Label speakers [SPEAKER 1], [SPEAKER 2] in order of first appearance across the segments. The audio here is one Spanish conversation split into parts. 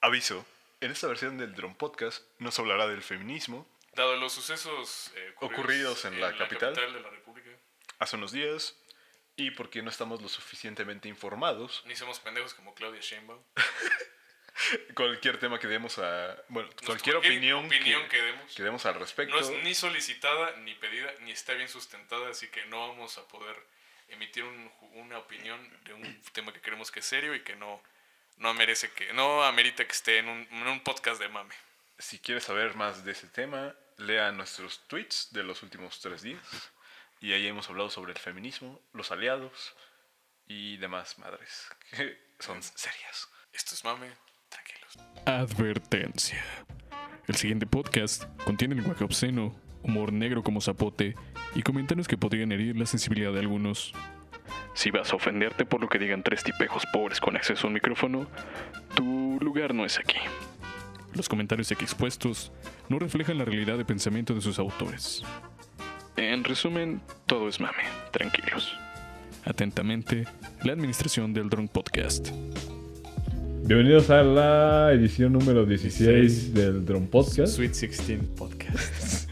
[SPEAKER 1] Aviso, en esta versión del Drone Podcast nos hablará del feminismo
[SPEAKER 2] Dado los sucesos eh,
[SPEAKER 1] Ocurridos en la capital.
[SPEAKER 2] de la República,
[SPEAKER 1] hace unos días y por qué no estamos lo suficientemente informados.
[SPEAKER 2] ni somos pendejos como Claudia Sheinbaum.
[SPEAKER 1] Cualquier tema que demos a... Bueno, cualquier
[SPEAKER 2] Nuestra
[SPEAKER 1] opinión,
[SPEAKER 2] Pues, opinión
[SPEAKER 1] que,
[SPEAKER 2] que demos
[SPEAKER 1] que demos al respecto.
[SPEAKER 2] no es ni solicitada, ni pedida, ni está bien sustentada, así que no vamos a poder emitir un ju- una opinión de un tema que creemos que es serio y que no, no merece que, no amerita que esté en un, en un podcast de mame.
[SPEAKER 1] Si quieres saber más de ese tema, lea nuestros tweets de los últimos tres días. Y ahí hemos hablado sobre el feminismo, los aliados y demás madres que son serias.
[SPEAKER 2] Esto es mame, tranquilos.
[SPEAKER 3] Advertencia. El siguiente podcast contiene lenguaje obsceno, humor negro como zapote y comentarios que podrían herir la sensibilidad de algunos. Si vas a ofenderte por lo que digan tres tipejos pobres con acceso a un micrófono, tu lugar no es aquí. Los comentarios aquí expuestos no reflejan la realidad de pensamiento de sus autores. En resumen, todo es mame, tranquilos. Atentamente, la administración del Drone Podcast.
[SPEAKER 1] Bienvenidos a la edición número
[SPEAKER 3] 16
[SPEAKER 1] del Drone Podcast.
[SPEAKER 3] Sweet 16 Podcast.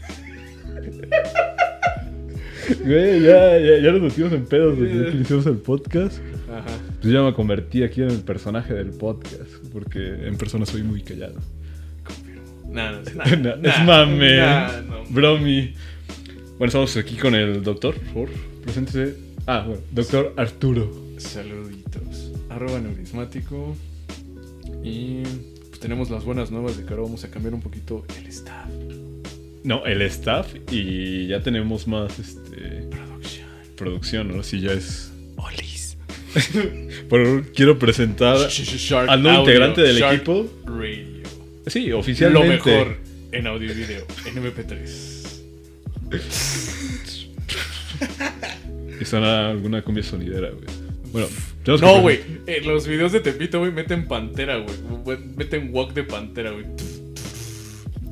[SPEAKER 1] Güey, ya, ya, ya nos metimos en pedos desde que hicimos el podcast.
[SPEAKER 3] Ajá.
[SPEAKER 1] Pues yo me convertí aquí en el personaje del podcast, porque en persona soy muy callado.
[SPEAKER 3] No, no, es nada.
[SPEAKER 1] No, es mame.
[SPEAKER 3] nah, no.
[SPEAKER 1] Bromi. Bueno, estamos aquí con el doctor, por favor. Preséntese. Ah, bueno, doctor Arturo.
[SPEAKER 3] Saluditos. Arroba neurismático. Y pues tenemos las buenas nuevas de que ahora vamos a cambiar un poquito el staff.
[SPEAKER 1] No, el staff y ya tenemos más este,
[SPEAKER 3] Producción.
[SPEAKER 1] producción, ¿no? Si ya es.
[SPEAKER 3] Olis.
[SPEAKER 1] Por favor, quiero presentar
[SPEAKER 3] Ah, Shark
[SPEAKER 1] al nuevo
[SPEAKER 3] Audio,
[SPEAKER 1] integrante del
[SPEAKER 3] Shark
[SPEAKER 1] equipo.
[SPEAKER 3] Radio.
[SPEAKER 1] Sí,
[SPEAKER 3] Lo
[SPEAKER 1] oficialmente.
[SPEAKER 3] mejor en audio y video. En MP3.
[SPEAKER 1] Y suena alguna cumbia sonidera, güey. Bueno, tenemos que presentar-
[SPEAKER 3] No, güey. En los videos de Tepito, güey, meten pantera, güey. güey, Meten walk de pantera, güey.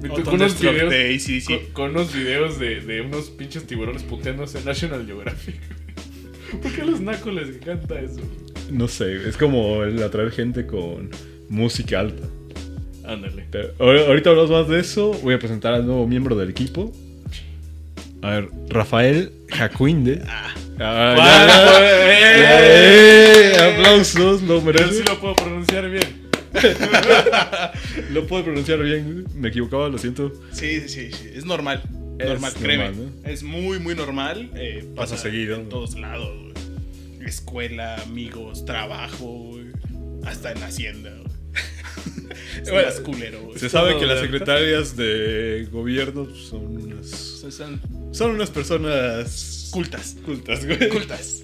[SPEAKER 3] Meten unos
[SPEAKER 4] Thunderstruck
[SPEAKER 3] videos.
[SPEAKER 4] de ACDC.
[SPEAKER 3] Con, con unos videos de, de unos pinches tiburones puteándose en National Geographic. güey. ¿Por qué a los nacos les encanta eso?
[SPEAKER 1] No sé, es como el atraer gente con música alta.
[SPEAKER 3] Ándale.
[SPEAKER 1] Pero ahor- ahorita hablamos más de eso. Voy a presentar al nuevo miembro del equipo. A ver, Rafael Jacuinde. Ah, ya, ya, ya, eh, aplausos, lo
[SPEAKER 3] Pero sí
[SPEAKER 1] merece.
[SPEAKER 3] lo puedo pronunciar bien.
[SPEAKER 1] Lo puedo pronunciar bien, me equivocaba, lo siento.
[SPEAKER 4] Sí, sí, sí, sí, es normal.
[SPEAKER 1] Es
[SPEAKER 4] normal, créeme.
[SPEAKER 1] normal, ¿eh?
[SPEAKER 4] Es muy, muy normal. eh,
[SPEAKER 1] Pasa seguido.
[SPEAKER 4] En todos lados, güey. Escuela, amigos, trabajo, güey. Hasta en Hacienda, güey. es
[SPEAKER 1] Bueno,
[SPEAKER 4] más culero, güey.
[SPEAKER 1] Se sabe
[SPEAKER 3] todo
[SPEAKER 1] que las
[SPEAKER 3] de-
[SPEAKER 1] secretarias de gobierno son unas.
[SPEAKER 4] Son- Son
[SPEAKER 1] Son unas personas
[SPEAKER 4] cultas.
[SPEAKER 1] cultas, güey.
[SPEAKER 4] Cultas.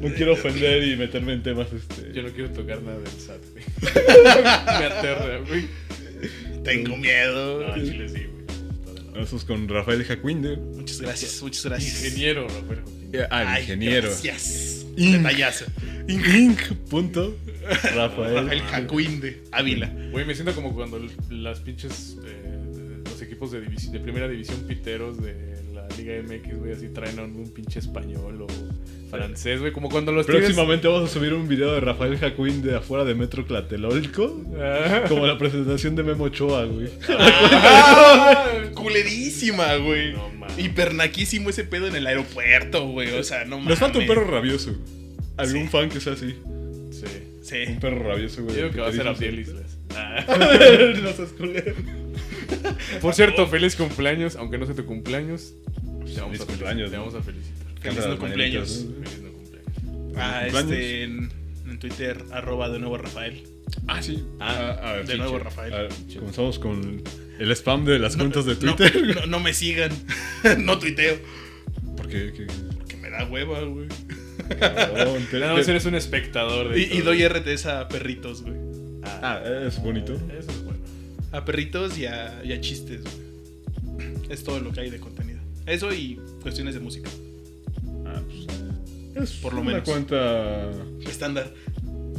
[SPEAKER 1] No quiero ofender y meterme en temas este.
[SPEAKER 3] Yo no quiero tocar nada del SAT, güey. Me aterra, güey.
[SPEAKER 4] Tengo miedo.
[SPEAKER 3] No, al chile sí, güey. Toda la-
[SPEAKER 1] Nosotros con Rafael Jacuinde.
[SPEAKER 4] Muchas gracias, muchas gracias.
[SPEAKER 3] Ingeniero, Rafael Joaquín.
[SPEAKER 1] Ah, el
[SPEAKER 4] Ay,
[SPEAKER 1] ingeniero.
[SPEAKER 4] Gracias.
[SPEAKER 1] Ing-
[SPEAKER 4] Detallazo.
[SPEAKER 1] Inc. Punto.
[SPEAKER 4] Rafael
[SPEAKER 1] Rafael.
[SPEAKER 4] Jacuinde, Ávila.
[SPEAKER 3] Güey, me siento como cuando l- las pinches. eh, los equipos de, divis- de primera división piteros de la Liga MX, güey, así traen a un pinche español o francés, güey. Como cuando los tigres-
[SPEAKER 1] Próximamente vamos a subir un video de Rafael Jacuín de afuera de Metro Tlatelolco.
[SPEAKER 3] Ah.
[SPEAKER 1] Como la presentación de Memo Ochoa, güey.
[SPEAKER 4] Culerísima, güey.
[SPEAKER 3] No mames.
[SPEAKER 4] Hipernaquísimo ese pedo en el aeropuerto, güey. O sea, no mames.
[SPEAKER 1] Nos falta un perro rabioso. Algún
[SPEAKER 4] Sí.
[SPEAKER 1] fan que sea así.
[SPEAKER 3] Sí.
[SPEAKER 1] Un
[SPEAKER 4] Sí.
[SPEAKER 1] perro rabioso,
[SPEAKER 3] Yo
[SPEAKER 1] güey.
[SPEAKER 3] digo que va a ser Abdiel
[SPEAKER 1] Pues, feliz.
[SPEAKER 3] Islas.
[SPEAKER 1] no seas culero.
[SPEAKER 3] Por cierto, feliz cumpleaños, aunque no sea tu cumpleaños. Te vamos,
[SPEAKER 1] Feliz
[SPEAKER 3] a,
[SPEAKER 1] cumpleaños,
[SPEAKER 3] felicitar, te
[SPEAKER 1] ¿no?
[SPEAKER 3] vamos a felicitar.
[SPEAKER 4] Feliz no cumpleaños.
[SPEAKER 3] Feliz no cumpleaños.
[SPEAKER 4] Ah,
[SPEAKER 1] cumpleaños.
[SPEAKER 4] este. En, en Twitter, arroba de nuevo Rafael.
[SPEAKER 1] Ah, sí.
[SPEAKER 4] Ah,
[SPEAKER 1] a ver,
[SPEAKER 4] de
[SPEAKER 1] sí,
[SPEAKER 4] nuevo,
[SPEAKER 1] che.
[SPEAKER 4] Rafael.
[SPEAKER 1] A ver, comenzamos con el spam de las cuentas de
[SPEAKER 4] No,
[SPEAKER 1] Twitter.
[SPEAKER 4] No, no me sigan. no tuiteo.
[SPEAKER 1] Porque. Que,
[SPEAKER 4] Porque me da hueva, güey.
[SPEAKER 1] cabrón, te-
[SPEAKER 3] Nada más
[SPEAKER 1] te-
[SPEAKER 3] eres un espectador de.
[SPEAKER 4] Y, y
[SPEAKER 3] todo.
[SPEAKER 4] doy RTs a perritos, güey.
[SPEAKER 1] Ah, es bonito.
[SPEAKER 3] Eso es bueno.
[SPEAKER 4] A perritos y a, y a chistes, güey. Es todo lo que hay de contenido. Eso y cuestiones de música.
[SPEAKER 1] Ah, pues, es
[SPEAKER 4] Por lo
[SPEAKER 1] una
[SPEAKER 4] menos.
[SPEAKER 1] cuenta
[SPEAKER 4] Estándar.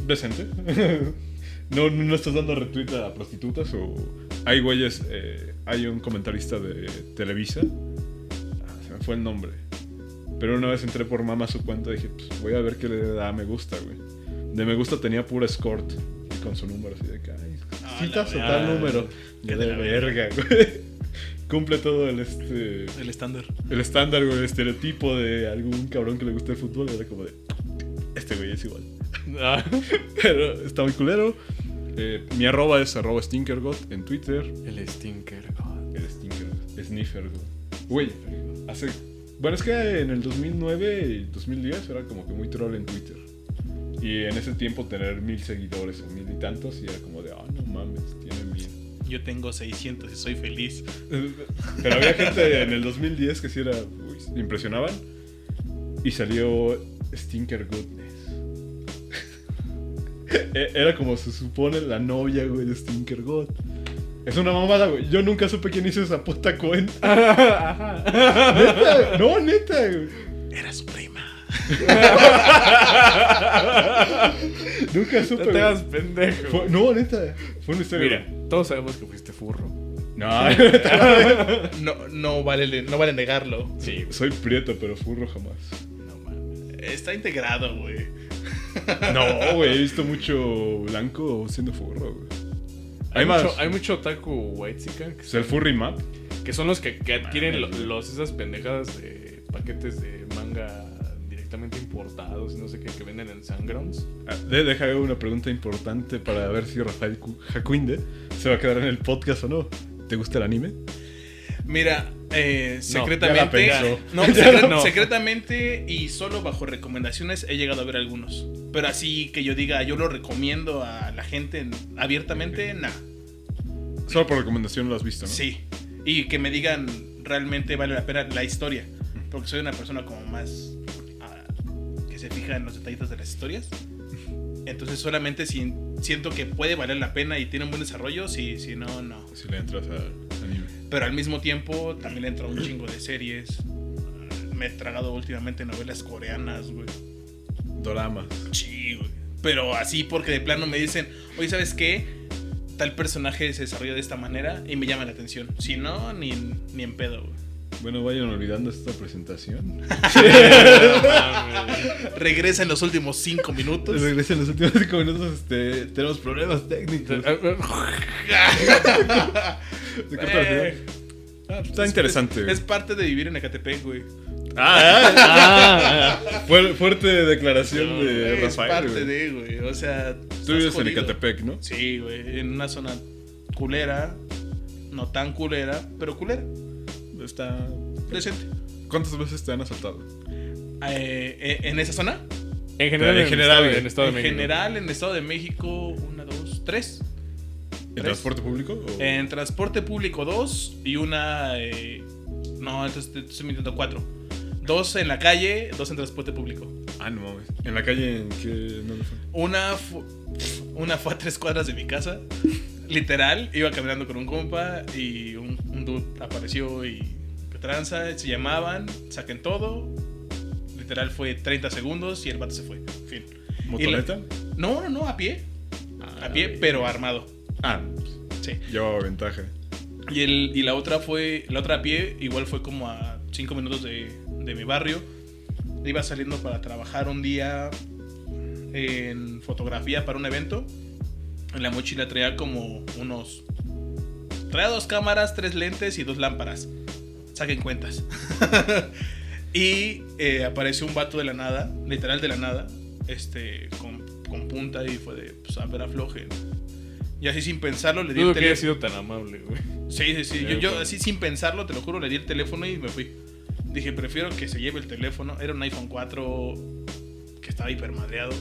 [SPEAKER 1] decente. no, no estás dando retweet a prostitutas o... Hay güeyes... eh, hay un comentarista de Televisa. Ah, se me fue el nombre. Pero una vez entré por mamá a su cuenta y dije, pues voy a ver qué le da me gusta, güey. De me gusta tenía pura escort. Y con su número así de que... ay, citas o
[SPEAKER 4] Ah, la
[SPEAKER 1] tal
[SPEAKER 4] verga.
[SPEAKER 1] número.
[SPEAKER 4] Qué
[SPEAKER 1] Ya
[SPEAKER 4] de
[SPEAKER 1] de
[SPEAKER 4] la
[SPEAKER 1] verga, güey. Cumple todo el este.
[SPEAKER 4] El estándar.
[SPEAKER 1] El estándar, güey, el estereotipo de algún cabrón que le gusta el fútbol. Era como de. Este güey es igual. Ah. Pero está muy culero. Eh, mi arroba es arroba stinkergot en Twitter.
[SPEAKER 2] El Stinker.
[SPEAKER 1] El stinker. Sniffer, güey. Güey, hace. Bueno, es que en el 2009 y 2010 era como que muy troll en Twitter. Y en ese tiempo tener mil seguidores o mil y tantos y era como de, ah, no mames, tiene mil.
[SPEAKER 4] Yo tengo 600 y soy feliz.
[SPEAKER 1] Pero había gente en el 2010 que sí era. uy, impresionaban. Y salió Stinker Goodness. E- Era como se supone la novia, güey, de Stinker God. Es una mamada, güey. Yo nunca supe quién hizo esa puta cuenta. Neta, No, neta, güey.
[SPEAKER 4] Era su prima.
[SPEAKER 1] Nunca
[SPEAKER 2] No
[SPEAKER 1] supe.
[SPEAKER 2] te
[SPEAKER 1] güey.
[SPEAKER 2] hagas pendejo.
[SPEAKER 1] Fue- no, neta. Fue una historia.
[SPEAKER 2] Mira, todos sabemos que fuiste furro.
[SPEAKER 1] güey. No,
[SPEAKER 4] No, no, vale, no vale negarlo.
[SPEAKER 2] Sí,
[SPEAKER 1] soy prieto, pero furro jamás.
[SPEAKER 4] No mames. Está integrado, güey.
[SPEAKER 1] No, güey, he visto mucho blanco siendo furro, güey. Hay,
[SPEAKER 2] Hay,
[SPEAKER 1] más.
[SPEAKER 2] mucho, hay mucho otaku white chican que,
[SPEAKER 1] O sea, el furry map.
[SPEAKER 2] que son los que, que adquieren lo-
[SPEAKER 1] Mames, güey.
[SPEAKER 2] los, esas pendejadas de paquetes de manga directamente importados y no sé qué que venden en Sangrounds.
[SPEAKER 1] Ah, de- Deja hago una pregunta importante para ver si Rafael Cu- Jacuinde se va a quedar en el podcast o no. ¿Te gusta el anime?
[SPEAKER 4] Mira, eh,
[SPEAKER 2] No,
[SPEAKER 4] secretamente.
[SPEAKER 1] ya la pensó.
[SPEAKER 4] no,
[SPEAKER 2] Ya
[SPEAKER 4] secre-
[SPEAKER 2] no.
[SPEAKER 4] secretamente y solo bajo recomendaciones he llegado a ver algunos. Pero así que yo diga, yo lo recomiendo a la gente en- abiertamente, nada.
[SPEAKER 1] Solo por recomendación lo has visto, ¿no?
[SPEAKER 4] Sí. Y que me digan realmente vale la pena la historia. Porque soy una persona como más ah, que se fija en los detallitos de las historias. Entonces solamente si siento que puede valer la pena y tiene un buen desarrollo, si, si no, no.
[SPEAKER 1] Si le entras al anime.
[SPEAKER 4] Pero al mismo tiempo también entra un chingo de series. Me he tragado últimamente novelas coreanas, güey.
[SPEAKER 1] Doramas.
[SPEAKER 4] Sí, güey. Pero así porque de plano me dicen, oye, ¿sabes qué? Tal personaje se desarrolla de esta manera y me llama la atención. Si no, ni, ni en pedo, güey.
[SPEAKER 1] Bueno, vayan olvidando esta presentación. Pues
[SPEAKER 4] Regresa en los últimos cinco minutos.
[SPEAKER 1] Regresen los últimos cinco minutos. Este, tenemos problemas técnicos. Se corta al final.
[SPEAKER 4] Eh,
[SPEAKER 1] Ah, está interesante.
[SPEAKER 4] Es parte de vivir en Ecatepec, güey.
[SPEAKER 1] Ah, ah, ah. Fuer- fuerte declaración de
[SPEAKER 4] es
[SPEAKER 1] Rafael.
[SPEAKER 4] parte
[SPEAKER 1] güey.
[SPEAKER 4] de, güey. O sea.
[SPEAKER 1] Tú
[SPEAKER 4] estás
[SPEAKER 1] vives en
[SPEAKER 4] jodido.
[SPEAKER 1] Ecatepec, ¿no?
[SPEAKER 4] Sí, güey. En una zona culera. No tan culera, pero culera.
[SPEAKER 1] Está.
[SPEAKER 4] Presente.
[SPEAKER 1] ¿Cuántas veces te han asaltado?
[SPEAKER 4] eh, ¿En esa zona?
[SPEAKER 2] En general,
[SPEAKER 1] En
[SPEAKER 2] en,
[SPEAKER 1] general,
[SPEAKER 2] general,
[SPEAKER 1] güey.
[SPEAKER 2] en Estado de
[SPEAKER 4] en
[SPEAKER 2] México.
[SPEAKER 4] general, en el Estado de México, una, dos, tres.
[SPEAKER 1] ¿En
[SPEAKER 4] Tres.
[SPEAKER 1] transporte público? o-
[SPEAKER 4] En transporte público, dos. Y una. eh, no, entonces te- te estoy mintiendo, cuatro. Dos en la calle, dos en transporte público.
[SPEAKER 1] Ah, no mames. ¿En la calle en qué? ¿Dónde fue?
[SPEAKER 4] Una, fu- una fue a tres cuadras de mi casa. Literal, iba caminando con un compa y un, un dude apareció y que tranza, se llamaban, saquen todo. Literal fue 30 segundos y el vato se fue. Fin.
[SPEAKER 1] ¿Motoneta?
[SPEAKER 4] No, no, no, a pie. A pie, pero armado.
[SPEAKER 1] Ah,
[SPEAKER 4] Sí.
[SPEAKER 1] llevaba ventaja.
[SPEAKER 4] Y, el, y la otra fue, la otra a pie, igual fue como a 5 minutos de, de mi barrio. Iba saliendo para trabajar un día en fotografía para un evento. En la mochila traía como unos... Traía dos cámaras, tres lentes y dos lámparas. Saquen cuentas. y eh, apareció un vato de la nada, literal de la nada, este, con, con punta y fue de, pues a ver, afloje. Y así sin pensarlo le di
[SPEAKER 2] Dudo
[SPEAKER 4] el
[SPEAKER 2] que haya
[SPEAKER 4] teléfono.
[SPEAKER 2] sido tan amable, güey.
[SPEAKER 4] Sí, sí, sí. Yo,
[SPEAKER 2] Sí,
[SPEAKER 4] yo
[SPEAKER 2] pues.
[SPEAKER 4] así sin pensarlo, te lo juro, le di el teléfono y me fui. Dije, prefiero que se lleve el teléfono. Era un iPhone 4 que estaba hipermadreado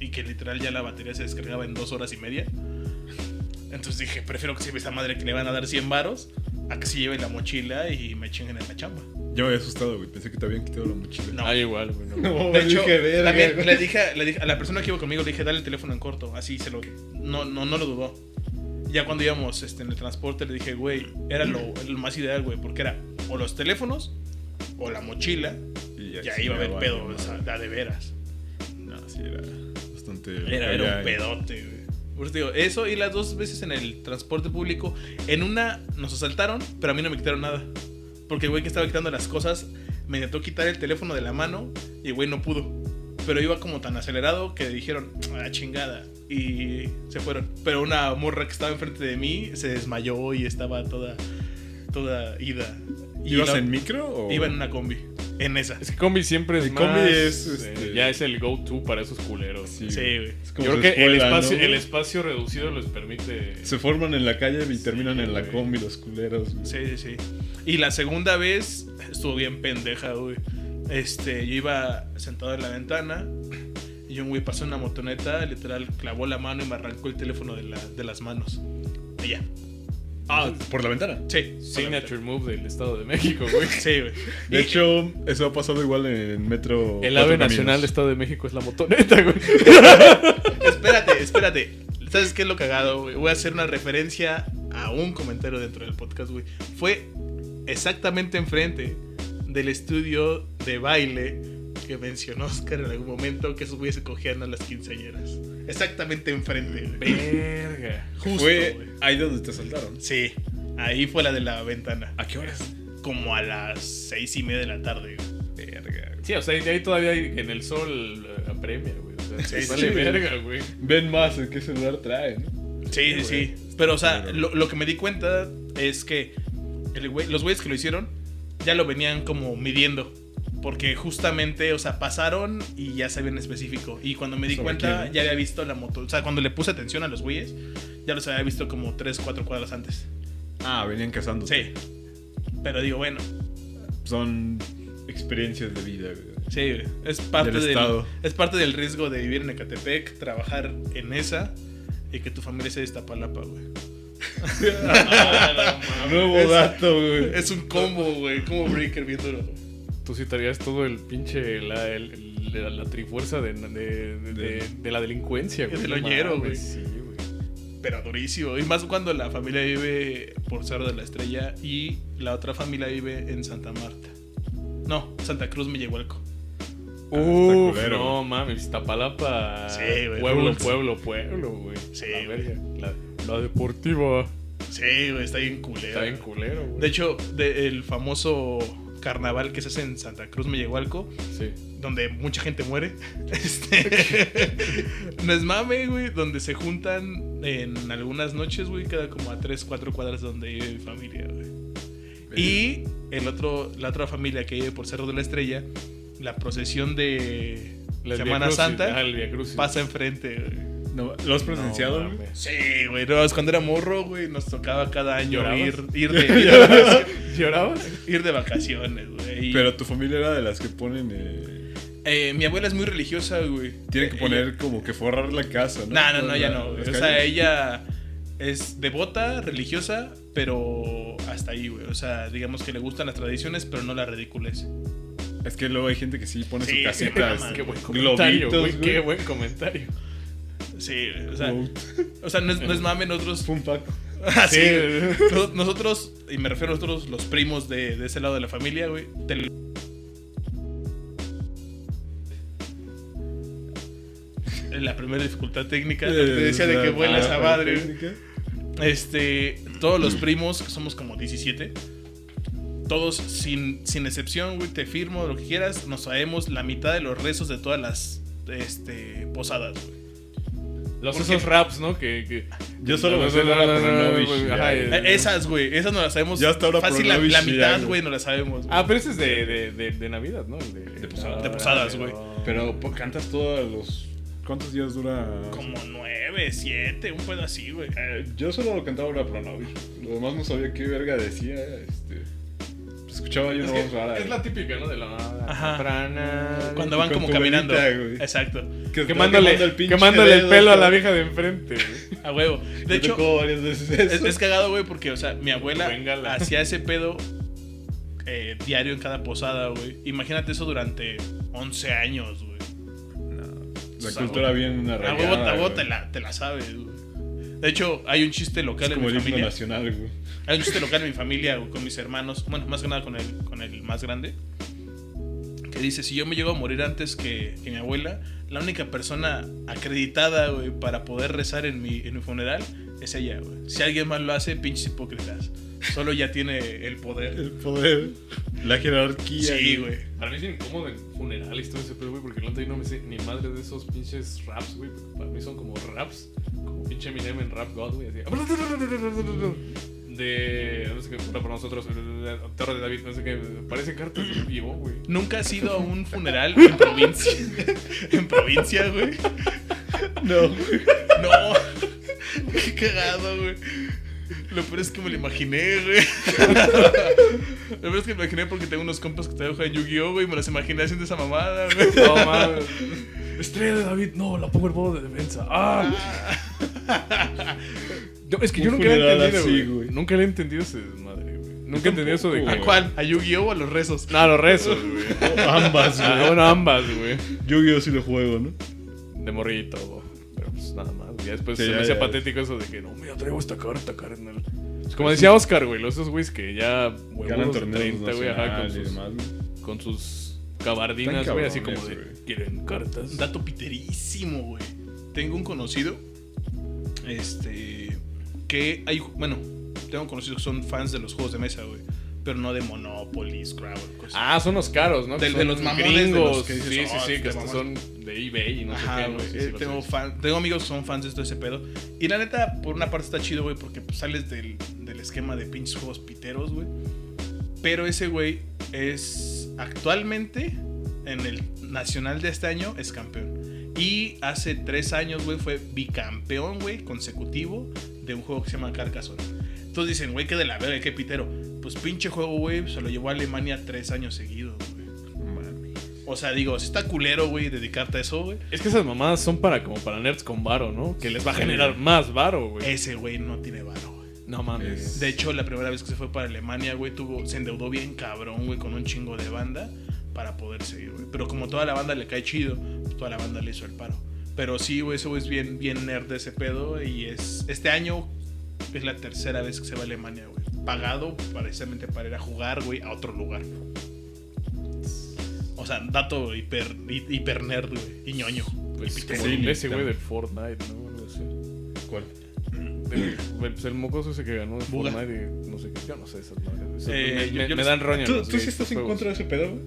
[SPEAKER 4] y que literal ya la batería se descargaba en dos horas y media. Entonces dije, prefiero que se lleve esta madre que le van a dar 100 varos a que se lleve la mochila y me chinguen en la chamba.
[SPEAKER 1] Yo me había asustado, güey. Pensé que te habían quitado la mochila.
[SPEAKER 4] No.
[SPEAKER 2] Ah, igual, güey. no.
[SPEAKER 4] De hecho,
[SPEAKER 1] dije, verga,
[SPEAKER 4] también
[SPEAKER 1] güey.
[SPEAKER 4] le dije, le dije- a la persona que iba conmigo, le dije, dale el teléfono en corto. Así se lo. No, no, no lo dudó. Ya cuando íbamos este, en el transporte, le dije, güey, era lo, lo más ideal, güey, porque era o los teléfonos o la mochila.
[SPEAKER 1] Y
[SPEAKER 4] Ya
[SPEAKER 1] sí
[SPEAKER 4] iba a haber
[SPEAKER 1] llevaba,
[SPEAKER 4] pedo,
[SPEAKER 1] no,
[SPEAKER 4] o sea,
[SPEAKER 1] mames.
[SPEAKER 4] la de veras.
[SPEAKER 1] No, sí, era bastante.
[SPEAKER 4] Era, era
[SPEAKER 1] allá
[SPEAKER 4] un
[SPEAKER 1] en-
[SPEAKER 4] pedote, güey. Por eso te digo, eso y las dos veces en el transporte público. En una nos asaltaron, pero a mí no me quitaron nada. Porque el güey que estaba quitando las cosas me intentó quitar el teléfono de la mano y el güey no pudo. pero iba como tan acelerado que dijeron, ah, chingada. Y se fueron. Pero una morra que estaba enfrente de mí se desmayó y estaba toda, toda ida. Y
[SPEAKER 1] ¿Ibas
[SPEAKER 4] la-
[SPEAKER 1] en micro o...?
[SPEAKER 4] Iba en una combi. En esa.
[SPEAKER 3] Es que combi siempre es
[SPEAKER 1] El
[SPEAKER 3] más,
[SPEAKER 1] combi es, este-
[SPEAKER 3] eh, ya es el go-to para esos culeros.
[SPEAKER 1] Sí.
[SPEAKER 4] Sí, güey.
[SPEAKER 1] Es como
[SPEAKER 3] Yo creo
[SPEAKER 1] su
[SPEAKER 3] que el
[SPEAKER 1] escuela,
[SPEAKER 3] espacio,
[SPEAKER 1] ¿no?
[SPEAKER 3] el espacio reducido les permite.
[SPEAKER 1] Se forman en la calle y terminan en la
[SPEAKER 3] güey.
[SPEAKER 1] combi los culeros. güey.
[SPEAKER 4] Sí, sí, sí. Y la segunda vez estuvo bien pendeja, güey. Este, yo iba sentado en la ventana y un güey pasó una motoneta, literal, clavó la mano y me arrancó el teléfono de, la- de las manos. Y ya.
[SPEAKER 1] Ah, por la ventana.
[SPEAKER 4] Sí.
[SPEAKER 3] Signature move del Estado de México, güey.
[SPEAKER 4] Sí, güey.
[SPEAKER 1] De hecho, eso ha pasado igual en Metro.
[SPEAKER 3] El
[SPEAKER 1] Cuatro
[SPEAKER 3] ave
[SPEAKER 1] Caminos.
[SPEAKER 3] nacional del Estado de México es la motoneta, güey.
[SPEAKER 4] Espérate, espérate. ¿Sabes qué es lo cagado, güey? Voy a hacer una referencia a un comentario dentro del podcast, güey. Fue exactamente enfrente del estudio de baile que mencionó Oscar en algún momento que esos güeyes se cogían a las quinceañeras. Exactamente enfrente, güey.
[SPEAKER 3] Verga.
[SPEAKER 4] Justo,
[SPEAKER 1] Fue
[SPEAKER 4] güey.
[SPEAKER 1] ahí donde te asaltaron.
[SPEAKER 4] Sí, ahí fue la de la ventana.
[SPEAKER 1] ¿A qué horas?
[SPEAKER 4] Como a las seis y media de la tarde, güey.
[SPEAKER 1] Verga. güey.
[SPEAKER 3] Sí, o sea, ahí ahí todavía hay- en el sol eh, apremia, güey. O sea,
[SPEAKER 4] Sí,
[SPEAKER 3] vale
[SPEAKER 1] sí.
[SPEAKER 3] verga, güey.
[SPEAKER 1] Ven más en qué celular trae, ¿no?
[SPEAKER 4] Sí, sí, sí. Pero, o sea,
[SPEAKER 1] Pero-
[SPEAKER 4] lo, lo que me di cuenta es que el güey- los güeyes que lo hicieron ya lo venían como midiendo. Porque justamente, o sea, pasaron y ya sabían específico. Y cuando me di
[SPEAKER 1] Sobre
[SPEAKER 4] cuenta,
[SPEAKER 1] quién, ¿no?
[SPEAKER 4] ya había visto la moto. O sea, cuando le puse atención a los güeyes, ya los había visto como 3, 4 cuadras antes.
[SPEAKER 1] Ah, venían cazando.
[SPEAKER 4] Sí. Pero digo, bueno,
[SPEAKER 1] Son experiencias de vida, güey.
[SPEAKER 4] sí, güey. es parte,
[SPEAKER 1] Del
[SPEAKER 4] del,
[SPEAKER 1] estado.
[SPEAKER 4] es parte del riesgo de vivir en Ecatepec, trabajar en esa y que tu familia sea de Iztapalapa, güey.
[SPEAKER 1] Nuevo
[SPEAKER 4] Es-
[SPEAKER 1] dato, güey.
[SPEAKER 4] Es un combo, güey. Como breaker bien duro.
[SPEAKER 3] Tú citarías todo el pinche. La, el- la, la trifuerza de, de, de- de- de la delincuencia, güey.
[SPEAKER 4] Del
[SPEAKER 3] No
[SPEAKER 4] hoñero,
[SPEAKER 3] mames,
[SPEAKER 4] güey.
[SPEAKER 3] Sí, güey.
[SPEAKER 4] Pero durísimo. Y más cuando la familia vive por Cerro de la Estrella y la otra familia vive en Santa Marta. No, Santa Cruz Millehualco. Ah,
[SPEAKER 3] Uf,
[SPEAKER 1] culero,
[SPEAKER 3] no mames, Iztapalapa.
[SPEAKER 4] Sí, güey,
[SPEAKER 3] Pueblo,
[SPEAKER 4] rules.
[SPEAKER 3] pueblo, pueblo, güey.
[SPEAKER 4] Sí,
[SPEAKER 3] La
[SPEAKER 4] güey.
[SPEAKER 3] verga. La, la deportiva.
[SPEAKER 4] Sí, güey, está bien culero.
[SPEAKER 3] Está bien culero, güey.
[SPEAKER 4] De hecho, de- el famoso carnaval que se hace en Santa Cruz Millehualco,
[SPEAKER 3] Sí.
[SPEAKER 4] donde mucha gente muere. Este, no es mame, güey, donde se juntan en algunas noches, güey, cada como a 3, 4 cuadras donde vive mi familia, güey. Y el otro, la otra familia que vive por Cerro de la Estrella, la procesión de
[SPEAKER 3] La
[SPEAKER 4] Semana Santa
[SPEAKER 3] el Via Crucis.
[SPEAKER 4] pasa enfrente. güey.
[SPEAKER 1] No, ¿Lo has presenciado,
[SPEAKER 3] No
[SPEAKER 1] güey?
[SPEAKER 3] mames.
[SPEAKER 4] Sí, güey, no, es cuando era morro, güey, nos tocaba cada año
[SPEAKER 3] ¿Llorabas?
[SPEAKER 4] ir, ir, de,
[SPEAKER 3] ¿Llorabas?
[SPEAKER 4] ir de vacaciones, güey. Y,
[SPEAKER 1] Pero tu familia era de las que ponen. eh,
[SPEAKER 4] eh, mi abuela es muy religiosa, güey.
[SPEAKER 1] tienen que
[SPEAKER 4] Eh,
[SPEAKER 1] poner como que forrar la casa, ¿no?
[SPEAKER 4] No, no, no, ya no. güey.
[SPEAKER 1] Las
[SPEAKER 4] O sea,
[SPEAKER 1] calles.
[SPEAKER 4] ella es devota, religiosa, pero hasta ahí, güey. O sea, digamos que le gustan las tradiciones, pero no la ridiculez.
[SPEAKER 1] Es que luego hay gente que sí pone
[SPEAKER 4] Sí,
[SPEAKER 1] su casita.
[SPEAKER 4] sí,
[SPEAKER 1] este,
[SPEAKER 3] Qué buen comentario,
[SPEAKER 1] globitos,
[SPEAKER 3] güey. Qué
[SPEAKER 1] güey.
[SPEAKER 3] buen comentario.
[SPEAKER 4] Sí, o sea,
[SPEAKER 1] Wow.
[SPEAKER 4] o sea no, es, no es mame, nosotros.
[SPEAKER 1] Fue un paco.
[SPEAKER 4] Así,
[SPEAKER 3] Sí.
[SPEAKER 4] güey. Nos- Nosotros, y me refiero a nosotros, los primos de, de ese lado de la familia, güey. te- La primera dificultad técnica,
[SPEAKER 1] Eh,
[SPEAKER 4] te decía de que vuelas a madre. güey. Este, todos los primos, que somos como 17, todos sin, sin excepción, güey, te firmo lo que quieras, nos sabemos la mitad de los rezos de todas las este, posadas, güey.
[SPEAKER 3] Los
[SPEAKER 4] ¿Por
[SPEAKER 3] esos
[SPEAKER 4] qué?
[SPEAKER 3] raps, ¿no? Que, que...
[SPEAKER 1] Yo solo me
[SPEAKER 3] No,
[SPEAKER 1] sé
[SPEAKER 3] no,
[SPEAKER 1] Lola
[SPEAKER 3] no, no, no,
[SPEAKER 1] Aronovich,
[SPEAKER 3] güey,
[SPEAKER 1] ya,
[SPEAKER 3] ajá,
[SPEAKER 1] güey.
[SPEAKER 3] eh.
[SPEAKER 4] Eh, Esas, güey, esas no las sabemos.
[SPEAKER 1] Ya hasta ahora
[SPEAKER 4] Fácil la, la
[SPEAKER 1] Pronovich ya,
[SPEAKER 4] mitad,
[SPEAKER 1] güey.
[SPEAKER 4] güey, no las sabemos. güey.
[SPEAKER 3] Ah, pero ese es de, de, de, de Navidad, ¿no? De,
[SPEAKER 1] posadas.
[SPEAKER 4] De posadas, güey.
[SPEAKER 1] Pero po- cantas todos los. ¿Cuántos días dura?
[SPEAKER 4] como 9, 7, un pedo así, güey.
[SPEAKER 1] Eh, yo solo lo cantaba Laura Pronovich. Lo demás no sabía qué verga decía. Este. Escuchaba yo
[SPEAKER 3] Es,
[SPEAKER 1] una
[SPEAKER 3] que
[SPEAKER 1] voz rara.
[SPEAKER 3] es
[SPEAKER 1] güey.
[SPEAKER 3] la típica, ¿no? De la...
[SPEAKER 4] Ajá.
[SPEAKER 3] Prana-
[SPEAKER 4] Cuando
[SPEAKER 1] y
[SPEAKER 4] van
[SPEAKER 1] con
[SPEAKER 4] como
[SPEAKER 1] tu
[SPEAKER 4] caminando.
[SPEAKER 1] velita, güey.
[SPEAKER 4] Exacto,
[SPEAKER 1] Que,
[SPEAKER 3] Quemándole,
[SPEAKER 1] manda pinche
[SPEAKER 3] quemándole el
[SPEAKER 1] dedo,
[SPEAKER 3] pelo a la
[SPEAKER 1] cabrón.
[SPEAKER 3] vieja de enfrente, güey.
[SPEAKER 4] a huevo. De
[SPEAKER 1] Me
[SPEAKER 4] hecho,
[SPEAKER 1] tocó varias veces eso.
[SPEAKER 4] Es, es cagado, güey, porque, o sea, mi abuela
[SPEAKER 3] Véngala.
[SPEAKER 4] hacía ese pedo eh, diario en cada posada, güey. Imagínate eso durante 11 años, güey.
[SPEAKER 1] La
[SPEAKER 4] sabor.
[SPEAKER 1] cultura bien
[SPEAKER 4] A
[SPEAKER 1] arraigada.
[SPEAKER 4] huevo, a huevo
[SPEAKER 1] güey.
[SPEAKER 4] te la, te la sabes, güey. De hecho, hay un chiste local
[SPEAKER 1] Es
[SPEAKER 4] en
[SPEAKER 1] como
[SPEAKER 4] mi
[SPEAKER 1] el himno
[SPEAKER 4] familia.
[SPEAKER 1] nacional, güey.
[SPEAKER 4] Hay un chiste local en mi familia, güey, con mis hermanos. Bueno, más que nada con el, con el más grande. Que dice, si yo me llego a morir antes que, que mi abuela, la única persona acreditada, güey, para poder rezar en mi, en mi funeral es ella, güey. Si alguien más lo hace, pinches hipócritas. Solo ya tiene el poder.
[SPEAKER 1] El poder, la jerarquía.
[SPEAKER 4] Sí, güey.
[SPEAKER 3] Para mí es incómodo en funerales y todo ese pedo, güey, porque el otro día no me sé ni madre de esos pinches raps, güey. porque Para mí son como raps, como pinche Eminem en Rap God, güey, así. De. No sé qué puta para nosotros, Torre de David, no sé qué. Parecen cartas de vivo, güey.
[SPEAKER 4] Nunca has ido a un funeral en provincia. en provincia, güey.
[SPEAKER 1] No,
[SPEAKER 4] No. Qué cagado, güey. Lo peor es que me lo imaginé, güey. Lo peor es que me lo imaginé porque tengo unos compas que te juegan Yu-Gi-Oh, güey. y Me los imaginé haciendo esa mamada, güey.
[SPEAKER 3] No mames. Estrella de David, no, la Powerball de defensa. ¡Ah! Yo- es que yo
[SPEAKER 1] Un
[SPEAKER 3] nunca le he
[SPEAKER 1] funeral
[SPEAKER 3] entendido,
[SPEAKER 1] así,
[SPEAKER 3] güey.
[SPEAKER 1] güey.
[SPEAKER 3] Nunca le he entendido ese desmadre, güey. Nunca he entendido eso de.
[SPEAKER 1] tampoco,
[SPEAKER 3] que-
[SPEAKER 4] ¿A cuál? ¿A Yu-Gi-Oh o a los rezos?
[SPEAKER 3] No, los rezos, güey.
[SPEAKER 1] ambas,
[SPEAKER 3] Ah,
[SPEAKER 1] güey.
[SPEAKER 3] bueno, ambas, güey.
[SPEAKER 1] Yo yo sí lo juego, ¿no?
[SPEAKER 3] De morrito, güey. Pero pues nada más. güey. Ya después
[SPEAKER 1] Sí,
[SPEAKER 3] se
[SPEAKER 1] ya,
[SPEAKER 3] me hacía
[SPEAKER 1] ya.
[SPEAKER 3] patético eso de que no, mira, traigo esta carta, carnal. Es como decía Oscar, güey, los esos güeyes que ya
[SPEAKER 1] Ganan
[SPEAKER 3] huevudos de
[SPEAKER 1] torneos
[SPEAKER 3] 30, güey, ajá, con
[SPEAKER 1] nacionales y
[SPEAKER 3] sus,
[SPEAKER 1] demás. güey.
[SPEAKER 3] con sus cabardinas,
[SPEAKER 1] Están
[SPEAKER 3] güey, así como
[SPEAKER 1] cabrones,
[SPEAKER 3] de,
[SPEAKER 1] güey.
[SPEAKER 3] ¿quieren cartas?
[SPEAKER 4] Dato piterísimo, güey. Tengo un conocido. Este. Que hay. Bueno, tengo conocidos que son fans de los juegos de mesa, güey. Pero no de Monopoly, Scrabble, cosas.
[SPEAKER 3] Ah, son los caros, ¿no?
[SPEAKER 4] De-
[SPEAKER 3] Que
[SPEAKER 4] de
[SPEAKER 3] son
[SPEAKER 4] los mamones, de los que dices,
[SPEAKER 3] sí,
[SPEAKER 4] "Oh,
[SPEAKER 3] sí, sí, que
[SPEAKER 4] este
[SPEAKER 3] hasta son
[SPEAKER 4] mamón".
[SPEAKER 3] de eBay y no
[SPEAKER 4] Ajá,
[SPEAKER 3] sé qué.
[SPEAKER 4] güey.
[SPEAKER 3] güey. Sí,
[SPEAKER 4] Eh,
[SPEAKER 3] sí, los
[SPEAKER 4] tengo,
[SPEAKER 3] he
[SPEAKER 4] fan- tengo amigos que son fans de todo ese pedo. Y la neta, por una parte está chido, güey, porque pues, sales del, del esquema de pinches juegos piteros, güey. Pero ese güey es actualmente en el nacional de este año, es campeón. Y hace tres años, güey, fue bicampeón, güey, consecutivo de un juego que se llama Carcassonne. Entonces dicen, güey, que de la verga, qué pitero. Pues pinche juego, güey, se lo llevó a Alemania tres años seguidos, güey.
[SPEAKER 1] Mami.
[SPEAKER 4] O sea, digo, si está culero, güey, dedicarte a eso, güey.
[SPEAKER 3] Es que esas mamadas son para como para nerds con varo, ¿no? Que les va a generar más varo, güey.
[SPEAKER 4] Ese güey no tiene varo, güey.
[SPEAKER 3] No mames.
[SPEAKER 4] De hecho, la primera vez que se fue para Alemania, güey, tuvo, se endeudó bien cabrón, güey, con un chingo de banda para poder seguir, güey. Pero como toda la banda le cae chido, pues, toda la banda le hizo el paro. Pero sí, güey, ese güey es bien, bien nerd de ese pedo y es... Este año es la tercera vez que se va a Alemania, güey. Pagado precisamente para ir a jugar, güey, a otro lugar. O sea, dato hiper, hi- hiper nerd, güey. Y ñoño.
[SPEAKER 3] Pues
[SPEAKER 4] Y
[SPEAKER 3] como
[SPEAKER 1] sí,
[SPEAKER 3] el ese
[SPEAKER 1] tam-
[SPEAKER 3] güey del Fortnite, ¿no? No sé.
[SPEAKER 1] ¿Cuál?
[SPEAKER 3] De- güey, pues el mocoso ese que ganó de
[SPEAKER 4] Buga.
[SPEAKER 3] Fortnite y no sé qué. Yo no sé esas madres. güey.
[SPEAKER 4] Eh,
[SPEAKER 3] me,
[SPEAKER 4] yo-
[SPEAKER 3] me- me
[SPEAKER 4] yo les-
[SPEAKER 3] dan roña.
[SPEAKER 1] ¿Tú,
[SPEAKER 3] los
[SPEAKER 1] tú sí
[SPEAKER 3] gays,
[SPEAKER 1] estás en
[SPEAKER 3] juegos.
[SPEAKER 1] contra de ese pedo, güey?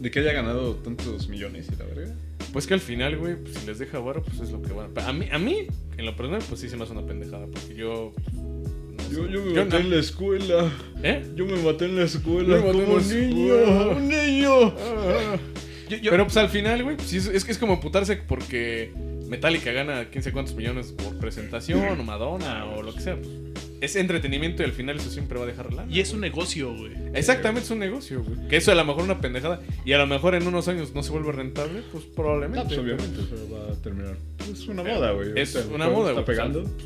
[SPEAKER 1] De que haya ganado tantos millones y la verga.
[SPEAKER 3] Pues que al final, güey, pues, si les deja varo, pues es lo que van. A mí, a mí, en lo personal, pues sí se me hace una pendejada. Porque yo. no sé.
[SPEAKER 1] Yo, yo me
[SPEAKER 3] Yo
[SPEAKER 1] maté
[SPEAKER 3] na-
[SPEAKER 1] en la escuela.
[SPEAKER 3] ¿Eh?
[SPEAKER 1] Yo me maté en la escuela.
[SPEAKER 3] Yo me maté en
[SPEAKER 1] como
[SPEAKER 3] la
[SPEAKER 1] niño.
[SPEAKER 3] escuela.
[SPEAKER 1] Un niño.
[SPEAKER 3] Pero pues al final, güey, pues, sí, es, es que es como putarse porque Metallica gana 15 cuantos millones por presentación o Madonna o lo que sea. pues. es entretenimiento y al final eso siempre va a dejar lana.
[SPEAKER 4] Y es un
[SPEAKER 3] güey.
[SPEAKER 4] negocio, güey.
[SPEAKER 3] Exactamente, es un negocio, güey. Que eso a lo mejor una pendejada y a lo mejor en unos años no se vuelve rentable, pues
[SPEAKER 1] No,
[SPEAKER 3] probablemente.
[SPEAKER 1] pues obviamente eso va a terminar. Es una moda, güey.
[SPEAKER 3] Es
[SPEAKER 1] Ahorita el
[SPEAKER 3] una
[SPEAKER 1] juego
[SPEAKER 3] moda,
[SPEAKER 1] Está
[SPEAKER 3] güey.
[SPEAKER 1] pegando.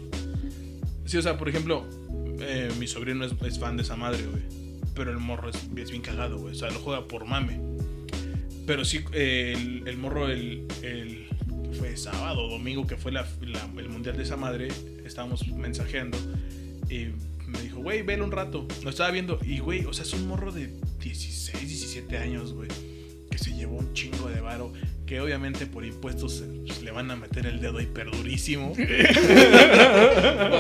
[SPEAKER 4] Sí, o sea, por ejemplo, eh, mi sobrino es, es fan de esa madre, güey. Pero el morro es, es bien cagado, güey. O sea, lo juega por mame. Pero sí, eh, el, el morro, el, el- que fue sábado o domingo que fue la- la- el mundial de esa madre, estábamos mensajeando. Y me dijo, güey, velo un rato. Lo estaba viendo. Y, güey, o sea, es un morro de 16, 17 años, güey. Que se llevó un chingo de varo. Que obviamente por impuestos eh, pues, le van a meter el dedo hiperdurísimo. o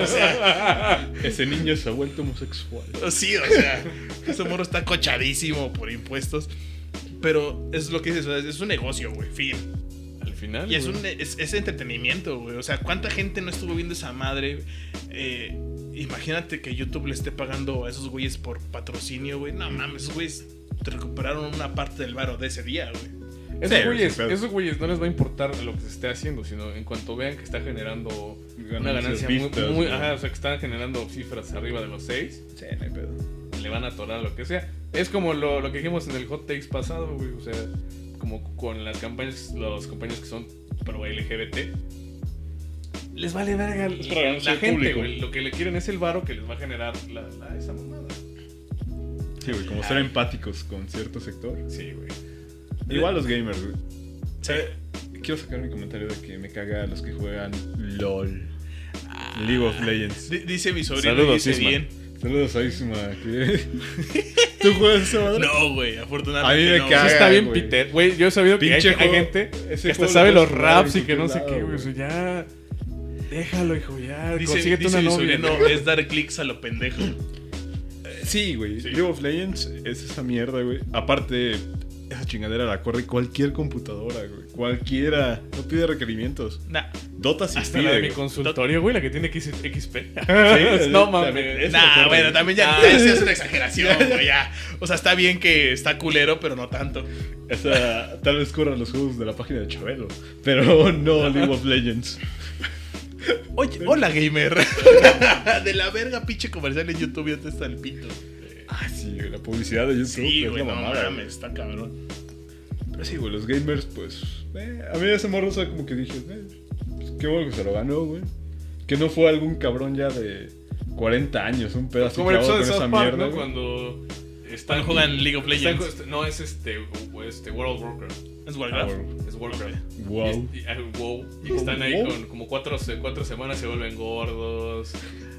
[SPEAKER 4] sea,
[SPEAKER 1] Ese niño se ha vuelto homosexual.
[SPEAKER 4] Sí, o sea, ese morro está cochadísimo por impuestos. Pero es lo que dices, o sea, es un negocio, güey, fin.
[SPEAKER 3] Al final.
[SPEAKER 4] Y es,
[SPEAKER 3] güey.
[SPEAKER 4] un, es, es entretenimiento, güey. O sea, ¿cuánta gente no estuvo viendo esa madre? Eh, imagínate que YouTube le esté pagando a esos güeyes por patrocinio, güey. No mames, esos güeyes te recuperaron una parte del varo de ese día, güey.
[SPEAKER 3] Esos,
[SPEAKER 1] Sí,
[SPEAKER 3] güeyes,
[SPEAKER 1] sin pedo.
[SPEAKER 3] esos güeyes no les va a importar lo que se esté haciendo, sino en cuanto vean que está generando una ganancia muy, muy- ajá, o sea, que están generando cifras arriba de los 6,
[SPEAKER 1] Sí, no hay pedo.
[SPEAKER 3] le van a atorar lo que sea. Es como lo, lo que dijimos en el hot takes pasado, güey, o sea, como con las campañas, las campañas que son pro LGBT. Les vale verga
[SPEAKER 1] Es para
[SPEAKER 3] la,
[SPEAKER 1] ganancia del
[SPEAKER 3] gente,
[SPEAKER 1] público.
[SPEAKER 3] güey. Lo que le quieren es el varo que les va a generar la, la- esa mamada.
[SPEAKER 1] Sí, güey, como ser empáticos con cierto sector.
[SPEAKER 3] Sí, güey.
[SPEAKER 1] Igual los gamers, güey. Eh, Quiero sacar mi comentario de que me caga a los que juegan LOL. League
[SPEAKER 3] Ah.
[SPEAKER 1] of Legends.
[SPEAKER 4] D- dice mi sobrino,
[SPEAKER 1] Saludos,
[SPEAKER 4] dice
[SPEAKER 1] Isma.
[SPEAKER 4] bien.
[SPEAKER 1] Saludos a Isma. que- ¿Tú juegas esa madre?
[SPEAKER 4] No, güey, afortunadamente.
[SPEAKER 1] A mí me
[SPEAKER 4] no,
[SPEAKER 1] caga.
[SPEAKER 3] Sí
[SPEAKER 4] güey.
[SPEAKER 3] está bien
[SPEAKER 1] güey.
[SPEAKER 3] Peter, güey. Yo he sabido que hay,
[SPEAKER 1] Pinche
[SPEAKER 3] hay
[SPEAKER 1] juego.
[SPEAKER 3] gente
[SPEAKER 1] Ese
[SPEAKER 3] que hasta
[SPEAKER 1] juego
[SPEAKER 3] sabe
[SPEAKER 1] no
[SPEAKER 3] los
[SPEAKER 1] puedes jugar
[SPEAKER 3] raps
[SPEAKER 1] en
[SPEAKER 3] y que no sé
[SPEAKER 1] cualquier
[SPEAKER 3] qué,
[SPEAKER 1] lado,
[SPEAKER 3] güey. O sea, ya. Déjalo, hijo, ya.
[SPEAKER 4] Dice,
[SPEAKER 3] consíguete
[SPEAKER 4] dice
[SPEAKER 3] una
[SPEAKER 4] mi
[SPEAKER 3] novia.
[SPEAKER 4] sobrino, es dar clics a lo pendejo.
[SPEAKER 1] Sí, güey. League of Legends es esa mierda, güey. Aparte, esa chingadera la corre cualquier computadora, güey. Cualquiera. No pide requerimientos.
[SPEAKER 4] Nah,
[SPEAKER 1] Dota sí
[SPEAKER 3] Hasta
[SPEAKER 1] pide,
[SPEAKER 3] la de mi
[SPEAKER 1] güey.
[SPEAKER 3] consultorio, güey, la que tiene X- XP.
[SPEAKER 1] Sí,
[SPEAKER 3] no
[SPEAKER 1] también,
[SPEAKER 3] mames.
[SPEAKER 1] eso
[SPEAKER 4] nah,
[SPEAKER 1] lo corre,
[SPEAKER 4] bueno,
[SPEAKER 1] güey.
[SPEAKER 4] también ya
[SPEAKER 3] Ah.
[SPEAKER 4] esa es una exageración, güey, ya. O sea, está bien que está culero, pero no tanto.
[SPEAKER 1] Esa, tal vez corran los juegos de la página de Chabelo. Pero no League of Legends.
[SPEAKER 4] Oye, hola gamer. de la verga pinche comercial en YouTube ya te está el pito.
[SPEAKER 1] Ah, sí, güey, la publicidad de YouTube.
[SPEAKER 4] Sí,
[SPEAKER 1] es
[SPEAKER 4] güey,
[SPEAKER 1] la
[SPEAKER 4] no
[SPEAKER 1] mamada,
[SPEAKER 4] mames, está cabrón.
[SPEAKER 1] güey. Pero sí, güey, los gamers, pues. eh, a mí ese morro, o sea, como que dije, eh, pues, qué bueno que se lo ganó, güey. Que no fue algún cabrón ya de 40 años, un pedazo
[SPEAKER 3] Pues Como el
[SPEAKER 1] clavado
[SPEAKER 3] episodio de
[SPEAKER 1] con esa
[SPEAKER 3] South Park,
[SPEAKER 1] mierda,
[SPEAKER 3] ¿no?
[SPEAKER 1] güey.
[SPEAKER 3] Cuando
[SPEAKER 4] Cuando
[SPEAKER 3] están
[SPEAKER 4] juegan League of
[SPEAKER 3] están-
[SPEAKER 4] Legends.
[SPEAKER 3] no, es este, este World of Warcraft.
[SPEAKER 4] Es
[SPEAKER 1] Ah,
[SPEAKER 4] Warcraft.
[SPEAKER 1] güey.
[SPEAKER 3] Es Warcraft.
[SPEAKER 1] Wow.
[SPEAKER 3] Y, es- y- ah, wow. Y están ahí
[SPEAKER 1] Wow.
[SPEAKER 3] con como cuatro, se- cuatro semanas se vuelven gordos.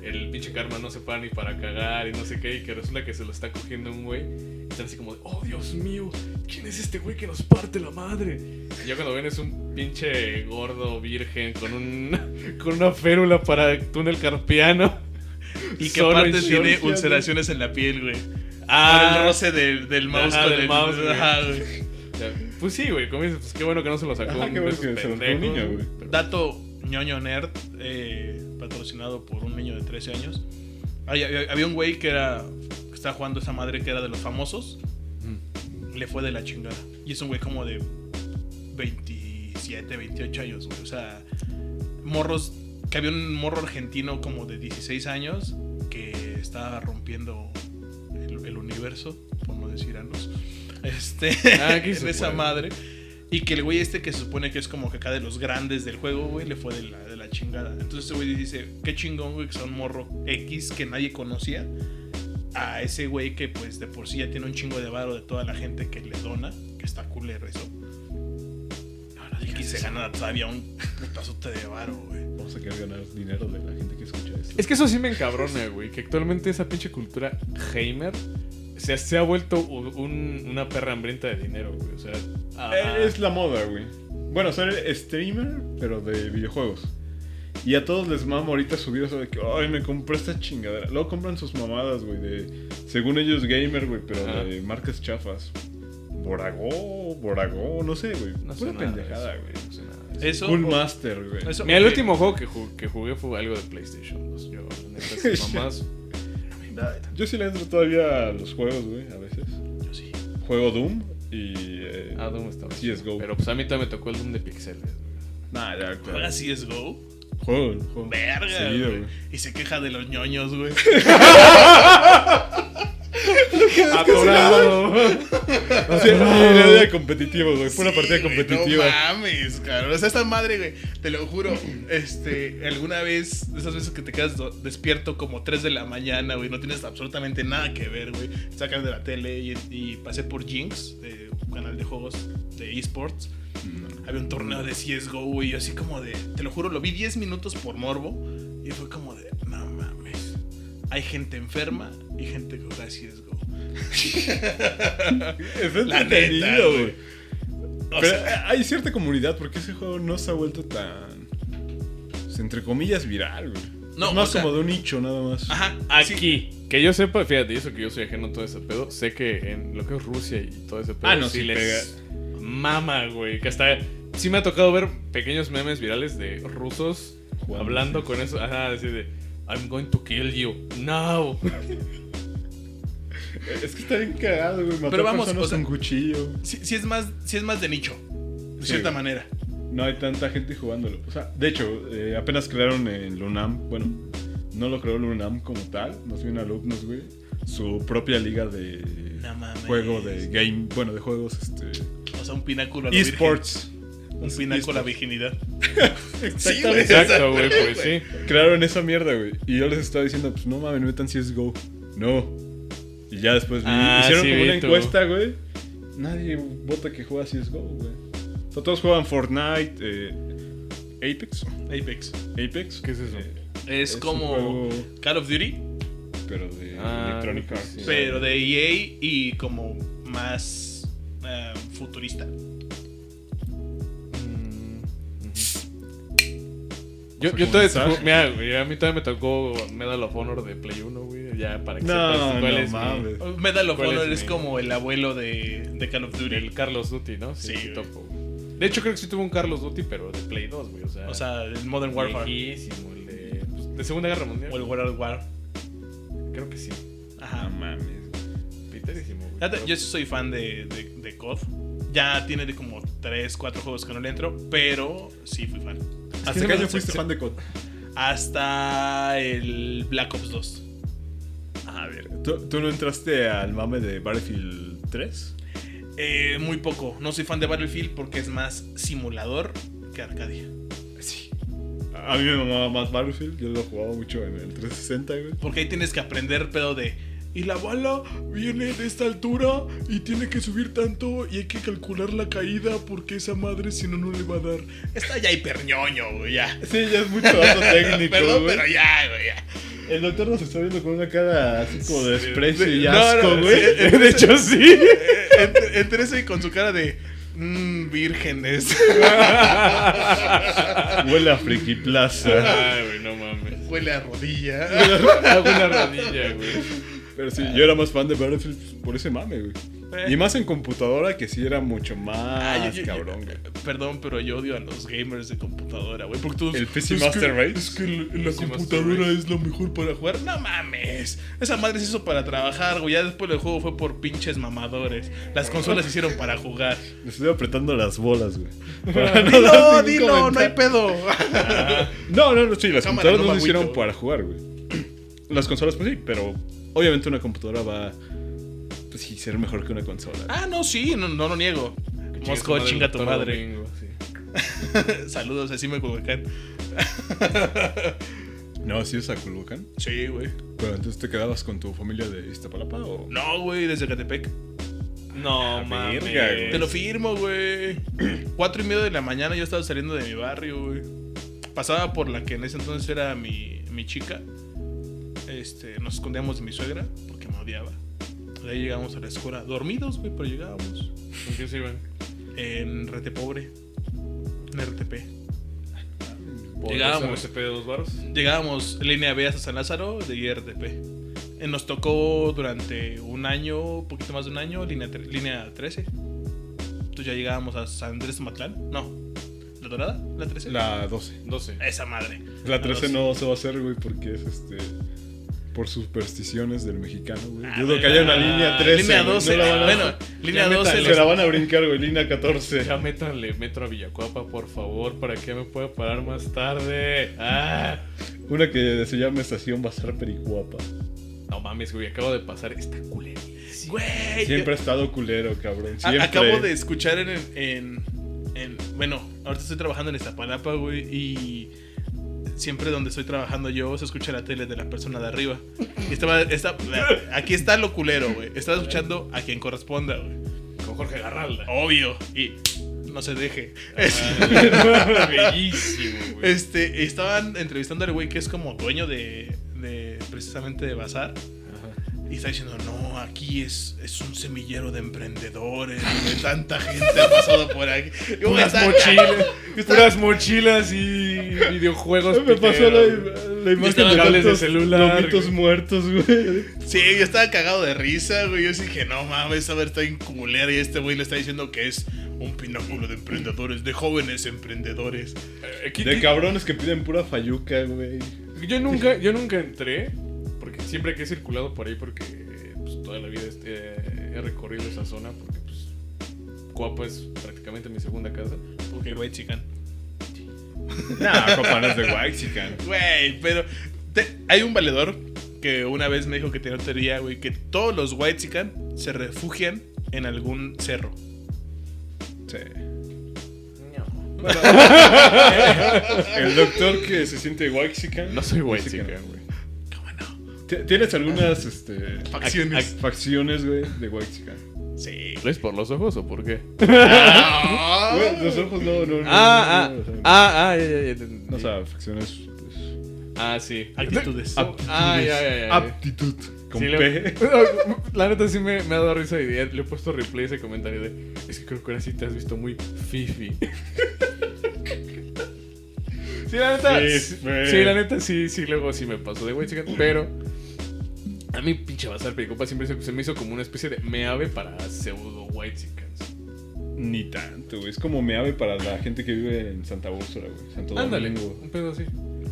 [SPEAKER 3] El pinche karma no se para ni para cagar y no sé qué. Y que resulta que se lo está cogiendo un güey. Y Están así como de, oh Dios mío, ¿quién es este güey que nos parte la madre? Y ya cuando ven es un pinche gordo virgen con, un, con una férula para túnel carpiano.
[SPEAKER 4] Y que
[SPEAKER 3] Solo en
[SPEAKER 4] aparte tiene
[SPEAKER 3] shorts, ya,
[SPEAKER 4] ulceraciones en la piel, güey. Por el
[SPEAKER 3] Ah,
[SPEAKER 4] roce del, del mouse
[SPEAKER 3] Ajá,
[SPEAKER 4] con
[SPEAKER 3] del
[SPEAKER 4] el
[SPEAKER 3] mouse, güey.
[SPEAKER 4] Ajá, güey.
[SPEAKER 3] pues sí, güey. Como dices, pues qué bueno que no se lo sacó
[SPEAKER 1] Ajá,
[SPEAKER 3] un
[SPEAKER 1] Ah, qué
[SPEAKER 3] de
[SPEAKER 1] bueno
[SPEAKER 3] esos
[SPEAKER 1] que se lo sacó un
[SPEAKER 3] pendejos,
[SPEAKER 1] niño, güey.
[SPEAKER 3] pero-
[SPEAKER 4] Dato ñoño nerd, eh, patrocinado por un niño de 13 años. Hay- hay- había un güey que era que estaba jugando esa madre que era de los famosos.
[SPEAKER 3] mm.
[SPEAKER 4] Le fue de la chingada. Y es un güey como de 27, 28 años, güey. O sea, morros. Que había un morro argentino como de 16 años que estaba rompiendo el, el universo, por no decir a luz. Este,
[SPEAKER 3] Ah, aquí se
[SPEAKER 4] en esa
[SPEAKER 3] puede.
[SPEAKER 4] madre. Y que el güey este que se supone que es como que acá de los grandes del juego, güey, le fue de la, de la chingada. Entonces ese güey dice, qué chingón, güey, que sea un morro X que nadie conocía. A ese güey que pues de por sí ya tiene un chingo de varo de toda la gente que le dona, que está culero eso. y que se gana todavía un putazote de varo, güey.
[SPEAKER 1] Vamos a querer ganar dinero de la gente que escucha esto.
[SPEAKER 3] Es que eso sí me encabrona, güey. Que actualmente esa pinche cultura gamer se, se ha vuelto u- un- una perra hambrienta de dinero, güey. O sea, ah,
[SPEAKER 1] Eh, Es la moda, güey. Bueno, ser streamer, pero de videojuegos. Y a todos les mama ahorita subir eso de que, ay, me compré esta chingadera. Luego compran sus mamadas, güey, de, según ellos, gamer, güey, pero
[SPEAKER 3] Ajá.
[SPEAKER 1] de marcas chafas. Boragó, Boragó, no sé, güey.
[SPEAKER 3] no
[SPEAKER 1] No
[SPEAKER 3] sé
[SPEAKER 1] Pura
[SPEAKER 3] nada de
[SPEAKER 1] pendejada,
[SPEAKER 3] eso,
[SPEAKER 1] güey.
[SPEAKER 3] No sé nada de eso.
[SPEAKER 4] Eso...
[SPEAKER 1] Cool Master, güey.
[SPEAKER 4] eso-
[SPEAKER 3] Mira, el
[SPEAKER 4] ok.
[SPEAKER 3] último juego que, ju- que jugué fue algo de PlayStation 2. Yo, la neta, esas mamás.
[SPEAKER 1] Yo sí le entro todavía a los juegos, güey, a veces.
[SPEAKER 4] Yo sí.
[SPEAKER 1] Juego Doom y... Eh,
[SPEAKER 3] Ah, Doom estaba.
[SPEAKER 1] CSGO.
[SPEAKER 3] Pero pues a mí también me tocó el Doom de pixeles, güey.
[SPEAKER 1] Nah, ya, claro.
[SPEAKER 4] ¿Juega CSGO?
[SPEAKER 1] Juego, juego.
[SPEAKER 4] Verga,
[SPEAKER 1] Seguido,
[SPEAKER 4] güey.
[SPEAKER 1] güey.
[SPEAKER 4] Y se queja de los ñoños, güey.
[SPEAKER 1] Ah,
[SPEAKER 3] Atorado.
[SPEAKER 1] Sí, la idea competitiva, güey. Fue una
[SPEAKER 4] Sí,
[SPEAKER 1] partida
[SPEAKER 4] güey,
[SPEAKER 1] competitiva.
[SPEAKER 4] No mames, cabrón. O sea, esta madre, güey. Te lo juro. Este, alguna vez, de esas veces que te quedas do- despierto como 3 de la mañana, güey. No tienes absolutamente nada que ver, güey. Sacan de la tele y, y pasé por Jinx, eh, un canal de juegos de esports.
[SPEAKER 1] Mm.
[SPEAKER 4] Había un torneo de CSGO, güey. Y yo así como de, te lo juro, lo vi 10 minutos por morbo. Y fue como de, no mames. Hay gente enferma y gente que juega CSGO.
[SPEAKER 1] Es
[SPEAKER 4] La
[SPEAKER 1] entretenido,
[SPEAKER 4] neta, güey.
[SPEAKER 1] güey.
[SPEAKER 4] O
[SPEAKER 1] Pero
[SPEAKER 4] sea,
[SPEAKER 1] eh, hay cierta comunidad porque ese juego no se ha vuelto tan. pues, entre comillas, viral, güey.
[SPEAKER 4] No,
[SPEAKER 1] es
[SPEAKER 4] o
[SPEAKER 1] más
[SPEAKER 4] sea-
[SPEAKER 1] como de un nicho, nada más.
[SPEAKER 4] ajá. sí.
[SPEAKER 3] Aquí. Que yo sepa, fíjate, y eso que yo soy ajeno a todo ese pedo, sé que en lo que es Rusia y todo ese pedo,
[SPEAKER 1] Ah, no, sí
[SPEAKER 3] les mama, güey. Que hasta sí me ha tocado ver pequeños memes virales de rusos
[SPEAKER 1] Jugando,
[SPEAKER 3] hablando
[SPEAKER 1] sí.
[SPEAKER 3] con eso, ajá, así de I'm going to kill you now.
[SPEAKER 1] Es que está bien cagado, güey. Matar
[SPEAKER 4] Pero vamos,
[SPEAKER 1] personas
[SPEAKER 4] o sea-
[SPEAKER 1] con cuchillo.
[SPEAKER 4] sí, sí es más, sí es más de nicho, de
[SPEAKER 1] Sí,
[SPEAKER 4] cierta
[SPEAKER 1] güey.
[SPEAKER 4] manera.
[SPEAKER 1] No hay tanta gente jugándolo. O sea, de hecho, eh, apenas crearon en Lunam. Bueno, no lo creó Lunam como tal. Más bien alumnos, güey. Su propia liga de.
[SPEAKER 4] No mames.
[SPEAKER 1] juego de game. Bueno, de juegos, este.
[SPEAKER 4] O sea, un pináculo a la
[SPEAKER 1] Esports.
[SPEAKER 4] virgen- Un pináculo a la virginidad.
[SPEAKER 1] Exactamente.
[SPEAKER 3] Exacto, güey, pues sí.
[SPEAKER 1] Crearon esa mierda, güey. Y yo les estaba diciendo, pues no mames, no metan CSGO. No. Y ya después vi-
[SPEAKER 3] Ah,
[SPEAKER 1] hicieron
[SPEAKER 3] sí,
[SPEAKER 1] como una
[SPEAKER 3] vi tú.
[SPEAKER 1] encuesta, güey. Nadie vota que juega CSGO, güey. O sea, todos juegan Fortnite, eh, Apex.
[SPEAKER 4] Apex.
[SPEAKER 1] Apex.
[SPEAKER 3] ¿Qué es Mm, eso?
[SPEAKER 1] Eh,
[SPEAKER 4] Es,
[SPEAKER 1] un
[SPEAKER 4] como
[SPEAKER 1] juego,
[SPEAKER 4] Call of Duty,
[SPEAKER 1] pero de
[SPEAKER 3] Ah,
[SPEAKER 1] Electronic
[SPEAKER 3] pues,
[SPEAKER 1] Arts.
[SPEAKER 3] sí.
[SPEAKER 4] pero de EA y como más eh, futurista.
[SPEAKER 3] Yo,
[SPEAKER 1] sea,
[SPEAKER 3] yo
[SPEAKER 1] como
[SPEAKER 3] todavía,
[SPEAKER 1] un
[SPEAKER 3] te-
[SPEAKER 1] mensaje.
[SPEAKER 3] mira, güey, a mí todavía me tocó Medal of Honor de Play 1, güey. Ya para que sepas
[SPEAKER 1] No,
[SPEAKER 3] cuál
[SPEAKER 1] no
[SPEAKER 3] es mi-
[SPEAKER 1] mames.
[SPEAKER 4] Medal of
[SPEAKER 3] ¿Cuál es
[SPEAKER 4] Honor
[SPEAKER 3] mi-
[SPEAKER 4] es como el abuelo de, de Call of Duty.
[SPEAKER 3] el Carlos Duty, ¿no?
[SPEAKER 4] Sí,
[SPEAKER 3] sí
[SPEAKER 4] güey.
[SPEAKER 3] topo, güey. De hecho, creo que sí tuvo un Carlos Duty, pero de Play 2, güey. O sea,
[SPEAKER 4] O sea, el Modern Warfare
[SPEAKER 3] viejísimo, el de, pues, de Segunda Guerra Mundial.
[SPEAKER 4] o el World at War.
[SPEAKER 3] Creo que sí.
[SPEAKER 1] No
[SPEAKER 4] Ajá.
[SPEAKER 1] Ah, mames.
[SPEAKER 3] Piterísimo, güey.
[SPEAKER 4] Fíjate,
[SPEAKER 3] Pero-
[SPEAKER 4] Yo sí soy fan de, de, de COD. Ya tiene de como 3, 4 juegos que no le entro, pero sí fui fan.
[SPEAKER 1] ¿Hasta
[SPEAKER 4] que
[SPEAKER 1] qué año
[SPEAKER 4] se-
[SPEAKER 1] fuiste
[SPEAKER 4] se-
[SPEAKER 1] fan de COD?
[SPEAKER 4] Hasta el Black Ops 2.
[SPEAKER 1] A ver, ¿tú, tú no entraste al mame de Battlefield 3?
[SPEAKER 4] Eh, muy poco. No soy fan de Battlefield porque es más simulador que Arcadia.
[SPEAKER 1] Sí. A mí me mamaba más Battlefield, yo lo jugaba mucho en el 360, güey.
[SPEAKER 4] Porque ahí tienes que aprender pedo de. Y la bala viene de esta altura y tiene que subir tanto y hay que calcular la caída porque esa madre si no, no le va a dar. Está ya hiperñoño, güey, ya.
[SPEAKER 1] Sí, ya es mucho dato técnico,
[SPEAKER 4] Perdón,
[SPEAKER 1] güey.
[SPEAKER 4] pero ya, güey, ya.
[SPEAKER 1] El doctor nos está viendo con una cara así como de desprecio y
[SPEAKER 4] No, no,
[SPEAKER 1] asco,
[SPEAKER 4] sí,
[SPEAKER 1] güey.
[SPEAKER 4] es-
[SPEAKER 1] de hecho, sí.
[SPEAKER 4] Eh, entre, entre eso y con su cara de. Mmm, vírgenes.
[SPEAKER 1] Huele a Friki Plaza.
[SPEAKER 3] Ay, güey, no mames.
[SPEAKER 4] Huele a rodilla.
[SPEAKER 3] Hago una rodilla, güey.
[SPEAKER 1] Pero sí, yo era más fan de Battlefield por ese mame, güey. Y más en computadora, que sí era mucho más
[SPEAKER 4] Eh. Ah, yo- yo-
[SPEAKER 1] cabrón,
[SPEAKER 4] yo-
[SPEAKER 1] güey.
[SPEAKER 4] Perdón, pero yo odio a los gamers de computadora, güey. Porque todos.
[SPEAKER 1] El PC
[SPEAKER 4] es que-
[SPEAKER 1] Master Race.
[SPEAKER 4] Es que la- la
[SPEAKER 3] Master
[SPEAKER 4] computadora
[SPEAKER 3] Race.
[SPEAKER 4] es lo mejor para jugar. No mames. Esa madre se hizo para trabajar, güey. Ya después del juego fue por pinches mamadores. Las consolas se hicieron para jugar.
[SPEAKER 1] Me estoy apretando las bolas, güey.
[SPEAKER 4] Dilo, dilo, no hay pedo.
[SPEAKER 1] No, no, no, sí, las
[SPEAKER 4] Cámara,
[SPEAKER 1] computadoras
[SPEAKER 4] no
[SPEAKER 1] no,
[SPEAKER 4] me
[SPEAKER 1] se hicieron
[SPEAKER 4] agüito.
[SPEAKER 1] para jugar, güey. Las consolas, pues sí, pero obviamente una computadora va. Pues sí, ser mejor que una consola.
[SPEAKER 4] ah, no, sí, no, no lo niego. Mosco, chinga tu madre. Saludos, así me colocan.
[SPEAKER 1] No, sí es a Culhuacán.
[SPEAKER 4] Sí, güey.
[SPEAKER 1] Pero entonces te quedabas con tu familia de Iztapalapa o.
[SPEAKER 4] No, güey, desde Catepec.
[SPEAKER 3] No,
[SPEAKER 1] mames.
[SPEAKER 3] mames.
[SPEAKER 4] Te lo firmo, güey. Cuatro y media de la mañana yo estaba saliendo de mi barrio, güey. Pasaba por la que en ese entonces era mi, mi chica. Este, nos escondíamos de mi suegra porque me odiaba. De ahí llegamos a la escuela dormidos, güey, pero llegábamos
[SPEAKER 3] ¿Con qué sirven?
[SPEAKER 4] en Rete Pobre. En RTP.
[SPEAKER 3] Llegábamos. ¿Ese pedo de dos baros?
[SPEAKER 4] Llegábamos línea B hasta San Lázaro de RTP. Eh, Nos tocó durante un año, poquito más de un año, línea, tre- línea 13. Entonces ya llegábamos a San Andrés Matlán. No, ¿la dorada? ¿La 13?
[SPEAKER 1] La 12.
[SPEAKER 3] 12.
[SPEAKER 4] Esa madre.
[SPEAKER 1] La 13
[SPEAKER 4] 12.
[SPEAKER 1] no se va a hacer, güey, porque es este. Por supersticiones del mexicano, güey.
[SPEAKER 4] Ah,
[SPEAKER 1] Dudo que
[SPEAKER 4] güey,
[SPEAKER 1] haya una
[SPEAKER 3] ah,
[SPEAKER 1] línea 13.
[SPEAKER 4] línea
[SPEAKER 1] güey, no
[SPEAKER 4] 12.
[SPEAKER 1] la van a-
[SPEAKER 4] bueno, línea
[SPEAKER 3] Ya
[SPEAKER 4] 12.
[SPEAKER 3] métale.
[SPEAKER 1] Se
[SPEAKER 4] los-
[SPEAKER 1] la van a brincar, güey. Línea 14.
[SPEAKER 3] Ya métanle metro a Villacuapa, por favor, para que me pueda parar más tarde. Ah.
[SPEAKER 1] Una que se llama Estación Bazar Pericuapa.
[SPEAKER 3] No mames, güey, acabo de pasar esta culera.
[SPEAKER 4] Güey.
[SPEAKER 1] Siempre ha estado culero, cabrón.
[SPEAKER 4] yo- a-
[SPEAKER 1] Siempre.
[SPEAKER 4] acabo de escuchar en, en, en- Bueno, ahorita estoy trabajando en Iztapalapa, güey. Y siempre donde estoy trabajando yo se escucha la tele de la persona de arriba. Y estaba. esta- aquí está lo culero, güey. Estaba escuchando a quien corresponda, güey.
[SPEAKER 3] Con Jorge Garralda.
[SPEAKER 4] Obvio. Y no se deje.
[SPEAKER 3] Ah, bellísimo, güey.
[SPEAKER 4] Este, estaban entrevistando al güey que es como dueño de, de precisamente de Bazar. Y está diciendo, no, aquí es, es un semillero de emprendedores, güey, tanta gente ha pasado por aquí. Y, güey,
[SPEAKER 3] Puras
[SPEAKER 4] está-
[SPEAKER 3] mochilas, puras mochilas y videojuegos.
[SPEAKER 1] Me pasó la,
[SPEAKER 3] piteros, Eh, güey.
[SPEAKER 1] la
[SPEAKER 3] Estaba
[SPEAKER 1] imagen de
[SPEAKER 3] cables de
[SPEAKER 1] tantos
[SPEAKER 3] celular,
[SPEAKER 1] lomitos
[SPEAKER 3] güey.
[SPEAKER 1] muertos, güey.
[SPEAKER 4] Sí, yo estaba cagado de risa, güey. Yo sí dije, no mames, a ver, está en culera y este güey le está diciendo que es un pináculo de emprendedores, de jóvenes emprendedores.
[SPEAKER 3] Aquí-
[SPEAKER 1] De cabrones que piden pura fayuca, güey.
[SPEAKER 3] Yo nunca, yo nunca entré, porque siempre que he circulado por ahí, porque eh, pues, toda la vida este, eh, he recorrido esa zona, porque pues Coapa es prácticamente mi segunda casa.
[SPEAKER 4] Porque el güey chican.
[SPEAKER 1] Nah, copanas de Waxican.
[SPEAKER 4] Güey, pero te- hay un valedor que una vez me dijo que tenía una teoría, güey, que todos los Whitezican se refugian en algún cerro.
[SPEAKER 1] Sí. El doctor que se siente Waxican.
[SPEAKER 3] No soy white
[SPEAKER 1] güey. T- ¿Tienes algunas este,
[SPEAKER 4] Facciones.
[SPEAKER 1] ac- facciones, güey, de Waxican?
[SPEAKER 4] Sí.
[SPEAKER 3] ¿Lo es por los ojos o por qué?
[SPEAKER 1] Güey, los ojos no, no, no.
[SPEAKER 3] Ah,
[SPEAKER 1] no,
[SPEAKER 3] ah,
[SPEAKER 1] no, no,
[SPEAKER 3] ah, ah, ya, ya, ya,
[SPEAKER 1] No, o sea, facciones. pues,
[SPEAKER 3] Ah, sí.
[SPEAKER 4] Actitudes.
[SPEAKER 3] Ah, ya, ya, ya, ya.
[SPEAKER 1] Aptitud. Con
[SPEAKER 3] Sí,
[SPEAKER 1] P.
[SPEAKER 3] le- La neta sí me, me ha dado risa y le he puesto replay ese comentario de es que creo que ahora sí te has visto muy fifi. Sí, la neta.
[SPEAKER 1] Sí,
[SPEAKER 3] Sí,
[SPEAKER 1] güey.
[SPEAKER 3] sí, la neta, sí, sí, luego sí me pasó de güey, fíjate, pero. A mí, pinche bazar, pericopa siempre se, se me hizo como una especie de meave para pseudo white
[SPEAKER 1] Ni tanto, güey. Es como meave para la gente que vive en Santa Úrsula, güey. Santo
[SPEAKER 3] Ándale,
[SPEAKER 1] Domingo.
[SPEAKER 3] un pedo así.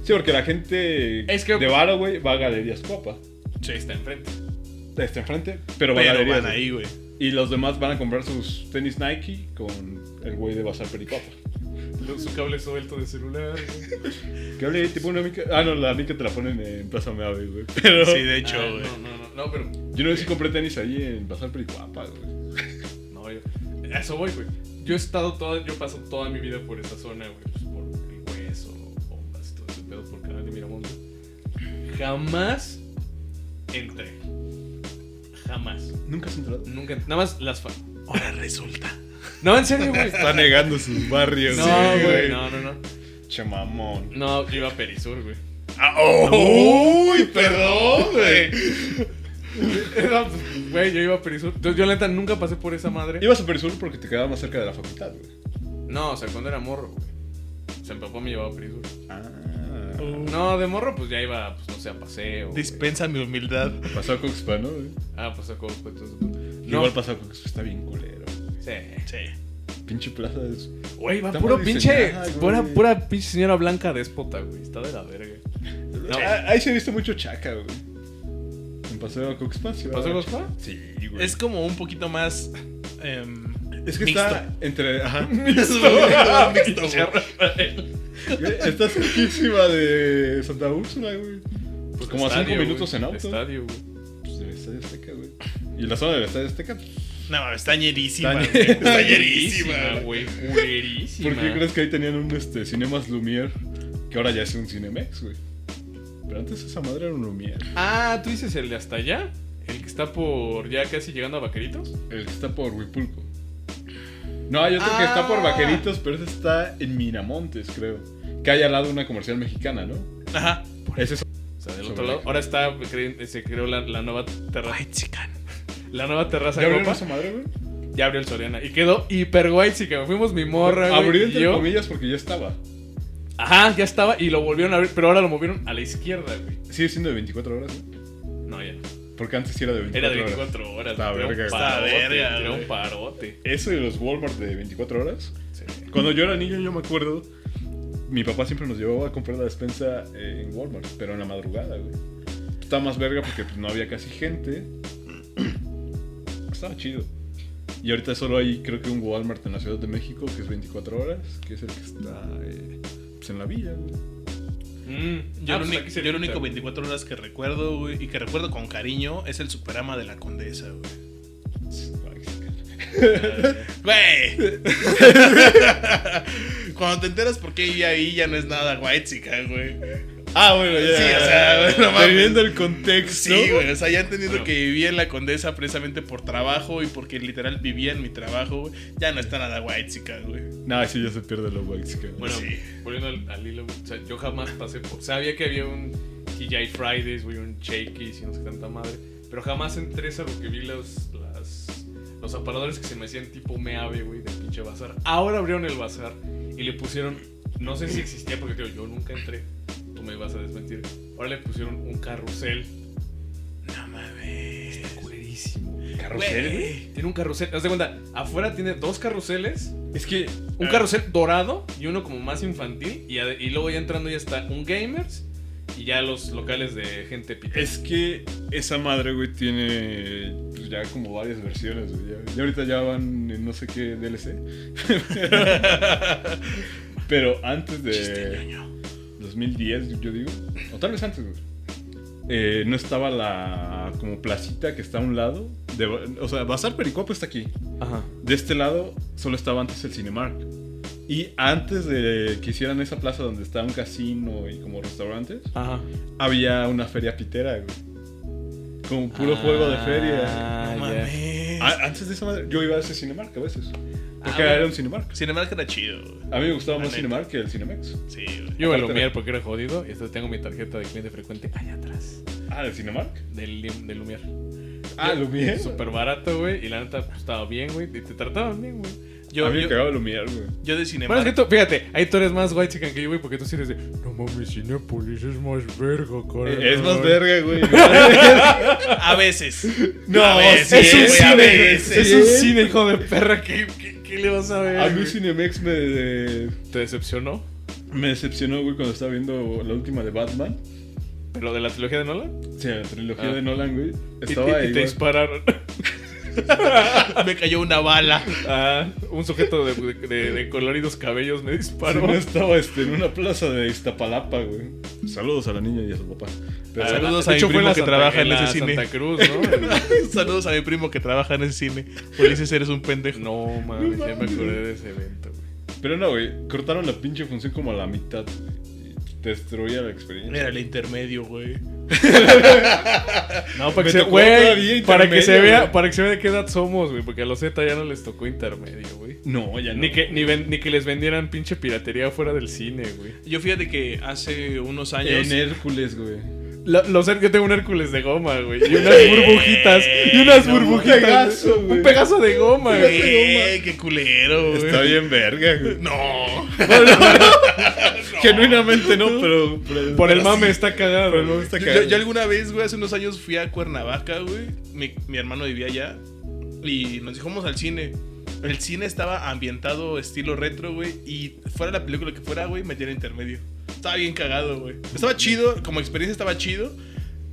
[SPEAKER 1] Sí, porque la gente
[SPEAKER 3] Es que-
[SPEAKER 1] de vara, güey, va a Galerías Cuapa.
[SPEAKER 3] Sí, está enfrente.
[SPEAKER 1] Está enfrente, pero, va a
[SPEAKER 4] Pero
[SPEAKER 1] Galerías.
[SPEAKER 4] van ahí, güey.
[SPEAKER 1] güey. Y los demás van a comprar sus tenis Nike con el güey de Bazar Pericopa.
[SPEAKER 3] Luego Su cable suelto de celular. güey.
[SPEAKER 1] Que hable tipo una mica. Ah, no, la mica te la ponen en Plaza Meave, güey. Pero
[SPEAKER 4] Sí, de hecho,
[SPEAKER 3] Ah,
[SPEAKER 4] güey.
[SPEAKER 3] no, no, no, no, pero.
[SPEAKER 1] yo no sé si compré tenis ahí en Bazar Pericopa, güey.
[SPEAKER 3] No, yo. A eso voy, güey. Yo he estado toda. Yo paso toda mi vida por esa zona, güey. Pues por el hueso, bombas, todo ese pedo, por canal de Miramonte. Jamás entré. Jamás.
[SPEAKER 1] ¿Nunca has entrado?
[SPEAKER 3] Nunca. Nada más las. fa-
[SPEAKER 4] Ahora resulta.
[SPEAKER 3] No, en serio, güey.
[SPEAKER 1] Está negando sus barrios,
[SPEAKER 3] No,
[SPEAKER 1] sí,
[SPEAKER 3] güey. No, no, no.
[SPEAKER 1] Chamamón.
[SPEAKER 3] No, yo iba a Perisur, güey.
[SPEAKER 1] Ah, oh, ¡Uy, perdón, güey!
[SPEAKER 3] No, pues, Güey, yo iba a Perisur. Entonces, yo, la neta, nunca pasé por esa madre.
[SPEAKER 1] Ibas a Perisur porque te quedaba más cerca de la facultad, güey.
[SPEAKER 3] No, o sea, cuando era morro, güey. O sea, mi papá me llevaba a Perisur.
[SPEAKER 1] Ah.
[SPEAKER 4] Uh.
[SPEAKER 3] No, de morro, pues ya iba, pues no sé, a paseo. güey.
[SPEAKER 4] Dispensa mi humildad.
[SPEAKER 1] Pasó a Coxpa, ¿no? güey?
[SPEAKER 3] Ah, pues a Costco, entonces. pues, No,
[SPEAKER 1] Igual pasó a Coxpa, está bien culero. güey.
[SPEAKER 3] Sí.
[SPEAKER 4] Sí.
[SPEAKER 1] Pinche plaza es.
[SPEAKER 3] Güey, va
[SPEAKER 1] Está
[SPEAKER 3] puro
[SPEAKER 1] mal
[SPEAKER 3] pinche.
[SPEAKER 1] diseñada, güey.
[SPEAKER 3] Pura, pura pinche señora blanca déspota, güey. Está de la verga. No.
[SPEAKER 1] Ah, Ahí se viste mucho chaca, güey. En Paseo a Coxpa, sí. va.
[SPEAKER 3] ¿Pasó Costco?
[SPEAKER 1] Sí, güey.
[SPEAKER 4] Es como un poquito más. em,
[SPEAKER 1] Es que
[SPEAKER 4] mixto.
[SPEAKER 1] está entre. Ajá.
[SPEAKER 4] Mixto, güey.
[SPEAKER 1] Güey, Está cerquísima de Santa Úrsula, güey. Pues como a
[SPEAKER 3] Estadio,
[SPEAKER 1] cinco minutos
[SPEAKER 3] güey.
[SPEAKER 1] en auto.
[SPEAKER 3] Estadio, güey.
[SPEAKER 1] Pues del Estadio Azteca, güey. Y la zona del Estadio Azteca. pues, ¿Por
[SPEAKER 4] No, está ñerísima.
[SPEAKER 1] Está
[SPEAKER 4] güey. Está
[SPEAKER 3] Culerísima,
[SPEAKER 4] ñerísima.
[SPEAKER 3] güey. Culerísima.
[SPEAKER 1] qué crees que ahí tenían un este, Cinemas Lumière? Que ahora ya es un Cinemex, güey. Pero antes esa madre era un Lumière.
[SPEAKER 3] Ah, tú dices el de hasta allá. El que está por ya casi llegando a Vaqueritos.
[SPEAKER 1] El que está por Huipulco. No, hay otro que está por
[SPEAKER 3] Ah.
[SPEAKER 1] Vaqueritos, pero ese está en Miramontes, creo. Que hay al lado una comercial mexicana, ¿no?
[SPEAKER 4] Ajá.
[SPEAKER 1] Ese es
[SPEAKER 3] O sea, del
[SPEAKER 1] Sobre
[SPEAKER 3] otro lado.
[SPEAKER 1] acá.
[SPEAKER 3] Ahora está, cre- se creó la, la nueva terraza.
[SPEAKER 4] chican.
[SPEAKER 3] La nueva terraza
[SPEAKER 1] ¿Ya abrieron
[SPEAKER 3] Copa.
[SPEAKER 1] esa madre, güey?
[SPEAKER 3] Ya abrió el Soriana. Y quedó hiper guay, sí, que fuimos mi morra, güey.
[SPEAKER 1] Abrió
[SPEAKER 3] y
[SPEAKER 1] entre
[SPEAKER 3] yo.
[SPEAKER 1] comillas porque ya estaba.
[SPEAKER 3] Ajá, ya estaba. Y lo volvieron a abrir, pero ahora lo movieron a la izquierda, güey.
[SPEAKER 1] Sigue siendo de 24 horas, ¿no?
[SPEAKER 3] No, ya. no.
[SPEAKER 1] Porque antes sí era de 24
[SPEAKER 3] Era de
[SPEAKER 1] horas.
[SPEAKER 3] 24 horas.
[SPEAKER 1] Está
[SPEAKER 3] güey,
[SPEAKER 1] verga, güey.
[SPEAKER 3] era un parote.
[SPEAKER 4] Está verga,
[SPEAKER 3] era un
[SPEAKER 4] güey.
[SPEAKER 3] parote.
[SPEAKER 1] Eso de los Walmart de 24 horas.
[SPEAKER 3] Sí.
[SPEAKER 1] Cuando yo era niño, yo me acuerdo, mi papá siempre nos llevaba a comprar la despensa eh, en Walmart, pero en la madrugada, güey. Estaba más verga porque pues, no había casi gente. Estaba chido. Y ahorita solo hay, creo que un Walmart en la Ciudad de México, que es 24 horas, que es el que está eh, pues, en la villa, güey.
[SPEAKER 3] Mm,
[SPEAKER 4] Yo,
[SPEAKER 3] ah,
[SPEAKER 4] el
[SPEAKER 3] pues
[SPEAKER 4] único-
[SPEAKER 3] aquí
[SPEAKER 4] yo el
[SPEAKER 3] cerquita,
[SPEAKER 4] único
[SPEAKER 3] güey.
[SPEAKER 4] 24 horas que recuerdo, güey, y que recuerdo con cariño, es el Superama de la Condesa, güey. ¡Güey! Cuando te enteras por qué ya ahí ya no es nada white chica, güey.
[SPEAKER 1] Ah, bueno, ya.
[SPEAKER 4] Sí, o sea, no mames.
[SPEAKER 1] Teniendo el contexto.
[SPEAKER 4] Sí, güey, o sea, ya entendiendo
[SPEAKER 3] Bueno.
[SPEAKER 4] que vivía en la Condesa precisamente por trabajo y porque literal vivía en mi trabajo, güey, ya no está nada white chica, güey.
[SPEAKER 1] No, sí, ya se pierde lo white chica.
[SPEAKER 3] Bueno,
[SPEAKER 4] Sí.
[SPEAKER 3] volviendo al, al hilo, güey, o sea, yo jamás pasé por. Sabía que había un TJ Fridays, güey, un Shakey's y no sé tanta madre. Pero jamás entré, salvo que vi los, las, los aparadores que se me hacían tipo meave, güey, de pinche bazar. Ahora abrieron el bazar y le pusieron. No sé si existía porque, tío, yo nunca entré. Tú me vas a desmentir. Ahora le pusieron un carrusel.
[SPEAKER 4] No mames.
[SPEAKER 3] Culerísimo.
[SPEAKER 1] carrusel.
[SPEAKER 3] Tiene un carrusel. Haz de cuenta, afuera tiene dos carruseles.
[SPEAKER 1] Es que
[SPEAKER 3] Un
[SPEAKER 1] Ah.
[SPEAKER 3] carrusel dorado y uno como más infantil. Y, ade- y luego ya entrando ya está un gamers y ya los locales de gente pita.
[SPEAKER 1] Es que esa madre, güey, tiene pues, ya como varias versiones, güey. Ya, ya ahorita ya van en no sé qué DLC. Pero antes de 2010, yo digo, o tal vez antes, güey, eh, no estaba la como placita que está a un lado. de- o sea, Bazar Pericopo está aquí.
[SPEAKER 3] Ajá.
[SPEAKER 1] De este lado solo estaba antes el Cinemark. Y antes de que hicieran esa plaza donde está un casino y como restaurantes,
[SPEAKER 3] Ajá.
[SPEAKER 1] había una feria pitera, güey. Como
[SPEAKER 3] Ah,
[SPEAKER 1] puro juego de feria.
[SPEAKER 4] No mames.
[SPEAKER 1] A- antes de esa madre, yo iba a ese Cinemark a veces. Porque
[SPEAKER 3] Ah,
[SPEAKER 1] era
[SPEAKER 3] bueno.
[SPEAKER 1] un Cinemark.
[SPEAKER 4] Cinemark era chido, güey.
[SPEAKER 1] A mí me gustaba
[SPEAKER 4] La
[SPEAKER 1] más
[SPEAKER 4] neta.
[SPEAKER 1] Cinemark que el Cinemex.
[SPEAKER 4] Sí, güey.
[SPEAKER 3] Yo me lo
[SPEAKER 1] Aparte-
[SPEAKER 3] Lumière porque era jodido. Y hasta tengo mi tarjeta de cliente frecuente allá atrás.
[SPEAKER 1] Ah, ¿el Cinemark?
[SPEAKER 3] Del, Lim- del Lumière.
[SPEAKER 1] Ah, lo mío.
[SPEAKER 3] Súper barato, güey. Y la neta pues, estaba bien, güey. Y te trataban bien, güey.
[SPEAKER 1] a
[SPEAKER 4] Yo,
[SPEAKER 1] mí me
[SPEAKER 4] yo,
[SPEAKER 1] cagaba Lumiar, güey.
[SPEAKER 4] yo de cinema.
[SPEAKER 3] Bueno, es que tú, fíjate, ahí tú eres más guay chican que yo, güey, porque tú sí eres de. No mames, Cinepolis es más verga, carnal.
[SPEAKER 1] Eh, Es más verga, güey.
[SPEAKER 4] A veces.
[SPEAKER 1] No,
[SPEAKER 4] a veces,
[SPEAKER 1] es un
[SPEAKER 4] güey, a
[SPEAKER 1] cine,
[SPEAKER 4] veces.
[SPEAKER 3] Es un cine, hijo de perra. ¿Qué, qué, qué le vas a ver?
[SPEAKER 1] A mí
[SPEAKER 3] güey?
[SPEAKER 1] Cinemex me,
[SPEAKER 3] ¿Te decepcionó?
[SPEAKER 1] me decepcionó, güey, cuando estaba viendo la última de Batman.
[SPEAKER 3] ¿Lo de la trilogía de Nolan?
[SPEAKER 1] O sea, la trilogía
[SPEAKER 3] Ah.
[SPEAKER 1] de Nolan, güey.
[SPEAKER 3] Y-
[SPEAKER 1] Estaba
[SPEAKER 3] y-
[SPEAKER 1] ahí.
[SPEAKER 3] y te
[SPEAKER 1] güey.
[SPEAKER 3] dispararon.
[SPEAKER 4] Me cayó una bala.
[SPEAKER 3] Ah, un sujeto de, de- de coloridos cabellos me
[SPEAKER 1] Sí,
[SPEAKER 3] disparó.
[SPEAKER 1] no estaba este, en una plaza de Iztapalapa, güey. Saludos a la niña y a su papá. Pero,
[SPEAKER 3] Ah,
[SPEAKER 4] Saludos
[SPEAKER 3] de
[SPEAKER 4] a mi
[SPEAKER 3] hecho, fue
[SPEAKER 4] primo
[SPEAKER 3] la
[SPEAKER 4] que
[SPEAKER 3] Santa-
[SPEAKER 4] trabaja en
[SPEAKER 3] la
[SPEAKER 4] ese cine.
[SPEAKER 3] Santa Cruz, ¿no?
[SPEAKER 4] Saludos a mi primo que trabaja en el cine. Ulises, eres un pendejo.
[SPEAKER 3] no, mames, ya me acordé de ese evento, güey.
[SPEAKER 1] pero no, güey. Cortaron la pinche función como a la mitad. güey, y Destruía la experiencia.
[SPEAKER 4] Era el intermedio, güey.
[SPEAKER 3] No, para que,
[SPEAKER 1] Me
[SPEAKER 3] se,
[SPEAKER 1] tocó
[SPEAKER 3] güey,
[SPEAKER 1] todavía
[SPEAKER 3] para que se
[SPEAKER 1] intermedio,
[SPEAKER 3] vea,
[SPEAKER 1] güey.
[SPEAKER 3] para que se vea de qué edad somos, güey, porque a los Z ya no les tocó intermedio, güey.
[SPEAKER 1] No, ya no.
[SPEAKER 3] Ni que, ni, ven- ni que les vendieran pinche piratería fuera del cine, güey.
[SPEAKER 4] Yo fíjate que hace unos años.
[SPEAKER 1] En Hércules, güey.
[SPEAKER 3] La- los Her- yo tengo un Hércules de goma, güey. Y unas burbujitas. Y unas
[SPEAKER 4] No, un
[SPEAKER 3] burbujitas. güey.
[SPEAKER 1] Pegaso, güey.
[SPEAKER 3] Un pegazo de goma, güey.
[SPEAKER 4] Güey, qué culero, güey.
[SPEAKER 1] Está bien verga, güey.
[SPEAKER 4] No.
[SPEAKER 1] Genuinamente no, pero... pero-
[SPEAKER 3] Por el mame está cagado. güey.
[SPEAKER 1] está
[SPEAKER 4] Yo,
[SPEAKER 1] cagado.
[SPEAKER 4] yo- yo alguna vez, güey, hace unos años fui a Cuernavaca, güey. Mi, mi hermano vivía allá. Y nos dijimos al cine. El cine estaba ambientado estilo retro, güey. Y fuera la película que fuera, güey, metía el intermedio. Estaba bien cagado, güey. Estaba chido, como experiencia estaba chido.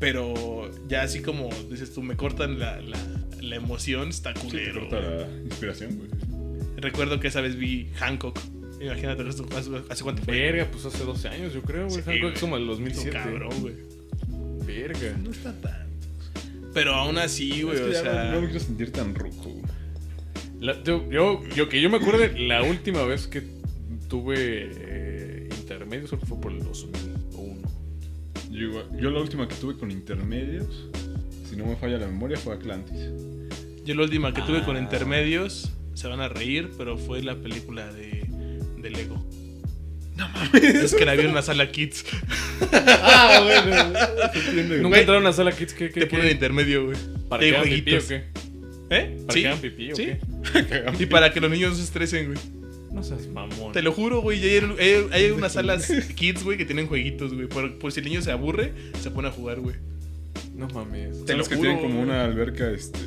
[SPEAKER 4] Pero ya así como dices tú, me cortan la, la, la emoción, está
[SPEAKER 1] Sí, te
[SPEAKER 4] culero.
[SPEAKER 1] corta
[SPEAKER 4] güey.
[SPEAKER 1] la inspiración, güey.
[SPEAKER 4] Recuerdo que esa vez vi Hancock. Imagínate, ¿hace, hace cuánto fue?
[SPEAKER 3] Verga, pues hace 12 años, yo creo, güey.
[SPEAKER 4] Sí,
[SPEAKER 3] Hancock
[SPEAKER 4] güey.
[SPEAKER 3] es como el
[SPEAKER 4] Estuvo
[SPEAKER 3] 2007.
[SPEAKER 4] Cabrón, güey.
[SPEAKER 3] Verga.
[SPEAKER 4] No está tanto. Pero aún así, güey,
[SPEAKER 1] Es que
[SPEAKER 4] o
[SPEAKER 1] ya no-
[SPEAKER 4] sea.
[SPEAKER 1] no, me quiero sentir tan ruco, güey.
[SPEAKER 3] La- yo, yo, yo que yo me acuerdo de la última vez que tuve eh, intermedio, solo fue por el 2001.
[SPEAKER 1] Yo, igual- yo la última que tuve con intermedios, si no me falla la memoria, fue Atlantis.
[SPEAKER 4] Yo la última que tuve con
[SPEAKER 3] Ah.
[SPEAKER 4] intermedios, se van a reír, pero fue la película de, de Lego. No mames. Es que la vi en una sala kids.
[SPEAKER 1] Ah, bueno. Se entiende,
[SPEAKER 3] Nunca
[SPEAKER 1] güey.
[SPEAKER 3] entraron a sala kids que
[SPEAKER 4] Te ponen intermedio, güey.
[SPEAKER 3] para
[SPEAKER 4] de
[SPEAKER 3] que hagan pipí o
[SPEAKER 4] jueguitos.
[SPEAKER 3] qué?
[SPEAKER 4] ¿Eh?
[SPEAKER 3] ¿Para
[SPEAKER 4] sí.
[SPEAKER 3] que hagan pipí o
[SPEAKER 4] sí.
[SPEAKER 3] qué?
[SPEAKER 4] Y para que los niños no se estresen, güey.
[SPEAKER 3] No seas mamón.
[SPEAKER 4] Te lo juro, güey. Hay, hay, hay unas salas kids, güey, que tienen jueguitos, güey. Por, por si el niño se aburre, se pone a jugar, güey.
[SPEAKER 3] No mames.
[SPEAKER 4] te
[SPEAKER 1] Son
[SPEAKER 4] lo
[SPEAKER 1] los que
[SPEAKER 4] juro,
[SPEAKER 1] tienen como
[SPEAKER 4] güey.
[SPEAKER 1] una alberca este,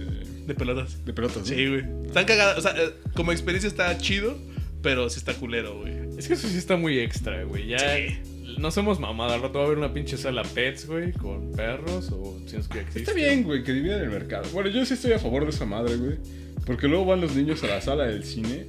[SPEAKER 4] De pelotas.
[SPEAKER 1] de pelotas.
[SPEAKER 4] Sí, güey. Están cagadas. O sea, eh, como experiencia está chido, pero sí está culero, güey.
[SPEAKER 3] Es que eso sí está muy extra, güey. Ya no somos mamada. Al rato va a haber una pinche sala pets, güey, con perros o si no es que existe.
[SPEAKER 1] Está bien, güey, que dividan el mercado. Bueno, yo sí estoy a favor de esa madre, güey. Porque luego van los niños a la sala del cine.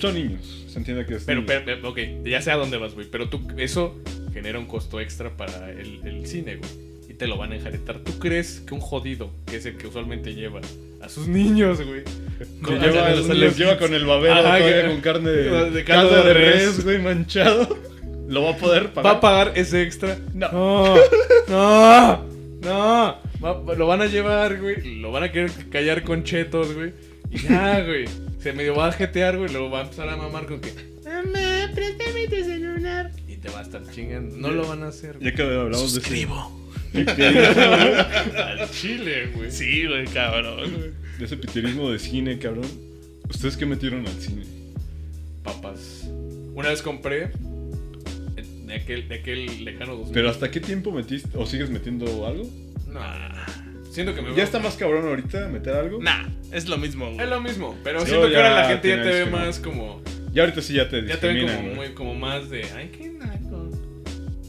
[SPEAKER 1] Son niños, se entiende que es
[SPEAKER 3] Pero,
[SPEAKER 1] niños.
[SPEAKER 3] pero, pero, ok, ya sé a dónde vas, güey. Pero tú, eso genera un costo extra para el, el cine, güey. Y te lo van a enjaretar. ¿Tú crees que un jodido, que es el que usualmente lleva a sus niños, güey?
[SPEAKER 1] Que
[SPEAKER 3] con-
[SPEAKER 4] o sea,
[SPEAKER 1] lleva,
[SPEAKER 3] a
[SPEAKER 1] los
[SPEAKER 3] los
[SPEAKER 1] niños
[SPEAKER 3] niños-
[SPEAKER 1] lleva con el babero
[SPEAKER 3] Ajá,
[SPEAKER 1] todavía
[SPEAKER 3] que-
[SPEAKER 1] con carne de, caldo,
[SPEAKER 3] de caldo
[SPEAKER 1] de
[SPEAKER 3] de
[SPEAKER 1] res,
[SPEAKER 3] res.
[SPEAKER 1] güey, manchado. Lo va a poder
[SPEAKER 3] ¿Va a
[SPEAKER 1] pagar.
[SPEAKER 3] pagar ese extra?
[SPEAKER 1] No.
[SPEAKER 3] No, no, no. Va- lo van a llevar, güey. Lo van a querer callar con chetos, güey. Y ya, güey. Se medio va a jetear, güey. Luego va a empezar a mamar con que. Mamá, préstame tu celular. Y te va a estar chingando. No lo van a hacer, güey.
[SPEAKER 1] Ya que hablamos de ese,
[SPEAKER 4] Suscribo.
[SPEAKER 3] Al chile, güey.
[SPEAKER 4] Sí, güey, cabrón. güey.
[SPEAKER 1] de ese piterismo de cine, cabrón. ¿Ustedes qué metieron al cine?
[SPEAKER 3] papas. Una vez compré eh, de aquel, de aquel lejano 2000.
[SPEAKER 1] ¿Pero hasta qué tiempo metiste o sigues metiendo algo?
[SPEAKER 3] Nah. Siento que me veo-
[SPEAKER 1] ¿Ya está más cabrón ahorita meter algo?
[SPEAKER 4] Nah, es lo mismo, güey.
[SPEAKER 3] Es lo mismo, pero
[SPEAKER 1] Sí, oh,
[SPEAKER 3] siento que
[SPEAKER 1] ya
[SPEAKER 3] ahora la gente ya
[SPEAKER 1] tiene
[SPEAKER 3] te ve
[SPEAKER 1] años que no.
[SPEAKER 3] más como.
[SPEAKER 1] Ya ahorita sí ya te
[SPEAKER 3] Ya te ven
[SPEAKER 1] discriminan,
[SPEAKER 3] como,
[SPEAKER 1] güey.
[SPEAKER 3] muy, como más de. Ay, qué naco.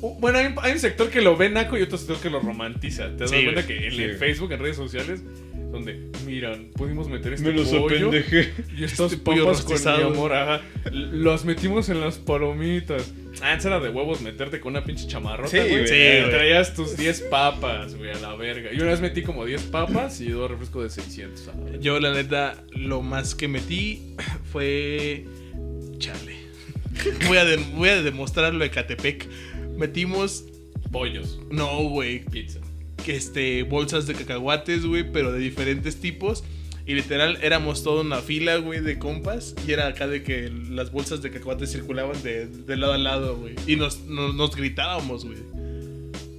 [SPEAKER 3] Uh, Bueno, hay un, hay un sector que lo ve naco y otro sector que lo romantiza. ¿Te das
[SPEAKER 4] Sí,
[SPEAKER 3] cuenta
[SPEAKER 4] güey.
[SPEAKER 3] que en
[SPEAKER 1] Sí,
[SPEAKER 3] el
[SPEAKER 1] güey.
[SPEAKER 3] Facebook, en redes sociales, donde, miran, pudimos meter este
[SPEAKER 1] Me los
[SPEAKER 3] pollo
[SPEAKER 1] apendejé.
[SPEAKER 3] y estos
[SPEAKER 4] Este pollo
[SPEAKER 3] pollos con mi
[SPEAKER 4] rostizado.
[SPEAKER 3] amor, ajá, l- los metimos en las palomitas. Ah, antes era de huevos meterte con una pinche chamarrota,
[SPEAKER 1] Sí,
[SPEAKER 3] güey.
[SPEAKER 1] güey.
[SPEAKER 4] Sí,
[SPEAKER 3] Eh,
[SPEAKER 4] güey.
[SPEAKER 3] Traías tus 10 papas, güey, a la verga. Y una vez metí como 10 papas y dos refrescos de 600. a la verga.
[SPEAKER 4] Yo, la neta, lo más que metí fue. Chale. Voy a, de- voy a demostrarlo a Ecatepec. Metimos.
[SPEAKER 3] Pollos,
[SPEAKER 4] No, güey.
[SPEAKER 3] pizza.
[SPEAKER 4] que, Este, bolsas de cacahuates, güey, pero de diferentes tipos. Y literal, éramos toda una fila, güey, de compas. Y era acá de que las bolsas de cacahuates circulaban de, de lado a lado, güey. Y nos, nos, nos gritábamos, güey.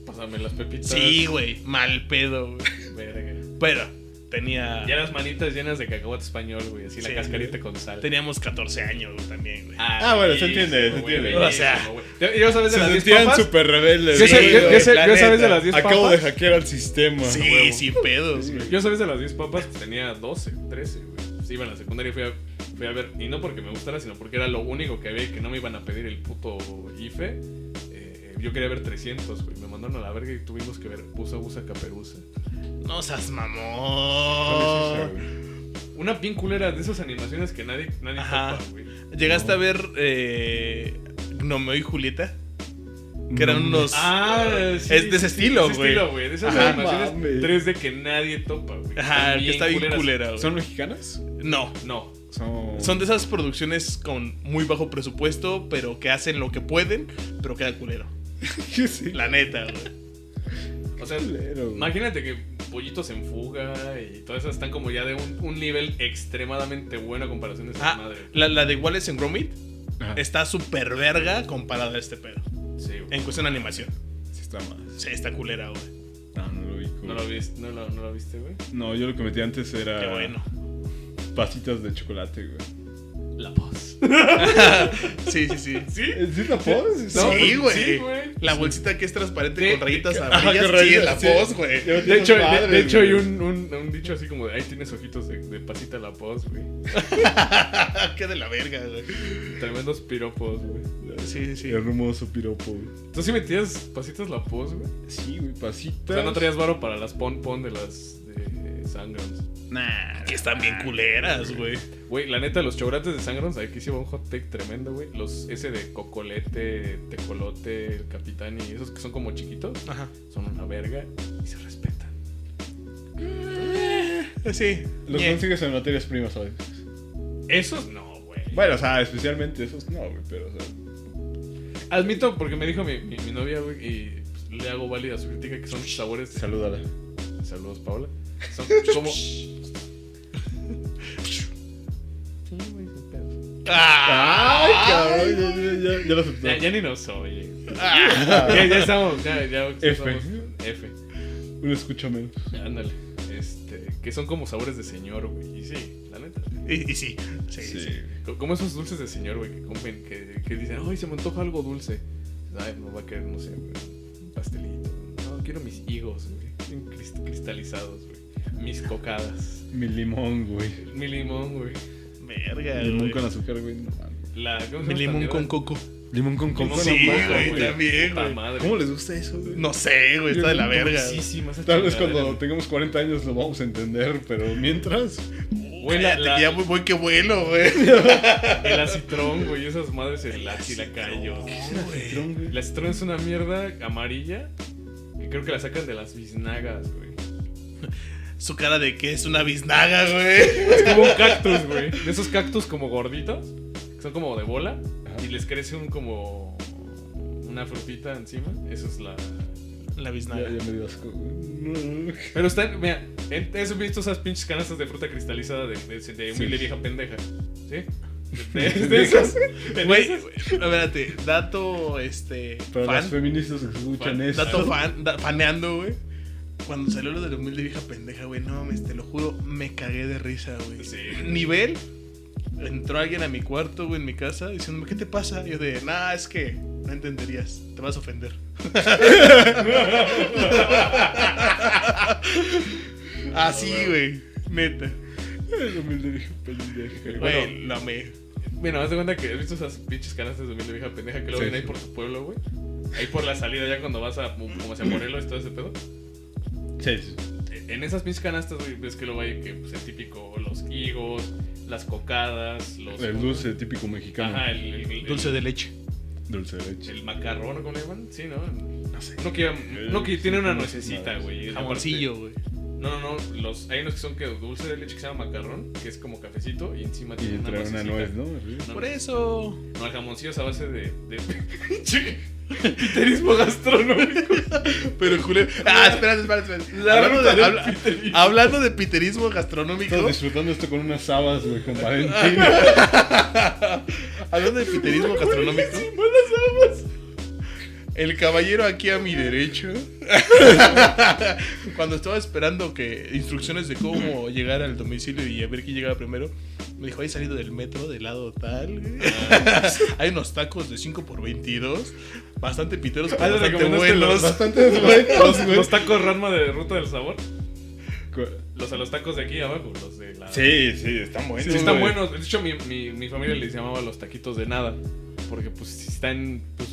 [SPEAKER 3] Pásame las pepitas.
[SPEAKER 4] Sí, güey. Mal pedo, güey.
[SPEAKER 3] Verga.
[SPEAKER 4] Pero tenía.
[SPEAKER 3] Ya las manitas llenas de cacahuate español, güey. Así
[SPEAKER 4] Sí,
[SPEAKER 3] la cascarita
[SPEAKER 4] güey.
[SPEAKER 3] con sal.
[SPEAKER 4] Teníamos 14 años güey, también, güey.
[SPEAKER 1] Ah, bueno, se
[SPEAKER 3] buenísimo,
[SPEAKER 1] entiende, se
[SPEAKER 3] güey,
[SPEAKER 1] entiende.
[SPEAKER 3] buenísimo,
[SPEAKER 4] O sea,
[SPEAKER 3] güey. Yo- yo sabes
[SPEAKER 1] Se
[SPEAKER 3] de las 10
[SPEAKER 1] sentían
[SPEAKER 3] papas.
[SPEAKER 1] súper rebeldes.
[SPEAKER 3] Yo, sé-
[SPEAKER 1] güey.
[SPEAKER 3] yo- yo
[SPEAKER 4] güey,
[SPEAKER 3] sé-
[SPEAKER 4] la
[SPEAKER 3] yo sabes de
[SPEAKER 4] neta.
[SPEAKER 3] las 10
[SPEAKER 1] Acabo de
[SPEAKER 3] papas.
[SPEAKER 1] hackear al sistema.
[SPEAKER 4] sí,
[SPEAKER 1] a huevo.
[SPEAKER 4] sin pedos, güey.
[SPEAKER 3] Yo sabes de las 10 papas, pues, tenía 12, 13, güey. Pues, iba a la secundaria y fui a, fui a ver. Y no porque me gustara, sino porque era lo único que había y que no me iban a pedir el puto IFE. Eh, yo quería ver 300, güey. Me mandaron a la verga y tuvimos que ver Busa Busa Caperuza.
[SPEAKER 4] No seas
[SPEAKER 1] ¿Cuál es esa,
[SPEAKER 4] mamón.
[SPEAKER 1] güey?
[SPEAKER 3] Una bien culera de esas animaciones que nadie, nadie
[SPEAKER 4] Ajá.
[SPEAKER 3] topa, güey.
[SPEAKER 4] ¿Llegaste a ver eh, Gnomeo y Julieta? Que eran unos.
[SPEAKER 3] Ah, sí,
[SPEAKER 4] es de ese estilo,
[SPEAKER 3] ese
[SPEAKER 4] güey.
[SPEAKER 3] estilo, güey. De esas
[SPEAKER 1] Ajá,
[SPEAKER 3] animaciones
[SPEAKER 1] mames.
[SPEAKER 3] 3D que nadie topa, güey.
[SPEAKER 4] Ajá,
[SPEAKER 3] Están
[SPEAKER 4] que está bien
[SPEAKER 3] culeras.
[SPEAKER 4] culera, güey.
[SPEAKER 1] ¿Son mexicanas?
[SPEAKER 4] No.
[SPEAKER 3] No.
[SPEAKER 1] Son.
[SPEAKER 4] Son de esas producciones con muy bajo presupuesto, pero que hacen lo que pueden, pero queda culero.
[SPEAKER 1] Sí.
[SPEAKER 4] La neta, güey.
[SPEAKER 3] O sea,
[SPEAKER 1] Culero, güey.
[SPEAKER 3] imagínate que pollitos en fuga y todas esas están como ya de un, un nivel extremadamente bueno a comparación de esas
[SPEAKER 4] Ah,
[SPEAKER 3] madres.
[SPEAKER 4] la, la de Wallace en Gromit
[SPEAKER 1] Ajá.
[SPEAKER 4] está súper verga comparada a este pedo.
[SPEAKER 3] Sí, güey.
[SPEAKER 4] En cuestión de animación.
[SPEAKER 1] Sí, está mal.
[SPEAKER 4] Sí, está culera, güey.
[SPEAKER 1] No, no lo vi. güey.
[SPEAKER 3] No lo viste, no lo, no lo viste, güey.
[SPEAKER 1] No, yo lo que metí antes era.
[SPEAKER 4] Qué bueno.
[SPEAKER 1] Pasitas de chocolate, güey.
[SPEAKER 3] La paz.
[SPEAKER 4] Sí, sí, sí. ¿Sí?
[SPEAKER 1] ¿Sí la pones?
[SPEAKER 4] No, Sí, güey.
[SPEAKER 3] Sí, güey.
[SPEAKER 4] La bolsita que es transparente
[SPEAKER 3] Sí.
[SPEAKER 4] con rayitas
[SPEAKER 1] Ajá, con
[SPEAKER 4] amarillas. sí,
[SPEAKER 1] rayitas,
[SPEAKER 4] la
[SPEAKER 1] sí.
[SPEAKER 4] voz, güey.
[SPEAKER 3] De hecho, de, de hecho hay un, un- un dicho así como de ahí tienes ojitos de, de pasita la paz, güey.
[SPEAKER 4] Qué de la verga, güey.
[SPEAKER 3] Tremendos piropos, güey.
[SPEAKER 4] Sí, sí, sí.
[SPEAKER 1] Hermoso piropo, güey.
[SPEAKER 3] ¿Tú sí metías pasitas la pos, güey?
[SPEAKER 1] Sí, güey, pasitas.
[SPEAKER 3] O sea, no traías varo para las pon pon de las de Sangrons.
[SPEAKER 1] Nah.
[SPEAKER 4] Que están bien culeras, güey.
[SPEAKER 3] Güey, la neta, los chobrates de Sangrons, aquí sí va un hot take tremendo, güey. Los ese de cocolete, tecolote, el capitán y esos que son como chiquitos,
[SPEAKER 4] Ajá.
[SPEAKER 3] son una verga y se respetan.
[SPEAKER 4] Eh, Sí.
[SPEAKER 1] Los
[SPEAKER 4] Ñe.
[SPEAKER 1] consigues en materias primas, ¿sabes?
[SPEAKER 3] Esos no, güey.
[SPEAKER 1] Bueno, o sea, especialmente esos no, güey, pero, o sea.
[SPEAKER 3] Admito, porque me dijo mi, mi- mi novia, güey, y pues, le hago válida su crítica, que son sabores.
[SPEAKER 1] Salúdala.
[SPEAKER 3] Saludos, Paula. Son como. Sí, güey, sin pedo.
[SPEAKER 4] Ah.
[SPEAKER 1] ¡Ay, cabrón! Ya, ya, ya lo aceptó.
[SPEAKER 3] Ya, ya ni nos oye.
[SPEAKER 4] Ah.
[SPEAKER 3] ya, ya estamos, ya, ya
[SPEAKER 1] Ah. F.
[SPEAKER 3] estamos- F.
[SPEAKER 1] Uno escucha menos.
[SPEAKER 3] Ándale. Este, que son como sabores de señor, güey. Y sí, la neta.
[SPEAKER 4] Y, y sí. Sí, sí.
[SPEAKER 3] Co- Como esos dulces de señor, güey, que comen, que, que dicen, ay, se me antoja algo dulce. Ay, no va a querer, no sé, güey, un pastelito. No, quiero mis higos, güey. bien crist- cristalizados, güey. Mis cocadas.
[SPEAKER 1] Mi limón, güey.
[SPEAKER 3] Mi limón, güey.
[SPEAKER 4] Verga,
[SPEAKER 1] Limón
[SPEAKER 4] güey.
[SPEAKER 1] con azúcar, güey. no mames.
[SPEAKER 3] La, ¿cómo se llama
[SPEAKER 4] Mi
[SPEAKER 3] esta
[SPEAKER 4] limón
[SPEAKER 3] mierda?
[SPEAKER 4] con coco.
[SPEAKER 1] Limón con coco.
[SPEAKER 3] Limón con
[SPEAKER 1] no
[SPEAKER 4] Sí,
[SPEAKER 1] mames,
[SPEAKER 4] güey,
[SPEAKER 1] güey.
[SPEAKER 4] también,
[SPEAKER 3] Puta
[SPEAKER 4] güey.
[SPEAKER 3] madre.
[SPEAKER 1] ¿Cómo les gusta eso, güey?
[SPEAKER 4] No sé, güey. Está de la verga. güey.
[SPEAKER 3] Dulcísima esa
[SPEAKER 1] Tal vez
[SPEAKER 3] chingadera.
[SPEAKER 1] cuando tengamos 40 años lo vamos a entender, pero mientras.
[SPEAKER 3] Güey, la-
[SPEAKER 4] Cállate,
[SPEAKER 3] la-
[SPEAKER 4] que Ya muy buen que vuelo, güey.
[SPEAKER 3] El acitrón, güey, esas madres, el achilacayo.
[SPEAKER 1] Tron, güey.
[SPEAKER 3] La citrón es una mierda amarilla que creo que la sacan de las biznagas, güey.
[SPEAKER 4] Su cara de que es una biznaga, güey.
[SPEAKER 3] Es como un cactus, güey. De esos cactus como gorditos, que son como de bola, y les crece un como una frutita encima. Eso es la...
[SPEAKER 4] La
[SPEAKER 1] Ya,
[SPEAKER 4] biznaga.
[SPEAKER 1] ya me dio asco, güey. No.
[SPEAKER 3] Pero están, mira, en- ¿has visto esas pinches canastas de fruta cristalizada de, de, de
[SPEAKER 1] Sí.
[SPEAKER 3] humilde vieja pendeja? ¿Sí? De, de- de esas. de
[SPEAKER 4] Güey,
[SPEAKER 3] esas.
[SPEAKER 4] espérate. Dato, este.
[SPEAKER 1] Para las
[SPEAKER 4] Fan.
[SPEAKER 1] feministas que escuchan
[SPEAKER 3] Fan.
[SPEAKER 1] eso.
[SPEAKER 4] Dato fan, da- faneando, güey. Cuando salió lo de la humilde vieja pendeja, güey, no mames, te lo juro, me cagué de risa, güey.
[SPEAKER 3] Sí.
[SPEAKER 4] Nivel, entró alguien a mi cuarto, güey, en mi casa, diciéndome, ¿qué te pasa? Y yo de, nah, es que no entenderías, te vas a ofender. Así, güey, neta.
[SPEAKER 1] Ay, humilde vieja pendeja.
[SPEAKER 3] Güey.
[SPEAKER 4] Güey, lo amé.
[SPEAKER 3] Bueno, haz de cuenta que has visto esas pinches canastas de humilde vieja pendeja que lo
[SPEAKER 1] Sí,
[SPEAKER 3] ven ahí
[SPEAKER 1] sí.
[SPEAKER 3] por tu pueblo, güey. Ahí por la salida, ya cuando vas a como hacia Morelos y todo ese pedo.
[SPEAKER 1] Sí, sí.
[SPEAKER 3] eh, En esas pinches canastas, güey, ves que luego hay que, pues, el típico, los higos, las cocadas, los.
[SPEAKER 1] El dulce típico mexicano.
[SPEAKER 3] Ajá, el, el- el-
[SPEAKER 4] Dulce de leche.
[SPEAKER 1] Dulce de leche.
[SPEAKER 3] El macarrón, ¿cómo le llaman? Sí, ¿no?
[SPEAKER 4] No sé.
[SPEAKER 3] No que, no que
[SPEAKER 1] Sí,
[SPEAKER 3] tiene una
[SPEAKER 1] como
[SPEAKER 3] nuececita,
[SPEAKER 1] madres.
[SPEAKER 3] güey. y aparte-
[SPEAKER 4] Jamoncillo, güey.
[SPEAKER 3] No, no, no. Los, hay unos que son que dulce de leche que se llama macarrón, que es como cafecito y encima
[SPEAKER 1] Y
[SPEAKER 3] tiene una,
[SPEAKER 1] entre una
[SPEAKER 3] nuececita.
[SPEAKER 1] nuez, ¿no?
[SPEAKER 3] No,
[SPEAKER 4] Por eso.
[SPEAKER 3] No, el jamoncillo es a base de. de... Piterismo gastronómico.
[SPEAKER 4] Pero Julio. Ah, espérate, espérate, espérate. Hablando de, habla- hablando de piterismo gastronómico.
[SPEAKER 1] Estás disfrutando esto con unas habas, güey, con Valentín.
[SPEAKER 4] Hablando de piterismo gastronómico. El caballero aquí a mi derecho, cuando estaba esperando que instrucciones de cómo llegar al domicilio y a ver quién llegaba primero, me dijo, hay salido del metro del lado tal. Hay unos tacos de 5x22, bastante piteros, pero
[SPEAKER 3] Ah, le
[SPEAKER 4] bastante
[SPEAKER 3] recomendaste
[SPEAKER 4] buenos.
[SPEAKER 3] los-
[SPEAKER 1] Bastante buenos,
[SPEAKER 3] Los,
[SPEAKER 1] güey.
[SPEAKER 3] los tacos Ranma de Ruta del Sabor.
[SPEAKER 1] Cu-
[SPEAKER 3] Los a los tacos de aquí abajo, los de la.
[SPEAKER 1] Sí, sí, están buenos.
[SPEAKER 3] Sí, están
[SPEAKER 1] güey.
[SPEAKER 3] buenos. De hecho, mi, mi, mi familia les llamaba los taquitos de nada. Porque, pues, sí están pues,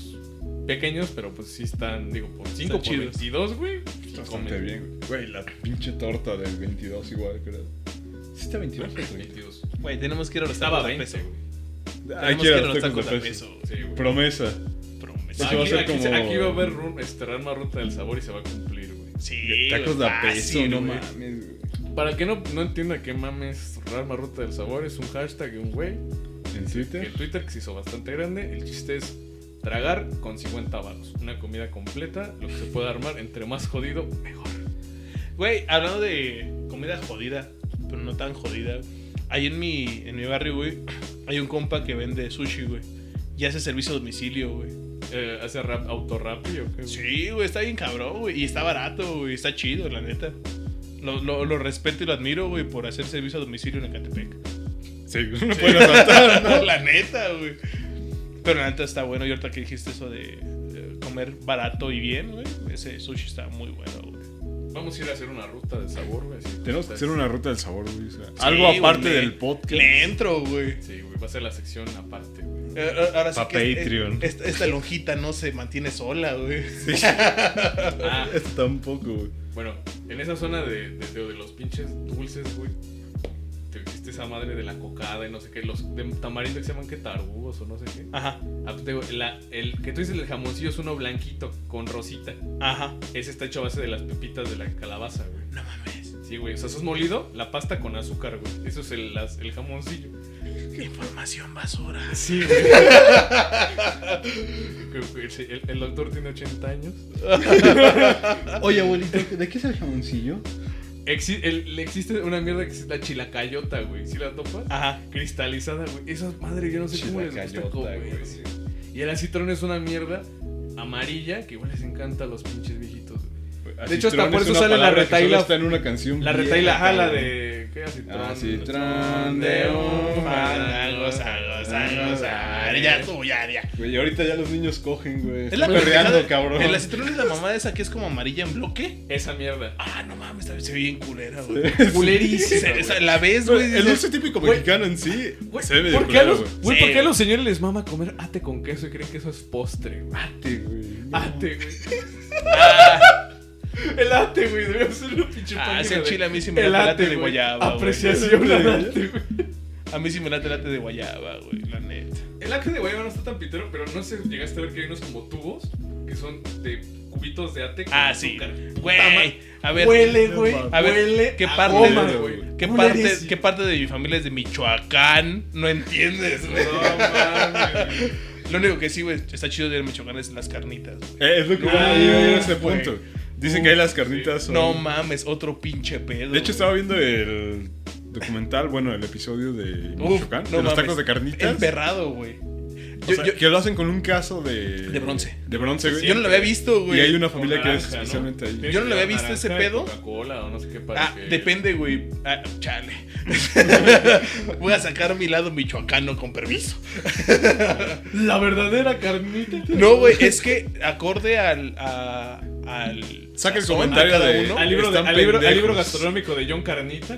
[SPEAKER 3] pequeños, pero pues sí están, digo, por 5 por
[SPEAKER 4] chidos.
[SPEAKER 3] 22, güey. pues,
[SPEAKER 1] Está
[SPEAKER 3] Comes,
[SPEAKER 1] bastante bien, güey. güey. La pinche torta del 22 igual, creo. ¿Sí está 22 o 30?
[SPEAKER 3] 22.
[SPEAKER 4] Güey, tenemos que ir a los
[SPEAKER 3] Pues Estaba
[SPEAKER 4] tacos de
[SPEAKER 3] 20,
[SPEAKER 4] peso.
[SPEAKER 3] güey.
[SPEAKER 1] Hay
[SPEAKER 4] Tenemos
[SPEAKER 1] que
[SPEAKER 4] que
[SPEAKER 1] ir
[SPEAKER 4] ir a
[SPEAKER 1] a
[SPEAKER 4] los
[SPEAKER 1] los
[SPEAKER 4] tacos
[SPEAKER 1] tacos
[SPEAKER 4] de
[SPEAKER 1] de
[SPEAKER 4] peso.
[SPEAKER 3] Sí, güey.
[SPEAKER 1] Promesa.
[SPEAKER 4] Promesa.
[SPEAKER 1] Es que
[SPEAKER 3] Aquí,
[SPEAKER 1] va a ser
[SPEAKER 3] aquí-
[SPEAKER 1] como-
[SPEAKER 3] aquí va a haber ru- este, Ranma Ruta del Sabor y se va a cumplir, güey.
[SPEAKER 4] Sí,
[SPEAKER 1] Tacos de
[SPEAKER 4] güey,
[SPEAKER 1] a peso,
[SPEAKER 4] fácil,
[SPEAKER 1] no
[SPEAKER 4] güey.
[SPEAKER 1] mames, güey.
[SPEAKER 3] Para el que no, no entienda qué mames Ranma Ruta del Sabor, es un hashtag, un güey.
[SPEAKER 1] En
[SPEAKER 3] que
[SPEAKER 1] Twitter.
[SPEAKER 3] El Twitter que se hizo bastante grande. El chiste es tragar con 50 baros. Una comida completa, lo que se pueda armar. Entre más jodido, mejor.
[SPEAKER 4] Güey, hablando de comida jodida, pero no tan jodida. Ahí en mi, en mi barrio, güey, hay un compa que vende sushi, güey. Y hace servicio a domicilio, güey.
[SPEAKER 3] Eh, ¿Hace rap, autorrap y o qué, güey?
[SPEAKER 4] Sí, güey, está bien cabrón, güey. Y está barato, güey. Está chido, la neta. Lo, lo- lo respeto y lo admiro, güey, por hacer servicio a domicilio en Ecatepec.
[SPEAKER 1] Sí, no pueden asaltar, Ah, ¿no?
[SPEAKER 4] la neta, güey. Pero la neta está bueno. Y ahorita que dijiste eso de eh, comer barato y bien, güey, ese sushi está muy bueno, güey.
[SPEAKER 3] Vamos a ir a hacer una ruta de sabor, güey. así.
[SPEAKER 1] Tenemos que
[SPEAKER 3] Entonces,
[SPEAKER 1] hacer una ruta del sabor, güey. o sea,
[SPEAKER 4] Sí,
[SPEAKER 1] algo
[SPEAKER 4] güey,
[SPEAKER 1] aparte
[SPEAKER 4] le-
[SPEAKER 1] del podcast.
[SPEAKER 4] Le entro, güey.
[SPEAKER 3] Sí, güey, va a ser la sección aparte, güey.
[SPEAKER 4] Eh, eh, Ahora sí
[SPEAKER 1] Pa'
[SPEAKER 4] que
[SPEAKER 1] Patreon.
[SPEAKER 4] eh, Esta, esta lonjita no se mantiene sola, güey.
[SPEAKER 3] Ah,
[SPEAKER 1] Esto tampoco, güey.
[SPEAKER 3] bueno, en esa zona de, de, de- de los pinches dulces, güey. te Existe esa madre de la cocada y no sé qué, los de tamarindo que se llaman que tarugos o no sé qué. Ah,
[SPEAKER 4] Ajá,
[SPEAKER 3] pues, te digo, la- el que tú dices, el jamoncillo es uno blanquito con rosita.
[SPEAKER 4] ajá.
[SPEAKER 3] Ese está hecho a base de las pepitas de la calabaza, güey. No mames. Sí, güey. O sea, eso es molido, la pasta con azúcar, güey. Eso es el, las- el jamoncillo.
[SPEAKER 4] Información basura.
[SPEAKER 3] Sí, güey. el, el doctor tiene 80 años.
[SPEAKER 1] Oye, abuelito, ¿de qué es el jamoncillo?
[SPEAKER 3] Exi- el- le existe una mierda que es la chilacayota, güey. ¿Sí la topas?
[SPEAKER 4] Ajá.
[SPEAKER 3] Cristalizada, güey. Esa madre, yo no sé cómo les gusta
[SPEAKER 1] Chilacayota,
[SPEAKER 3] comer.
[SPEAKER 1] güey.
[SPEAKER 3] güey. Y el acitrón es una mierda amarilla que igual les encanta a los pinches viejitos, güey. De hecho, hasta
[SPEAKER 1] Acitrón
[SPEAKER 3] por
[SPEAKER 1] es
[SPEAKER 3] eso
[SPEAKER 1] una
[SPEAKER 3] sale la
[SPEAKER 1] palabra que solo
[SPEAKER 3] retaila-
[SPEAKER 1] Está en una canción.
[SPEAKER 3] La
[SPEAKER 1] bien
[SPEAKER 3] reta y la jala
[SPEAKER 1] cabrón.
[SPEAKER 3] de. ¿Qué acitrón?
[SPEAKER 1] Acitrón de un
[SPEAKER 4] Ya, tú, ya, ya.
[SPEAKER 1] Güey, ahorita ya los niños cogen, güey.
[SPEAKER 4] Es la
[SPEAKER 1] Están perreando,
[SPEAKER 4] pendejada-
[SPEAKER 1] cabrón.
[SPEAKER 4] El acetrón es la mamada esa que es como amarilla en bloque.
[SPEAKER 3] Esa mierda.
[SPEAKER 4] Ah, no mames, esta vez se ve bien culera, güey.
[SPEAKER 3] Culerísima.
[SPEAKER 4] Se-
[SPEAKER 3] güey.
[SPEAKER 4] esa- La ves, güey.
[SPEAKER 1] El
[SPEAKER 4] dices,
[SPEAKER 1] dulce típico
[SPEAKER 3] Güey,
[SPEAKER 1] mexicano en sí.
[SPEAKER 3] Güey,
[SPEAKER 1] se ve medio
[SPEAKER 3] ¿por qué a
[SPEAKER 1] culero,
[SPEAKER 3] los,
[SPEAKER 1] güey.
[SPEAKER 3] güey,
[SPEAKER 4] Sí,
[SPEAKER 3] ¿por qué a
[SPEAKER 4] güey.
[SPEAKER 3] los señores les mama comer ate con queso y creen que eso es postre, güey?
[SPEAKER 1] Ate, güey.
[SPEAKER 3] Ate, güey. El ate, güey. Debe ser una pinche
[SPEAKER 4] Ah,
[SPEAKER 3] página
[SPEAKER 4] ese
[SPEAKER 3] de-
[SPEAKER 4] chile a mí sí me late late de
[SPEAKER 3] güey.
[SPEAKER 4] guayaba, güey.
[SPEAKER 3] Apreciación al ate, güey.
[SPEAKER 4] A mí sí me late late de guayaba, güey, la neta.
[SPEAKER 3] El ate de guayaba no está tan pitero, pero no sé, llegaste a ver que hay unos como tubos que son de cubitos de ate con
[SPEAKER 4] Ah, sí.
[SPEAKER 3] azúcar.
[SPEAKER 4] Güey, a ver.
[SPEAKER 3] Huele, güey.
[SPEAKER 4] A ver,
[SPEAKER 3] huele
[SPEAKER 4] ¿qué
[SPEAKER 3] a
[SPEAKER 4] parte
[SPEAKER 3] goma,
[SPEAKER 1] de-
[SPEAKER 3] güey.
[SPEAKER 4] ¿Qué parte,
[SPEAKER 3] Culerísimo.
[SPEAKER 4] ¿Qué parte de mi familia es de Michoacán? No entiendes, güey.
[SPEAKER 3] No mames. güey.
[SPEAKER 4] Lo único que sí, güey, está chido de Michoacán es las carnitas. güey.
[SPEAKER 1] Eh, es lo que voy a
[SPEAKER 3] Ah,
[SPEAKER 1] ir a ese
[SPEAKER 4] güey.
[SPEAKER 1] punto. Dicen que ahí las carnitas son.
[SPEAKER 4] No mames, otro pinche pedo.
[SPEAKER 1] De hecho,
[SPEAKER 4] güey.
[SPEAKER 1] estaba viendo el documental, bueno, el episodio de
[SPEAKER 4] Uf,
[SPEAKER 1] Michoacán, de
[SPEAKER 4] no
[SPEAKER 1] los
[SPEAKER 4] mames.
[SPEAKER 1] tacos de carnitas.
[SPEAKER 4] Emperrado, güey.
[SPEAKER 1] O
[SPEAKER 4] Yo,
[SPEAKER 1] sea,
[SPEAKER 4] yo-
[SPEAKER 1] que lo hacen con un caso de.
[SPEAKER 4] De bronce.
[SPEAKER 1] De bronce, güey.
[SPEAKER 4] yo no lo había visto,
[SPEAKER 1] Y
[SPEAKER 4] güey.
[SPEAKER 1] hay una familia
[SPEAKER 3] Con
[SPEAKER 1] que es
[SPEAKER 3] naranja, ¿no?
[SPEAKER 1] especialmente ahí.
[SPEAKER 4] Yo no le había visto ese
[SPEAKER 3] Naranja y
[SPEAKER 4] pedo.
[SPEAKER 3] Coca-Cola o no sé qué para
[SPEAKER 4] Ah,
[SPEAKER 3] que-
[SPEAKER 4] depende, güey. Ah, chale. Voy a sacar mi lado michoacano con permiso.
[SPEAKER 3] La verdadera carnita.
[SPEAKER 4] No, güey, es que acorde al. a- al
[SPEAKER 1] Saca el
[SPEAKER 4] sazón de
[SPEAKER 1] comentario
[SPEAKER 4] cada
[SPEAKER 1] de- Ah,
[SPEAKER 4] uno.
[SPEAKER 3] Al libro, de-
[SPEAKER 1] Están
[SPEAKER 3] al libro- al libro
[SPEAKER 1] pendejos.
[SPEAKER 3] gastronómico de John Carnitas.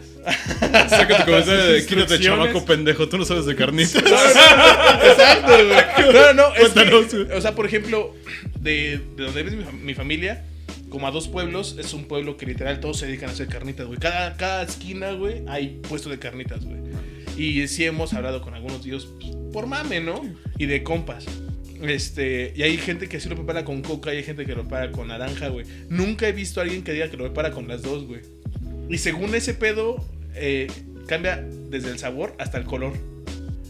[SPEAKER 4] Ah,
[SPEAKER 1] Saca tu comentario de
[SPEAKER 3] Las
[SPEAKER 1] quítate,
[SPEAKER 3] instrucciones.
[SPEAKER 1] chamaco pendejo. Tú no sabes de carnitas.
[SPEAKER 4] Exacto, güey. No, no, no, es que,
[SPEAKER 1] Cuéntanos, güey.
[SPEAKER 4] o sea, por ejemplo, de, de donde vive mi, fam- mi familia, como a dos pueblos, es un pueblo que literal todos se dedican a hacer carnitas, güey. Cada, cada esquina, güey, hay puesto de carnitas, güey. Y sí hemos hablado con algunos tíos pues, por mame, ¿no? Y de compas. Este, y hay gente que sí lo prepara con coca y hay gente que lo prepara con naranja, güey. Nunca he visto a alguien que diga que lo prepara con las dos, güey. Y según ese pedo, eh, cambia desde el sabor hasta el color.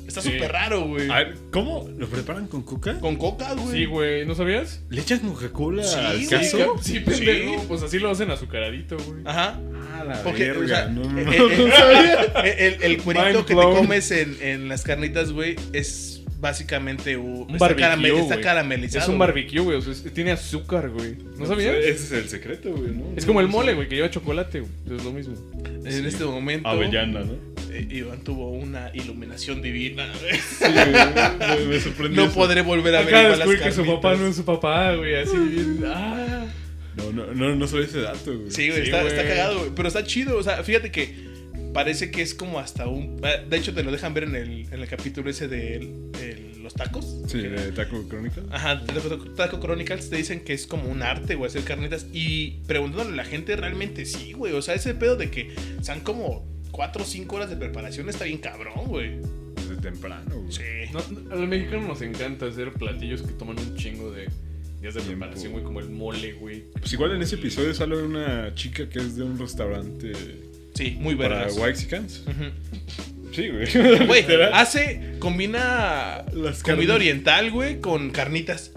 [SPEAKER 4] Está
[SPEAKER 3] Sí.
[SPEAKER 4] súper raro, güey.
[SPEAKER 1] A ver, ¿cómo? ¿Lo preparan con coca?
[SPEAKER 4] Con coca, güey.
[SPEAKER 3] Sí, güey, ¿no sabías?
[SPEAKER 1] ¿Le echan Coca-Cola
[SPEAKER 4] Sí,
[SPEAKER 1] al
[SPEAKER 4] güey.
[SPEAKER 1] caso?
[SPEAKER 3] Sí, pendejo. Pues así lo hacen azucaradito, güey.
[SPEAKER 4] Ajá.
[SPEAKER 1] Ah, la
[SPEAKER 4] Porque, o sea, eh,
[SPEAKER 1] no, no,
[SPEAKER 4] el,
[SPEAKER 1] no.
[SPEAKER 4] el- el- el- el cuerito
[SPEAKER 3] Mind
[SPEAKER 4] que te
[SPEAKER 3] blown.
[SPEAKER 4] comes en, en las carnitas, güey, es básicamente un,
[SPEAKER 3] Un
[SPEAKER 4] está,
[SPEAKER 3] barbecue,
[SPEAKER 4] caramel- está
[SPEAKER 3] güey.
[SPEAKER 4] caramelizado.
[SPEAKER 3] Es un
[SPEAKER 4] güey.
[SPEAKER 3] barbecue, güey. o sea, es- tiene azúcar, güey. ¿No
[SPEAKER 1] pues,
[SPEAKER 3] sabías?
[SPEAKER 1] Ese es el secreto, güey, ¿no?
[SPEAKER 3] Es como el
[SPEAKER 1] No,
[SPEAKER 3] mole, güey, que lleva chocolate, güey. Es lo mismo.
[SPEAKER 4] En este momento,
[SPEAKER 1] Avellana, ¿no?
[SPEAKER 4] eh, Iván tuvo una iluminación divina. güey.
[SPEAKER 1] Sí, güey, me, me sorprendió.
[SPEAKER 4] No
[SPEAKER 1] eso.
[SPEAKER 4] podré volver a ver
[SPEAKER 3] Acaba de
[SPEAKER 4] igual las
[SPEAKER 3] descubrir que su
[SPEAKER 4] carnitas.
[SPEAKER 3] papá no es su papá, güey. Así bien. Ah.
[SPEAKER 1] No, no, no, no sabía ese dato, güey.
[SPEAKER 4] Sí, güey,
[SPEAKER 3] Sí,
[SPEAKER 4] está,
[SPEAKER 3] güey.
[SPEAKER 4] está cagado, güey. Pero está chido, o sea, fíjate que parece que es como hasta un... ah, De hecho, te lo dejan ver en el, en el capítulo ese de el- el- los tacos.
[SPEAKER 1] Sí,
[SPEAKER 4] Que-
[SPEAKER 1] de Taco Crónica.
[SPEAKER 4] Ajá, de Taco, Taco Chronicles te dicen que es como un arte, güey, hacer carnitas. Y preguntándole a la gente, realmente sí, güey. O sea, ese pedo de que sean como 4 o 5 horas de preparación está bien cabrón, güey.
[SPEAKER 1] Desde temprano, güey.
[SPEAKER 4] Sí.
[SPEAKER 3] No, no, a los mexicanos nos encanta hacer platillos que toman un chingo de días de
[SPEAKER 1] Tiempo.
[SPEAKER 3] preparación, güey, como el mole, güey.
[SPEAKER 1] Pues igual en ese episodio sale una chica que es de un restaurante
[SPEAKER 4] Sí, muy
[SPEAKER 1] para
[SPEAKER 4] vergas.
[SPEAKER 1] Waxicans.
[SPEAKER 4] Ujú.
[SPEAKER 1] Sí, güey.
[SPEAKER 4] Güey,
[SPEAKER 1] Literal.
[SPEAKER 4] hace, combina
[SPEAKER 1] Las
[SPEAKER 4] comida
[SPEAKER 1] carnitas.
[SPEAKER 4] oriental, güey, con carnitas.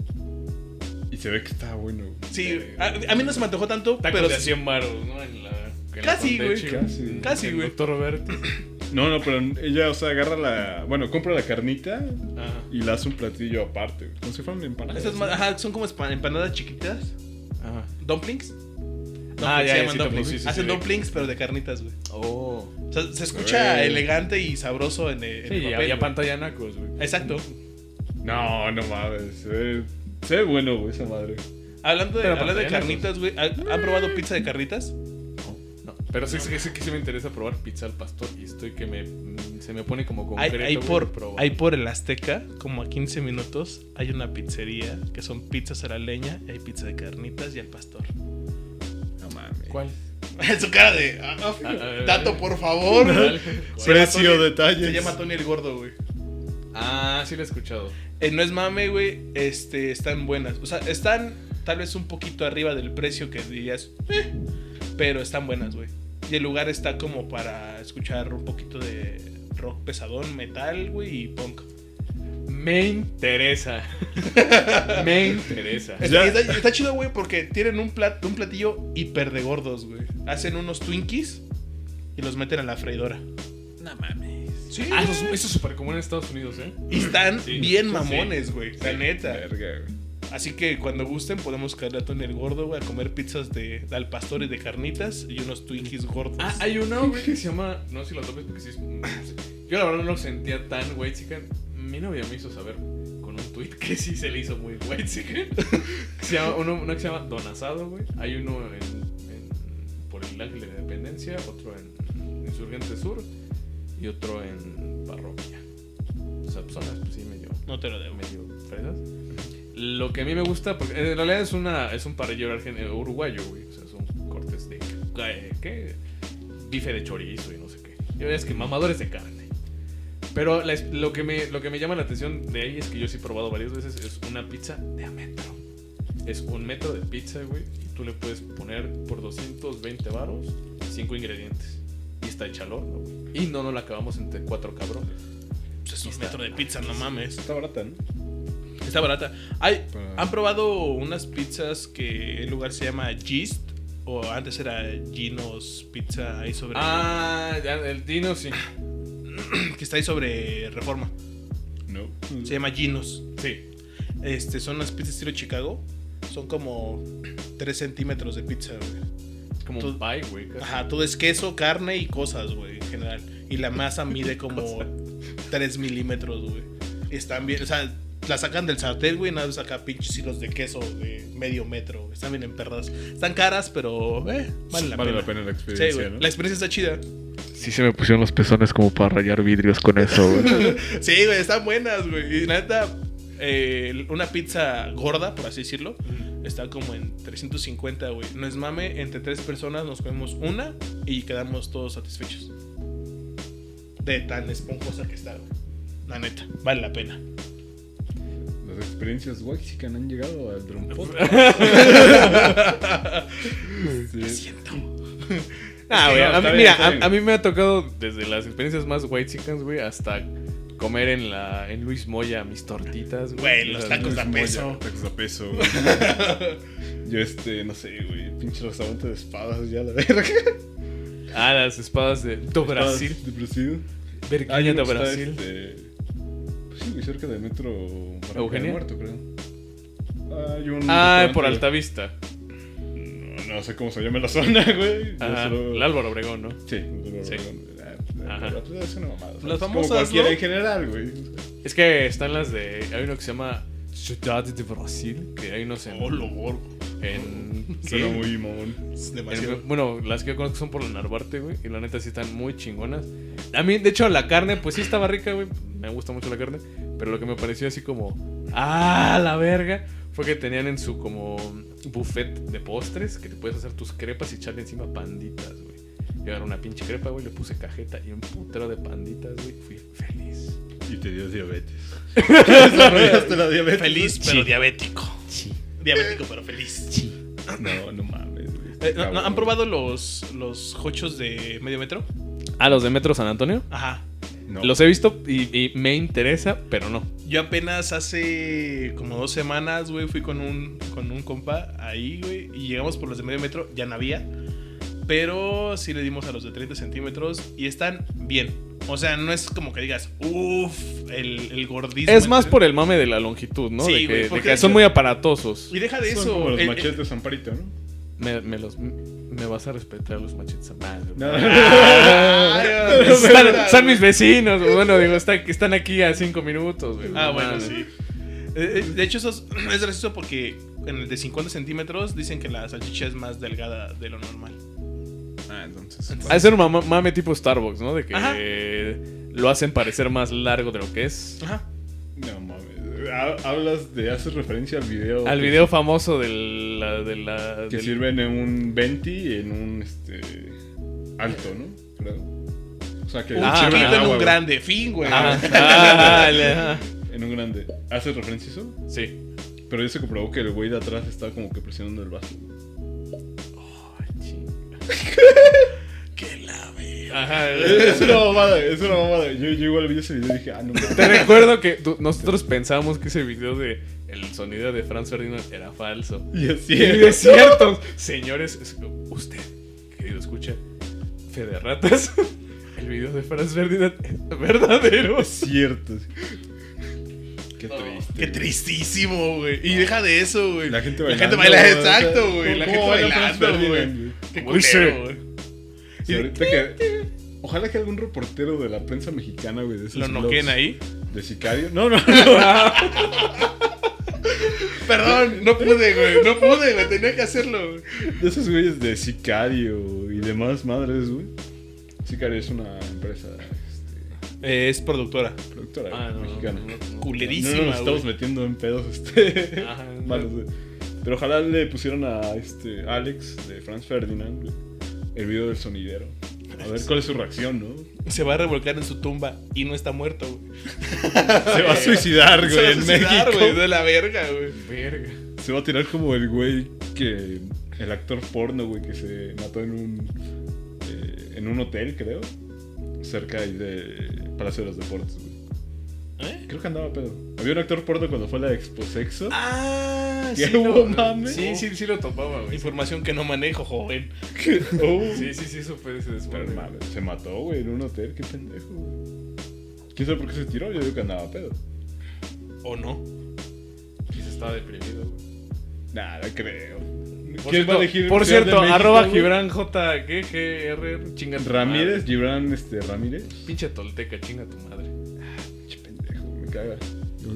[SPEAKER 1] Y se ve que está bueno, güey.
[SPEAKER 4] Sí, a, a mí no se me antojó tanto,
[SPEAKER 3] Tacos
[SPEAKER 4] pero
[SPEAKER 3] de 100 baros, ¿no? En la, en la
[SPEAKER 4] Casi, güey.
[SPEAKER 3] Contechi,
[SPEAKER 1] Casi.
[SPEAKER 4] Casi,
[SPEAKER 3] El
[SPEAKER 4] güey.
[SPEAKER 3] Doctor Roberto.
[SPEAKER 1] No, no, pero ella, o sea, agarra la. Bueno, compra la carnita
[SPEAKER 3] Ajá.
[SPEAKER 1] y la hace un platillo aparte, güey. Como si fueran empanadas.
[SPEAKER 4] esas ma- ajá, son como espa- empanadas chiquitas.
[SPEAKER 3] Ajá.
[SPEAKER 4] Dumplings.
[SPEAKER 3] Ah,
[SPEAKER 4] Dumplings,
[SPEAKER 3] ya,
[SPEAKER 4] se
[SPEAKER 3] ya,
[SPEAKER 4] llaman
[SPEAKER 3] sí,
[SPEAKER 4] dumplings.
[SPEAKER 3] sí, sí, sí,
[SPEAKER 4] Hacen
[SPEAKER 3] de-
[SPEAKER 4] dumplings, pero de carnitas, güey.
[SPEAKER 3] Oh.
[SPEAKER 4] O sea, se escucha
[SPEAKER 1] Güey.
[SPEAKER 4] elegante y sabroso en el, en
[SPEAKER 3] Sí,
[SPEAKER 4] el
[SPEAKER 3] ya,
[SPEAKER 4] papel,
[SPEAKER 3] ya
[SPEAKER 4] güey.
[SPEAKER 3] pantalla nacos, güey.
[SPEAKER 4] Exacto.
[SPEAKER 1] No, no mames. Se ve, se ve bueno, güey, esa madre.
[SPEAKER 4] Hablando de,
[SPEAKER 3] Pero
[SPEAKER 4] hablando de
[SPEAKER 3] pantallas,
[SPEAKER 4] carnitas, güey. ¿ha- ¿Han probado pizza de carnitas?
[SPEAKER 3] No, pero sí, sí, sí que sí me interesa probar pizza al pastor y estoy que me mm, se me pone como
[SPEAKER 4] Hay,
[SPEAKER 3] concreto.
[SPEAKER 4] hay
[SPEAKER 3] güey,
[SPEAKER 4] por,
[SPEAKER 3] probar.
[SPEAKER 4] hay por el Azteca, como a 15 minutos, hay una pizzería que son pizzas a la leña y hay pizza de carnitas y al pastor.
[SPEAKER 1] No mames.
[SPEAKER 3] ¿Cuál?
[SPEAKER 4] Su cara de. "Ah, ah,
[SPEAKER 3] Ah, ah,
[SPEAKER 4] Tato,
[SPEAKER 3] ah,
[SPEAKER 4] por favor.
[SPEAKER 3] ¿Cuál?
[SPEAKER 4] Se llama
[SPEAKER 1] Precio,
[SPEAKER 4] Tony-
[SPEAKER 1] detalles.
[SPEAKER 4] Se llama Tony el Gordo, güey.
[SPEAKER 3] Ah, sí lo he escuchado.
[SPEAKER 4] Eh, no es mame, güey. Este, están buenas. O sea, están tal vez un poquito arriba del precio que dirías. "Eh", pero están buenas, güey. Y el lugar está como para escuchar un poquito de rock pesadón, metal, güey, y punk.
[SPEAKER 3] Me interesa. me interesa.
[SPEAKER 4] Está,
[SPEAKER 1] Ya.
[SPEAKER 4] está- está chido, güey, porque tienen un, plat, un platillo hiper de gordos, güey. Hacen unos Twinkies y los meten a la freidora.
[SPEAKER 3] No mames.
[SPEAKER 4] Sí.
[SPEAKER 3] Ah, eso, es- eso es súper común en Estados Unidos, ¿eh?
[SPEAKER 4] Y están
[SPEAKER 3] Sí,
[SPEAKER 4] bien
[SPEAKER 3] sí.
[SPEAKER 4] mamones, güey. la neta.
[SPEAKER 1] Verga, güey.
[SPEAKER 4] Así que cuando gusten podemos caer a Tony el Gordo, güey, a comer pizzas de al pastor y de carnitas y unos Twinkies gordos.
[SPEAKER 3] Ah, hay uno, güey, que se llama. No sé si lo topes porque sí es. Yo la verdad no lo sentía tan white chicken. Mi novia me hizo saber con un tweet que sí se le hizo muy white chicken. Que se llama- uno, uno que se llama Don Asado, güey. Hay uno en, en- por el Ángel de la Independencia, otro en Insurgente Sur y otro en Parroquia. O sea, pues, son las, pues sí, medio
[SPEAKER 4] No te lo debo.
[SPEAKER 3] medio fresas. Lo que a mí me gusta, porque en realidad es una es un parrillero argen- eh, uruguayo, güey. O sea, son cortes de. eh, ¿Qué? Bife de chorizo y no sé qué. Ya ves que mamadores de carne. Pero la es- lo, que me, lo que me llama la atención de ahí es que yo sí he probado varias veces. Es una pizza de a metro. Es un metro de pizza, güey. Y tú le puedes poner por 220 varos, cinco ingredientes. Y está hecha al horno, güey. Y no nos la acabamos entre cuatro cabrones.
[SPEAKER 4] Pues es un
[SPEAKER 3] Está-
[SPEAKER 4] metro de pizza, no Ah, mames.
[SPEAKER 1] Está barata, ¿no?
[SPEAKER 4] Está barata. Hay,
[SPEAKER 1] Para-
[SPEAKER 4] ¿Han probado unas pizzas que el lugar se llama Gist? O antes era Gino's Pizza ahí sobre...
[SPEAKER 3] Ah, ya, el Dino sí.
[SPEAKER 4] Que está ahí sobre Reforma.
[SPEAKER 1] No.
[SPEAKER 4] Se llama Gino's.
[SPEAKER 3] Sí.
[SPEAKER 4] Este, son unas pizzas estilo Chicago. Son como 3 centímetros de pizza, güey.
[SPEAKER 3] Como
[SPEAKER 4] Tú-
[SPEAKER 3] un pie, güey. casi.
[SPEAKER 4] Ajá, todo es queso, carne y cosas, güey, en general. Y la masa mide como 3 milímetros, güey. Están bien, o sea, la sacan del sartén, güey, y nada, más saca pinches hilos de queso de medio metro. güey. Están bien emperradas. Están caras, pero, eh, vale la
[SPEAKER 1] vale
[SPEAKER 4] pena.
[SPEAKER 1] la pena la
[SPEAKER 4] Sí,
[SPEAKER 1] experiencia,
[SPEAKER 4] güey.
[SPEAKER 1] ¿no?
[SPEAKER 4] La experiencia está chida.
[SPEAKER 3] Sí se me pusieron los pezones como para rayar vidrios con eso, güey.
[SPEAKER 4] Sí, güey, están buenas, güey. Y la neta, eh, una pizza gorda, por así decirlo, está como en 350, güey. No es mame, entre tres personas nos comemos una y quedamos todos satisfechos. De tan esponjosa que está, güey. La neta, vale la pena.
[SPEAKER 1] Las experiencias Waxican han llegado al trompón. sí.
[SPEAKER 3] Ah, güey.
[SPEAKER 1] No,
[SPEAKER 3] a
[SPEAKER 1] está
[SPEAKER 3] mí-
[SPEAKER 1] bien,
[SPEAKER 3] mira,
[SPEAKER 1] está bien.
[SPEAKER 3] a, a mí me ha tocado desde las experiencias más white chickens, güey, hasta comer en la en Luis Moya mis tortitas,
[SPEAKER 4] Güey, los
[SPEAKER 3] Esas-
[SPEAKER 4] tacos de a peso.
[SPEAKER 1] Tacos a peso, güey. Yo este, no sé, güey. Pinche restaurante de espadas ya, la verga.
[SPEAKER 3] Ah, las espadas de, do Brasil.
[SPEAKER 1] Espadas De Brasil.
[SPEAKER 3] Verguiña
[SPEAKER 1] Hay
[SPEAKER 3] de
[SPEAKER 1] uno que está,
[SPEAKER 3] Brasil.
[SPEAKER 1] este, Pues sí, güey, cerca del metro Barranca
[SPEAKER 3] ¿Eugenia?
[SPEAKER 1] del Muerto, creo. Hay un
[SPEAKER 3] Ah, por
[SPEAKER 1] restaurante-
[SPEAKER 3] Altavista.
[SPEAKER 1] No, no sé cómo se llama la zona, güey. Yo
[SPEAKER 3] Ajá,
[SPEAKER 1] solo-
[SPEAKER 3] El Álvaro Obregón, ¿no?
[SPEAKER 1] Sí, el
[SPEAKER 3] Sí. Ajá.
[SPEAKER 1] Álvaro. Ah, Es una mamada. o sea,
[SPEAKER 3] Las
[SPEAKER 1] es como
[SPEAKER 3] famosas,
[SPEAKER 1] cualquiera
[SPEAKER 3] ¿no?
[SPEAKER 1] en general, güey.
[SPEAKER 3] Es que están las de. Hay uno que se llama Ciudad de Brasil, que hay unos en.
[SPEAKER 4] Olo, gorgo.
[SPEAKER 3] en-
[SPEAKER 1] Suena
[SPEAKER 3] ¿qué?
[SPEAKER 1] muy mamón.
[SPEAKER 4] Es
[SPEAKER 3] En-
[SPEAKER 4] demasiado.
[SPEAKER 3] bueno, las que yo conozco son por la Narvarte, güey. Y la neta sí están muy chingonas. A mí, de hecho, la carne, pues sí estaba rica, güey. Me gusta mucho la carne. Pero lo que me pareció así como. ¡Ah, la verga! Fue que tenían en su como buffet de postres que te puedes hacer tus crepas y echarle encima panditas, güey. Yo agarré una pinche crepa, güey, le puse cajeta y un putero de panditas, güey. Fui feliz.
[SPEAKER 1] Y te dio diabetes. Desarrollaste la diabetes.
[SPEAKER 4] Feliz, pero diabético. Diabético, pero feliz.
[SPEAKER 1] No, no mames, güey.
[SPEAKER 4] Eh, ¿no- no- ¿Han probado los, los hochos de medio metro?
[SPEAKER 3] Ah, los de Metro San Antonio.
[SPEAKER 4] Ajá.
[SPEAKER 1] No.
[SPEAKER 3] Los he visto y, y me interesa, pero no.
[SPEAKER 4] Yo apenas hace como dos semanas, güey, fui con un, con un compa ahí, güey, y llegamos por los de medio metro, ya no había, pero sí le dimos a los de 30 centímetros y están bien. O sea, no es como que digas, uff, el, el gordismo.
[SPEAKER 3] Es más por el mame de la longitud, ¿no?
[SPEAKER 4] Sí,
[SPEAKER 3] de que,
[SPEAKER 4] güey,
[SPEAKER 3] de
[SPEAKER 4] porque
[SPEAKER 3] que
[SPEAKER 4] de
[SPEAKER 3] son
[SPEAKER 4] hecho-
[SPEAKER 3] muy aparatosos.
[SPEAKER 4] Y deja de
[SPEAKER 1] Son
[SPEAKER 4] eso.
[SPEAKER 1] como los
[SPEAKER 4] el- el-
[SPEAKER 1] machetes de Amparito, ¿no?
[SPEAKER 3] Me, me los, me vas a respetar los machetes. a madre,
[SPEAKER 1] No.
[SPEAKER 3] güey. Están, son mis vecinos. güey. Bueno, digo, están, están aquí a cinco minutos. güey.
[SPEAKER 4] Ah,
[SPEAKER 3] No
[SPEAKER 4] bueno,
[SPEAKER 3] mames.
[SPEAKER 4] sí. Eh, eh, De hecho, eso es, es gracioso porque en el de 50 centímetros dicen que la salchicha es más delgada de lo normal.
[SPEAKER 1] Ah, entonces.
[SPEAKER 3] Ha de ser un mama- mame tipo Starbucks, ¿no? De que
[SPEAKER 4] Ajá.
[SPEAKER 3] lo hacen parecer más largo de lo que es.
[SPEAKER 4] Ajá.
[SPEAKER 1] No mames. Ha- Hablas de. Haces referencia al video.
[SPEAKER 3] Al
[SPEAKER 1] que-
[SPEAKER 3] video famoso de la. De la
[SPEAKER 1] Que
[SPEAKER 3] del-
[SPEAKER 1] sirven en un 20 y en un este alto, ¿no? Creo. O sea que
[SPEAKER 4] Un
[SPEAKER 3] Ah,
[SPEAKER 4] chiquito
[SPEAKER 3] claro,
[SPEAKER 4] en un
[SPEAKER 1] güey.
[SPEAKER 4] grande. Fin, güey.
[SPEAKER 3] Ah, ah, el- ah.
[SPEAKER 1] en un grande. ¿Hace referencia a eso?
[SPEAKER 3] Sí.
[SPEAKER 1] Pero ya se comprobó que el güey de atrás está como que presionando el vaso.
[SPEAKER 4] Que la
[SPEAKER 3] Ajá.
[SPEAKER 1] Es una mamada, es una mamada. Yo, yo igual vi ese video y dije, ah, no mames.
[SPEAKER 3] Te recuerdo que tú- nosotros pensábamos que ese video de el sonido de Franz Ferdinand era falso.
[SPEAKER 1] Y así
[SPEAKER 3] Y es cierto. Señores, es- usted, querido escucha, fe de ratas, el video de Franz Ferdinand es verdadero.
[SPEAKER 1] Cierto. Qué triste.
[SPEAKER 4] Qué tristísimo, güey. Y deja de eso, güey.
[SPEAKER 1] La gente
[SPEAKER 4] La
[SPEAKER 1] bailando.
[SPEAKER 4] gente baila,
[SPEAKER 1] güey.
[SPEAKER 4] exacto, güey.
[SPEAKER 1] ¿Cómo-
[SPEAKER 4] La
[SPEAKER 1] cómo
[SPEAKER 4] gente
[SPEAKER 1] baila Franz
[SPEAKER 4] bailando,
[SPEAKER 1] Ferdinand,
[SPEAKER 4] güey. Qué
[SPEAKER 3] Como dice.
[SPEAKER 4] culero, güey.
[SPEAKER 1] O sea, ahorita que- Ojalá que algún reportero de la prensa mexicana, güey, de esos
[SPEAKER 4] Lo
[SPEAKER 1] blogs
[SPEAKER 4] noquen ahí.
[SPEAKER 1] De sicario. No, no, no.
[SPEAKER 4] Perdón, no pude, güey. No pude, güey. Tenía que hacerlo, güey.
[SPEAKER 1] De esos güeyes de Sicario y demás madres, güey. Sicario es una empresa este,
[SPEAKER 4] Eh, es productora.
[SPEAKER 1] productora
[SPEAKER 3] Ah, no,
[SPEAKER 1] güey, mexicana.
[SPEAKER 3] no,
[SPEAKER 1] No,
[SPEAKER 3] no, Ah, no.
[SPEAKER 4] Culerísima,
[SPEAKER 1] nos estamos
[SPEAKER 4] güey.
[SPEAKER 1] metiendo en pedos este,
[SPEAKER 3] Ajá.
[SPEAKER 1] malos, güey. Pero ojalá le pusieran a este Alex de Franz Ferdinand güey, el video del sonidero. A ver cuál es su reacción, ¿no?
[SPEAKER 4] Se va a revolcar en su tumba y no está muerto, güey.
[SPEAKER 1] Se va a suicidar, güey,
[SPEAKER 4] Se va a
[SPEAKER 1] en
[SPEAKER 4] suicidar,
[SPEAKER 1] México.
[SPEAKER 4] güey. De la verga, güey.
[SPEAKER 3] Verga.
[SPEAKER 1] Se va a tirar como el güey que. El actor porno, güey, que se mató en un. eh, en un hotel, creo. Cerca ahí de Palacio de los Deportes, güey.
[SPEAKER 4] ¿Eh?
[SPEAKER 1] Creo que andaba pedo. Había un actor porno cuando fue la Exposexo.
[SPEAKER 4] Ah,
[SPEAKER 1] ¿Qué
[SPEAKER 4] sí,
[SPEAKER 1] hubo,
[SPEAKER 4] lo-
[SPEAKER 1] mame?
[SPEAKER 3] Sí, sí, sí lo topaba, güey.
[SPEAKER 4] Información que no manejo, joven.
[SPEAKER 1] ¿Qué? Oh.
[SPEAKER 3] Sí, sí, sí, eso fue ese
[SPEAKER 1] Pero
[SPEAKER 3] desmadre.
[SPEAKER 1] mames, se mató, güey, en un hotel, qué pendejo, güey. ¿Quién sabe por qué se tiró? Yo digo que andaba pedo.
[SPEAKER 4] ¿O no?
[SPEAKER 3] Quizá estaba deprimido, güey.
[SPEAKER 1] Nada, creo. ¿Quién
[SPEAKER 3] Por cierto,
[SPEAKER 1] va a elegir
[SPEAKER 3] por
[SPEAKER 1] Ciudad de
[SPEAKER 3] cierto,
[SPEAKER 1] México,
[SPEAKER 3] arroba
[SPEAKER 1] güey?
[SPEAKER 3] Gibran J, G, G, R, R, chinga tu
[SPEAKER 1] Ramírez,
[SPEAKER 3] madre.
[SPEAKER 1] Gibran, este, Ramírez.
[SPEAKER 3] Pinche tolteca, chinga tu madre.
[SPEAKER 1] Pinche pendejo, me caga.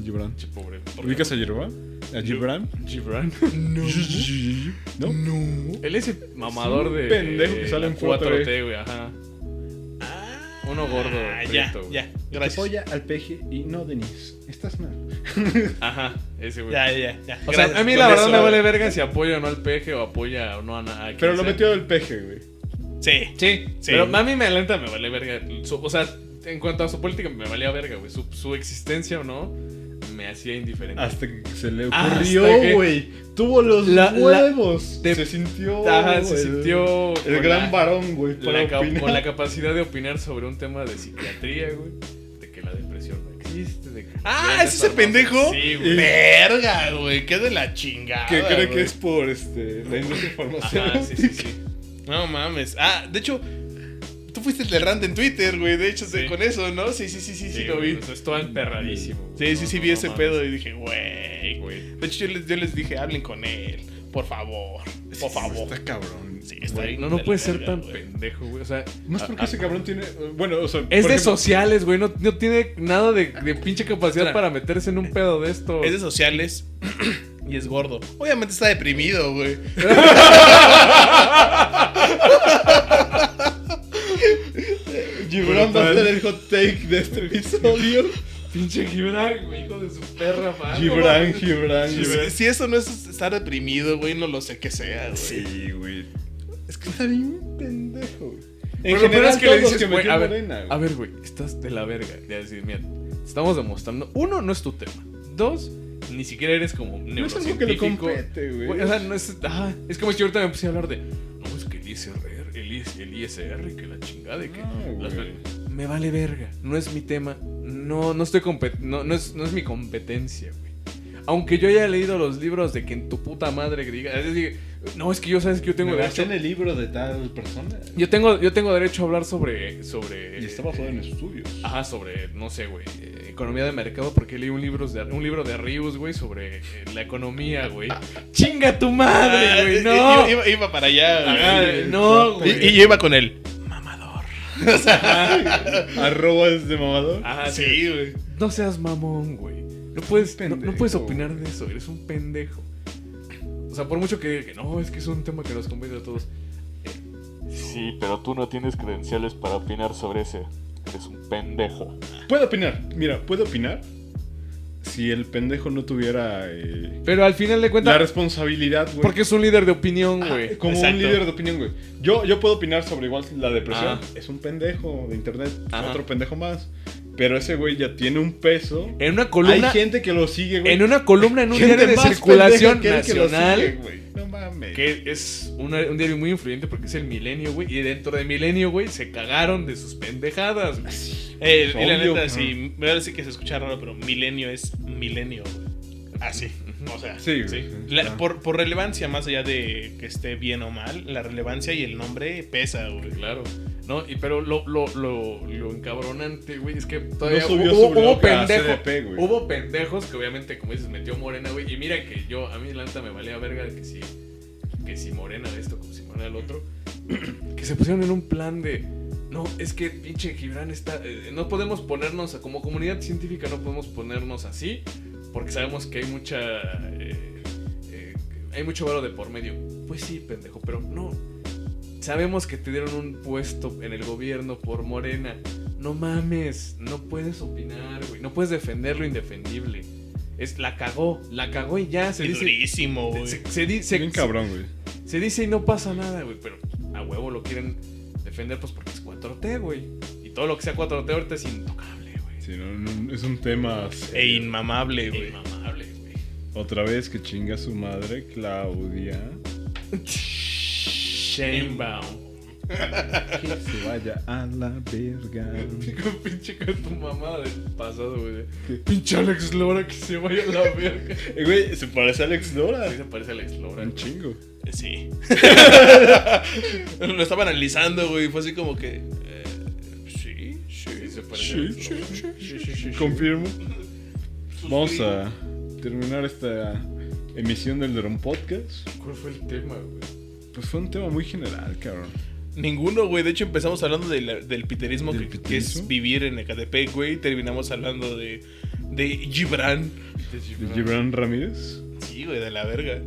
[SPEAKER 1] Gibran.
[SPEAKER 3] Pinche pobre.
[SPEAKER 1] ¿Ubicas a Gibran? ¿A Gibran?
[SPEAKER 3] Gibran?
[SPEAKER 4] No.
[SPEAKER 1] ¿No?
[SPEAKER 4] No.
[SPEAKER 3] Él es el
[SPEAKER 1] Es
[SPEAKER 3] mamador
[SPEAKER 1] un
[SPEAKER 3] de.
[SPEAKER 1] pendejo que
[SPEAKER 3] de
[SPEAKER 1] sale
[SPEAKER 3] la
[SPEAKER 1] en
[SPEAKER 3] 4T, güey, ajá. Uno gordo,
[SPEAKER 4] Ah, ya,
[SPEAKER 3] prieto, güey.
[SPEAKER 4] ya. Gracias.
[SPEAKER 1] al peje y no Denise. Estás mal.
[SPEAKER 3] Ajá, ese güey.
[SPEAKER 4] Ya, ya, ya.
[SPEAKER 3] O
[SPEAKER 4] Gracias.
[SPEAKER 3] sea, a mí
[SPEAKER 4] Con
[SPEAKER 3] la verdad
[SPEAKER 4] eso,
[SPEAKER 3] me vale verga si apoya o no al peje o apoya o no a nada.
[SPEAKER 1] Pero lo metió el peje, güey.
[SPEAKER 4] Sí.
[SPEAKER 3] Sí,
[SPEAKER 4] Sí.
[SPEAKER 3] Pero a mí me alenta, me vale verga. Su- o sea, en cuanto a su política, me valía verga, güey. Su, su existencia o no, me hacía indiferente.
[SPEAKER 1] Hasta que se le
[SPEAKER 3] Hasta
[SPEAKER 1] ocurrió,
[SPEAKER 3] que-
[SPEAKER 1] güey. Tuvo los
[SPEAKER 3] La- la-
[SPEAKER 1] huevos.
[SPEAKER 3] de-
[SPEAKER 1] Se sintió.
[SPEAKER 3] Ajá, se
[SPEAKER 1] güey,
[SPEAKER 3] sintió.
[SPEAKER 1] El
[SPEAKER 3] con
[SPEAKER 1] gran
[SPEAKER 3] la-
[SPEAKER 1] varón, güey. Para
[SPEAKER 3] la ca-
[SPEAKER 1] opinar.
[SPEAKER 3] con la capacidad de opinar sobre un tema de psiquiatría, güey. De que la depresión no existe. De que
[SPEAKER 4] Ah, ¿es ese pendejo?
[SPEAKER 3] Sí, güey.
[SPEAKER 4] Verga, güey. Qué de la chingada.
[SPEAKER 1] Que cree
[SPEAKER 4] güey.
[SPEAKER 1] que es por este, la industria
[SPEAKER 3] Ajá,
[SPEAKER 1] farmacéutica.
[SPEAKER 3] sí, sí, sí.
[SPEAKER 4] No mames. Ah, de hecho, Tú fuiste el del rant en Twitter, güey. De hecho,
[SPEAKER 3] Sí.
[SPEAKER 4] con eso, ¿no? Sí, sí, sí, sí, sí, lo vi.
[SPEAKER 3] Estuvo emperradísimo. güey.
[SPEAKER 4] Sí, sí, sí,
[SPEAKER 3] No,
[SPEAKER 4] vi
[SPEAKER 3] no
[SPEAKER 4] ese
[SPEAKER 3] mames.
[SPEAKER 4] pedo y dije, güey.
[SPEAKER 3] Güey.
[SPEAKER 4] De hecho, yo les, yo les dije, hablen con él. Por favor, por favor.
[SPEAKER 1] Está cabrón.
[SPEAKER 4] Sí, está ahí.
[SPEAKER 3] No, no
[SPEAKER 4] de la
[SPEAKER 3] puede ser
[SPEAKER 4] verga,
[SPEAKER 3] tan
[SPEAKER 4] güey.
[SPEAKER 3] pendejo, güey. O sea,
[SPEAKER 1] Más porque ese cabrón tiene. eh, Bueno, o sea.
[SPEAKER 3] Ah, es
[SPEAKER 1] por
[SPEAKER 3] de
[SPEAKER 1] ejemplo-
[SPEAKER 3] sociales, güey. No, no tiene nada de, de pinche capacidad
[SPEAKER 4] Espera.
[SPEAKER 3] para meterse en un pedo de esto.
[SPEAKER 4] Es de sociales y es gordo. Obviamente está deprimido, güey. Gibran va a ser el hot take de este episodio.
[SPEAKER 3] Pinche Gibran, güey, hijo de su perra, madre.
[SPEAKER 1] Gibran, Gibran.
[SPEAKER 4] Si, si eso no es estar deprimido, güey, no lo sé qué sea, güey.
[SPEAKER 1] Sí, güey. Es que está bien pendejo. güey. En
[SPEAKER 3] Pero lo
[SPEAKER 1] general,
[SPEAKER 3] peor es que le
[SPEAKER 1] todos los
[SPEAKER 3] dices,
[SPEAKER 1] que
[SPEAKER 3] güey,
[SPEAKER 1] metió
[SPEAKER 3] a ver,
[SPEAKER 1] Morena, güey.
[SPEAKER 3] a ver, güey, estás de la verga. Ya decir, mira, te estamos demostrando. Uno, no es tu tema. Dos, ni siquiera eres como
[SPEAKER 1] No es algo que le
[SPEAKER 3] neurocientífico.
[SPEAKER 1] compete,
[SPEAKER 3] Güey,
[SPEAKER 1] güey.
[SPEAKER 3] o sea, no es. ajá, es como si ahorita me puse a hablar de. No, es que el ISR, el, IS el ISR, que la chingada, y que.
[SPEAKER 1] No,
[SPEAKER 3] las-
[SPEAKER 1] Ah, güey.
[SPEAKER 3] me vale verga. No es mi tema. No, no estoy compet- no, no es, no es mi competencia, güey. Aunque yo haya leído los libros de que en tu puta madre que diga. Es decir, no, es que yo sabes que yo tengo
[SPEAKER 1] Me basé
[SPEAKER 3] derecho.
[SPEAKER 1] en el libro de tal persona.
[SPEAKER 3] Yo tengo, yo tengo derecho a hablar sobre. sobre
[SPEAKER 1] Y está basado en estudios.
[SPEAKER 3] Ajá, sobre, no sé, güey, eh, economía de mercado, porque leí un libro de, un libro de Rius, güey, sobre eh, la economía, güey. ¡Chinga tu
[SPEAKER 1] Ah,
[SPEAKER 3] madre, güey! ¡No!
[SPEAKER 4] Ah, Iba, iba para allá, güey.
[SPEAKER 3] Ajá, no,
[SPEAKER 4] Y,
[SPEAKER 3] güey.
[SPEAKER 4] y yo iba con él.
[SPEAKER 1] Arrobas de mamador.
[SPEAKER 3] Ajá, Ah, sí.
[SPEAKER 4] Sí, güey.
[SPEAKER 3] No seas mamón, güey. No puedes, no, no puedes
[SPEAKER 1] pendejo,
[SPEAKER 3] opinar de eso, eres un pendejo. O sea, por mucho que diga que no, es que es un tema que nos compete a todos.
[SPEAKER 5] Sí, pero tú no tienes credenciales para opinar sobre ese. Eres un pendejo.
[SPEAKER 1] Puedo opinar. Mira, puedo opinar. Si el pendejo no tuviera eh,
[SPEAKER 3] Pero al final de
[SPEAKER 1] la
[SPEAKER 3] cuentas,
[SPEAKER 1] responsabilidad, güey. Ah,
[SPEAKER 3] porque es un líder de opinión, güey.
[SPEAKER 1] como
[SPEAKER 4] Exacto.
[SPEAKER 1] un líder de opinión, güey. Yo, yo puedo opinar sobre igual la depresión.
[SPEAKER 3] Ajá.
[SPEAKER 1] Es un pendejo de internet,
[SPEAKER 3] Ah. Ajá.
[SPEAKER 1] otro pendejo más. Pero ese güey ya tiene un peso.
[SPEAKER 3] En una columna,
[SPEAKER 1] Hay gente que lo sigue, güey.
[SPEAKER 3] en una columna, en un
[SPEAKER 1] Gente
[SPEAKER 3] diario de
[SPEAKER 1] más
[SPEAKER 3] circulación
[SPEAKER 1] pendeja que él que lo
[SPEAKER 3] nacional.
[SPEAKER 1] sigue, güey. no mames.
[SPEAKER 3] Que es una- un diario muy influyente porque es el milenio, güey. Y dentro de milenio, güey, se cagaron de sus pendejadas, güey.
[SPEAKER 4] Eh, y la
[SPEAKER 1] Obvio,
[SPEAKER 4] neta,
[SPEAKER 1] ajá.
[SPEAKER 4] sí, me parece que se escucha raro, pero milenio es milenio, güey. Así. O sea,
[SPEAKER 1] Sí, güey.
[SPEAKER 4] La-
[SPEAKER 1] Ajá.
[SPEAKER 4] por, por relevancia, más allá de que esté bien o mal, la relevancia y el nombre pesa, güey.
[SPEAKER 3] Claro. No, y pero lo, lo, lo, lo encabronante, güey, es que todavía
[SPEAKER 1] No subió
[SPEAKER 3] hubo,
[SPEAKER 1] su blog
[SPEAKER 3] hubo
[SPEAKER 1] a
[SPEAKER 3] pendejo-
[SPEAKER 1] CDP, güey.
[SPEAKER 3] hubo pendejos que obviamente, como dices, metió Morena, güey. Y mira que yo, a mí la neta me valía verga que si, que si Morena de esto, como si Morena el otro. que se pusieron en un plan de, no, es que pinche Gibran está, eh, no podemos ponernos, como comunidad científica no podemos ponernos así, porque sabemos que hay mucha, eh, eh, hay mucho valor de por medio. Pues sí, pendejo, pero no. Sabemos que te dieron un puesto en el gobierno por Morena. No mames, no puedes opinar, güey. No puedes defender lo indefendible. Es la cagó, la cagó y ya se
[SPEAKER 4] Y
[SPEAKER 3] dice.
[SPEAKER 4] durísimo, güey.
[SPEAKER 3] Se, se di- se-
[SPEAKER 1] Bien cabrón, güey.
[SPEAKER 3] se dice y no pasa nada, güey. Pero a huevo lo quieren defender, pues porque es 4T, güey. Y todo lo que sea 4T ahorita es intocable, güey.
[SPEAKER 1] Sí, no, no, es un tema
[SPEAKER 4] E
[SPEAKER 1] serio.
[SPEAKER 4] inmamable, güey.
[SPEAKER 3] Inmamable, güey.
[SPEAKER 1] Otra vez que chinga su madre, Claudia.
[SPEAKER 3] Shanebaum.
[SPEAKER 1] Que se vaya a la verga.
[SPEAKER 3] Pinche con tu mamada del pasado, güey. Pinche Alex Lora que se vaya a la verga.
[SPEAKER 1] Eh, güey, se parece a Alex Dora.
[SPEAKER 3] Ahí se parece a Alex Lora.
[SPEAKER 1] Un chingo.
[SPEAKER 4] Sí. Lo estaba analizando, güey. Fue así como que. eh, sí, sí.
[SPEAKER 3] Sí, se
[SPEAKER 1] Sí,
[SPEAKER 3] parece a Alex
[SPEAKER 1] sí,
[SPEAKER 3] Lora.
[SPEAKER 1] sí.
[SPEAKER 3] Sí, sí, sí, sí.
[SPEAKER 1] Confirmo. Vamos a terminar esta emisión del Drone Podcast.
[SPEAKER 3] ¿Cuál fue el tema, güey?
[SPEAKER 1] Pues fue un tema muy general, cabrón.
[SPEAKER 4] Ninguno, güey. De hecho, empezamos hablando de la- del piterismo,
[SPEAKER 1] ¿Del
[SPEAKER 4] que, que
[SPEAKER 1] piterismo?
[SPEAKER 4] es vivir en Ecatepec, güey. Terminamos hablando de, de Gibran.
[SPEAKER 1] De Gibran Ramírez.
[SPEAKER 4] Sí, güey, de la verga.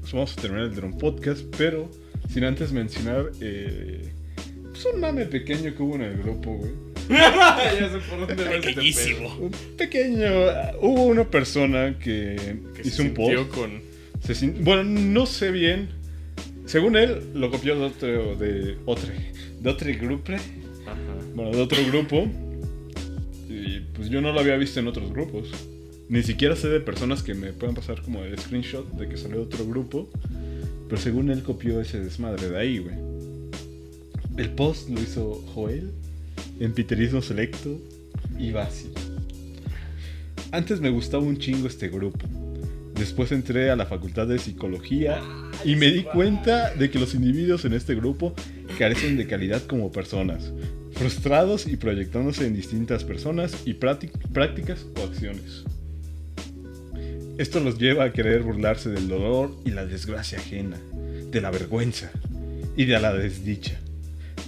[SPEAKER 1] Pues vamos a terminar el Drone Podcast, pero sin antes mencionar eh, pues un mame pequeño que hubo en el grupo, güey.
[SPEAKER 3] ya sé por dónde va este
[SPEAKER 4] Pequeñísimo.
[SPEAKER 1] Un pequeño. Hubo una persona que,
[SPEAKER 3] pedo. Que
[SPEAKER 1] hizo
[SPEAKER 3] se
[SPEAKER 1] un post.
[SPEAKER 3] sintió con...
[SPEAKER 1] Se sin- Bueno, no sé bien. Según él, lo copió de otro, de otro, de otro grupo.
[SPEAKER 3] Ajá.
[SPEAKER 1] Bueno, de otro grupo. Y pues yo no lo había visto en otros grupos. Ni siquiera sé de personas que me puedan pasar como el screenshot de que salió de otro grupo. Pero según él copió ese desmadre de ahí, güey. El post lo hizo Joel en Piterismo Selecto y Basi. Antes me gustaba un chingo este grupo. Después entré a la facultad de psicología y me di cuenta de que los individuos en este grupo carecen de calidad como personas, frustrados y proyectándose en distintas personas y prácti- prácticas o acciones. Esto los lleva a querer burlarse del dolor y la desgracia ajena, de la vergüenza y de la desdicha.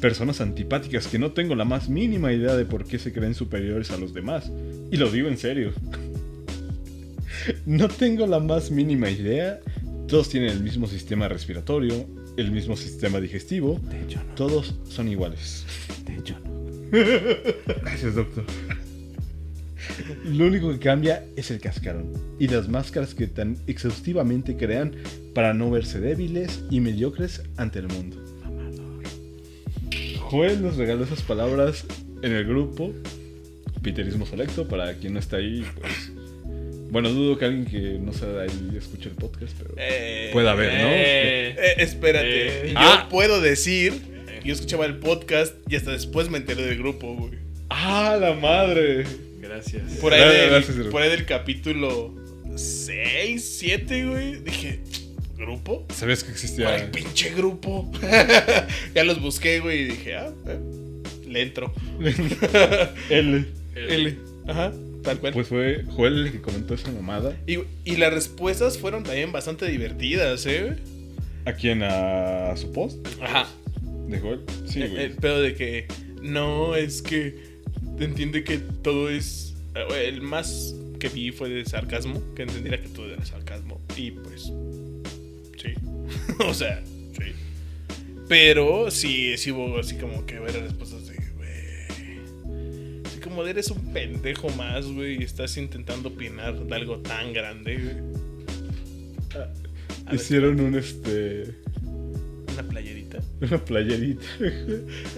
[SPEAKER 1] Personas antipáticas que no tengo la más mínima idea de por qué se creen superiores a los demás. Y lo digo en serio. No tengo la más mínima idea. Todos tienen el mismo sistema respiratorio, el mismo sistema digestivo. Todos son iguales. Gracias, doctor. Lo único que cambia es el cascarón y las máscaras que tan exhaustivamente crean para no verse débiles y mediocres ante el mundo. Joel nos regaló esas palabras en el grupo Piterismo Selecto, para quien no está ahí, pues... Bueno, dudo que alguien que no sea de ahí escuche el podcast, pero...
[SPEAKER 4] Eh,
[SPEAKER 1] Puede haber, ¿no?
[SPEAKER 3] Eh,
[SPEAKER 4] eh, espérate.
[SPEAKER 3] Eh.
[SPEAKER 4] Yo
[SPEAKER 3] Ah.
[SPEAKER 4] puedo decir. que Yo escuchaba el podcast y hasta después me enteré del grupo, güey.
[SPEAKER 1] ¡Ah, la madre!
[SPEAKER 3] Gracias.
[SPEAKER 4] Por ahí,
[SPEAKER 1] Gracias,
[SPEAKER 4] del,
[SPEAKER 1] gracias, Drew.
[SPEAKER 4] por ahí del capítulo 6, 7, güey. Dije, ¿grupo?
[SPEAKER 1] ¿Sabías que
[SPEAKER 4] ¿Cuál
[SPEAKER 1] existía?
[SPEAKER 4] pinche grupo? ya los busqué, güey, y dije, ah, eh, le entro.
[SPEAKER 1] L.
[SPEAKER 4] L. Ajá, tal cual.
[SPEAKER 1] Pues fue Joel el que comentó esa mamada.
[SPEAKER 4] y, y las respuestas fueron también bastante divertidas, ¿eh?
[SPEAKER 1] ¿A quién? ¿A ah, su post?
[SPEAKER 4] Ajá.
[SPEAKER 1] ¿De Joel? Sí,
[SPEAKER 4] El-
[SPEAKER 1] güey.
[SPEAKER 4] El pedo Eh, de que no, es que te entiende que todo es. eh, El más que vi fue de sarcasmo, que entendiera que todo era sarcasmo. Y pues. Sí. o sea, sí. Pero sí, sí hubo así como que ver respuestas de. "Güey". Así como de eres un pendejo más, güey, y estás intentando opinar de algo tan grande, güey. Ah, eh, A ver,
[SPEAKER 1] Hicieron un este.
[SPEAKER 4] Una playerita.
[SPEAKER 1] Una playerita.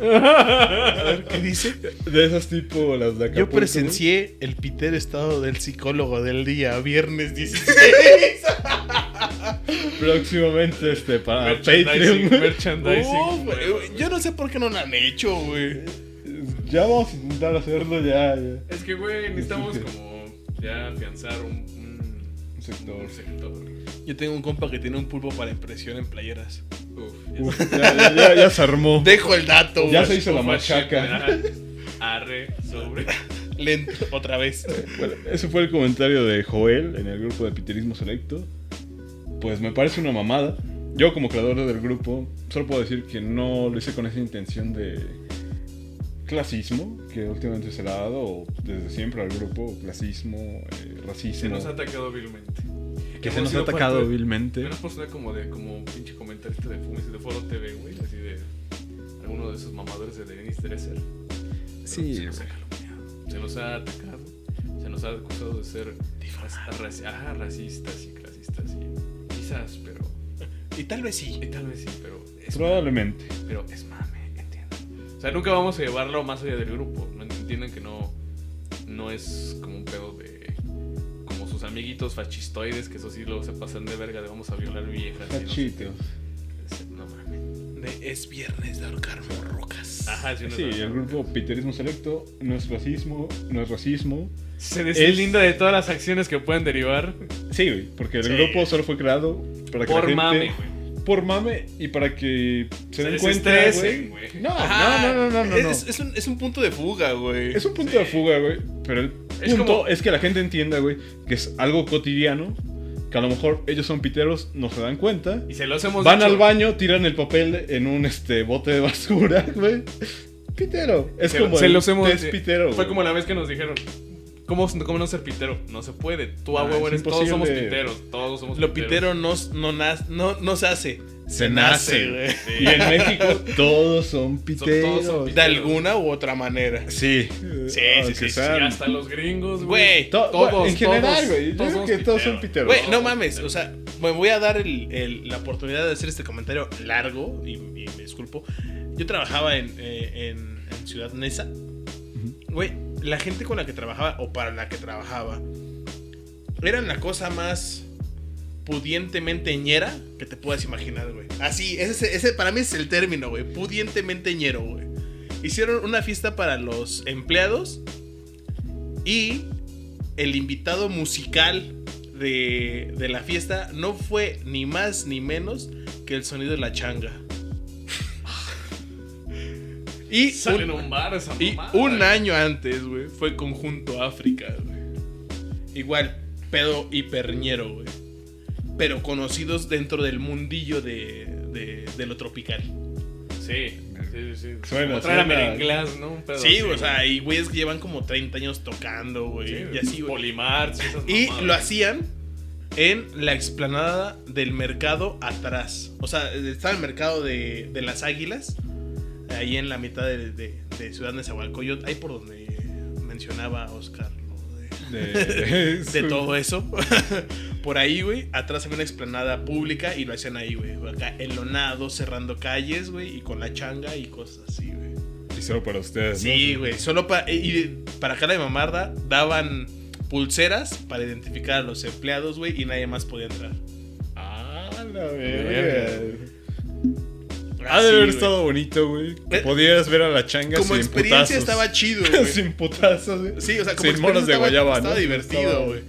[SPEAKER 4] A ver, ¿qué dice?
[SPEAKER 1] De esas tipo las de acá.
[SPEAKER 4] Yo presencié el pitero estado del psicólogo del día, viernes 16.
[SPEAKER 1] Próximamente este para
[SPEAKER 3] Merchandising,
[SPEAKER 1] Patreon. güey.
[SPEAKER 4] Oh,
[SPEAKER 3] merchandising.
[SPEAKER 4] güey, yo no sé por qué no lo han hecho, güey.
[SPEAKER 1] Ya vamos a intentar hacerlo ya. ya.
[SPEAKER 3] Es que, güey, necesitamos como ya afianzar un,
[SPEAKER 1] Un
[SPEAKER 3] un,
[SPEAKER 1] sector.
[SPEAKER 3] un sector.
[SPEAKER 4] Yo tengo un compa que tiene un pulpo para impresión en playeras.
[SPEAKER 3] Uf, ya
[SPEAKER 1] Uf, ya, ya, ya- ya se armó.
[SPEAKER 4] Dejo el dato, güey.
[SPEAKER 1] Ya se hizo la
[SPEAKER 3] Uf,
[SPEAKER 1] machaca.
[SPEAKER 3] Arre, sobre.
[SPEAKER 4] Lento, otra vez.
[SPEAKER 1] Bueno, ese fue el comentario de Joel en el grupo de Piterismo Selecto. Pues me parece una mamada. Yo como creador del grupo, solo puedo decir que no lo hice con esa intención de clasismo, que últimamente se le ha dado o desde siempre al grupo, clasismo, eh, racismo.
[SPEAKER 3] Se nos ha atacado vilmente.
[SPEAKER 1] que
[SPEAKER 3] Hemos
[SPEAKER 1] se nos ha
[SPEAKER 3] sido
[SPEAKER 1] atacado
[SPEAKER 3] parte-
[SPEAKER 1] vilmente.
[SPEAKER 3] Menos por sonar como de como pinche comentarista de Fumis y de Foro TV, güey. Así de alguno de esos mamadores de Denis Dreser. Pero
[SPEAKER 1] Sí,
[SPEAKER 3] Se nos ha calumniado. Se nos ha atacado. Se nos ha acusado de ser raci- ajá, racistas y clasistas. Y quizás, pero.
[SPEAKER 4] Y tal vez sí.
[SPEAKER 3] Y tal vez sí, pero. Es
[SPEAKER 1] Probablemente.
[SPEAKER 3] mame, pero es mame, entiendo. O sea, nunca vamos a llevarlo más allá del grupo. No entienden que no. No es como un pedo de. Como sus amiguitos fascistoides, que eso sí luego se pasan de verga de vamos a violar viejas. y no sé qué.
[SPEAKER 1] Cachitos.
[SPEAKER 3] No mames.
[SPEAKER 4] De- es viernes de ahorcar morrocas.
[SPEAKER 3] Ajá, sí, una
[SPEAKER 1] Sí, el grupo Piterismo Selecto no es racismo, no es racismo.
[SPEAKER 3] Se deslinda de todas las acciones que pueden derivar
[SPEAKER 1] Sí, güey, porque el
[SPEAKER 4] Sí.
[SPEAKER 1] grupo solo fue creado para que la
[SPEAKER 3] por
[SPEAKER 1] gente-
[SPEAKER 3] mame, güey.
[SPEAKER 1] por mame y para que se,
[SPEAKER 3] Se
[SPEAKER 1] den cuenta,
[SPEAKER 3] desestresen,
[SPEAKER 1] güey.
[SPEAKER 3] güey.
[SPEAKER 1] No,
[SPEAKER 4] Ajá.
[SPEAKER 1] no, no, no, no, no.
[SPEAKER 4] Es,
[SPEAKER 1] Es,
[SPEAKER 4] es un, es un punto de fuga, güey.
[SPEAKER 1] un punto de fuga, güey. Pero el
[SPEAKER 3] Es
[SPEAKER 1] punto
[SPEAKER 3] como-
[SPEAKER 1] es que la gente entienda, güey, que es algo cotidiano. Que a lo mejor ellos son piteros, no se dan cuenta.
[SPEAKER 3] Y se los hemos
[SPEAKER 1] Van
[SPEAKER 3] dicho.
[SPEAKER 1] al baño, tiran el papel en un este bote de basura, güey. Pitero. Es
[SPEAKER 3] Se-
[SPEAKER 1] como
[SPEAKER 3] se
[SPEAKER 1] el
[SPEAKER 3] los hemos-
[SPEAKER 1] test pitero.
[SPEAKER 3] Fue
[SPEAKER 1] güey.
[SPEAKER 3] como la vez que nos dijeron. ¿Cómo, cómo no ser pitero? No se puede. Tú a
[SPEAKER 1] Ah,
[SPEAKER 3] huevo
[SPEAKER 1] es
[SPEAKER 3] eres. Todos somos
[SPEAKER 1] imposible.
[SPEAKER 3] piteros. Todos somos
[SPEAKER 4] Lo
[SPEAKER 3] piteros.
[SPEAKER 4] pitero no, no, nas- no, no se hace.
[SPEAKER 1] se nace.
[SPEAKER 4] güey.
[SPEAKER 1] güey. Y en México todos son piteros.
[SPEAKER 3] todos son
[SPEAKER 4] De alguna u otra manera.
[SPEAKER 1] Sí.
[SPEAKER 4] sí,
[SPEAKER 1] Aunque
[SPEAKER 4] sí, sí,
[SPEAKER 1] sean-
[SPEAKER 3] Y hasta los gringos,
[SPEAKER 4] Güey,
[SPEAKER 3] güey.
[SPEAKER 1] To-
[SPEAKER 3] todos,
[SPEAKER 1] bueno, en general,
[SPEAKER 3] todos,
[SPEAKER 1] güey. Yo
[SPEAKER 3] todos
[SPEAKER 1] creo
[SPEAKER 3] somos
[SPEAKER 1] que todos son
[SPEAKER 3] piteros.
[SPEAKER 1] piteros.
[SPEAKER 4] Güey, no mames, o sea, me voy a dar el- el- la oportunidad de hacer este comentario largo y, y me disculpo. Yo trabajaba en, eh, en- en Ciudad Neza. Güey, la gente con la que trabajaba o para la que trabajaba eran la cosa más pudientemente ñera que te puedas imaginar, güey. Así, ese, ese para mí es el término, güey. Pudientemente ñero, güey. Hicieron una fiesta para los empleados y el invitado musical de, de la fiesta no fue ni más ni menos que el sonido de la changa. Y
[SPEAKER 3] Sale en
[SPEAKER 4] un-
[SPEAKER 3] un bar esa
[SPEAKER 4] Y
[SPEAKER 3] mamada,
[SPEAKER 4] un
[SPEAKER 3] güey.
[SPEAKER 4] año antes, güey, fue Conjunto África, güey. Igual, pedo hiperñero, güey. Pero conocidos dentro del mundillo de, de, de lo tropical.
[SPEAKER 3] Sí, sí, sí. sí.
[SPEAKER 1] Suena,
[SPEAKER 3] Como traer
[SPEAKER 1] suena.
[SPEAKER 3] a Merenglás, ¿no? Un pedo
[SPEAKER 4] sí,
[SPEAKER 3] así,
[SPEAKER 4] o sea, y güeyes que llevan como 30 años tocando, güey. y así, güey.
[SPEAKER 3] Polimar, sí, esas
[SPEAKER 4] Y
[SPEAKER 3] mamadas.
[SPEAKER 4] lo hacían en la explanada del mercado atrás. O sea, está el mercado de, de las águilas. Ahí en la mitad de, de, de Ciudad Nezahualcóyotl. Ahí por donde mencionaba Oscar. lo de-
[SPEAKER 1] De,
[SPEAKER 4] de todo eso. Por ahí, güey, atrás había una explanada pública y lo hacían ahí, güey. Acá enlonado, cerrando calles, güey, y con la changa y cosas así, güey.
[SPEAKER 1] Y solo para ustedes, Pues ¿no?
[SPEAKER 4] Sí, güey, solo para... Y para cara de mamarda daban pulseras para identificar a los empleados, güey, y nadie más podía entrar.
[SPEAKER 1] Ah, la verga.
[SPEAKER 3] Verga.
[SPEAKER 1] Ha de haber
[SPEAKER 4] Así, güey.
[SPEAKER 1] estado bonito, güey. Que
[SPEAKER 4] Eh,
[SPEAKER 1] podías ver a la changa
[SPEAKER 4] Como
[SPEAKER 1] sin
[SPEAKER 4] experiencia
[SPEAKER 1] putazos.
[SPEAKER 4] estaba chido, güey.
[SPEAKER 1] sin putazos, güey.
[SPEAKER 4] Sí, o sea, como
[SPEAKER 1] Sin monos de
[SPEAKER 4] experiencia estaba-
[SPEAKER 1] guayaba,
[SPEAKER 4] estaba
[SPEAKER 1] ¿no? Estaba
[SPEAKER 4] divertido, güey.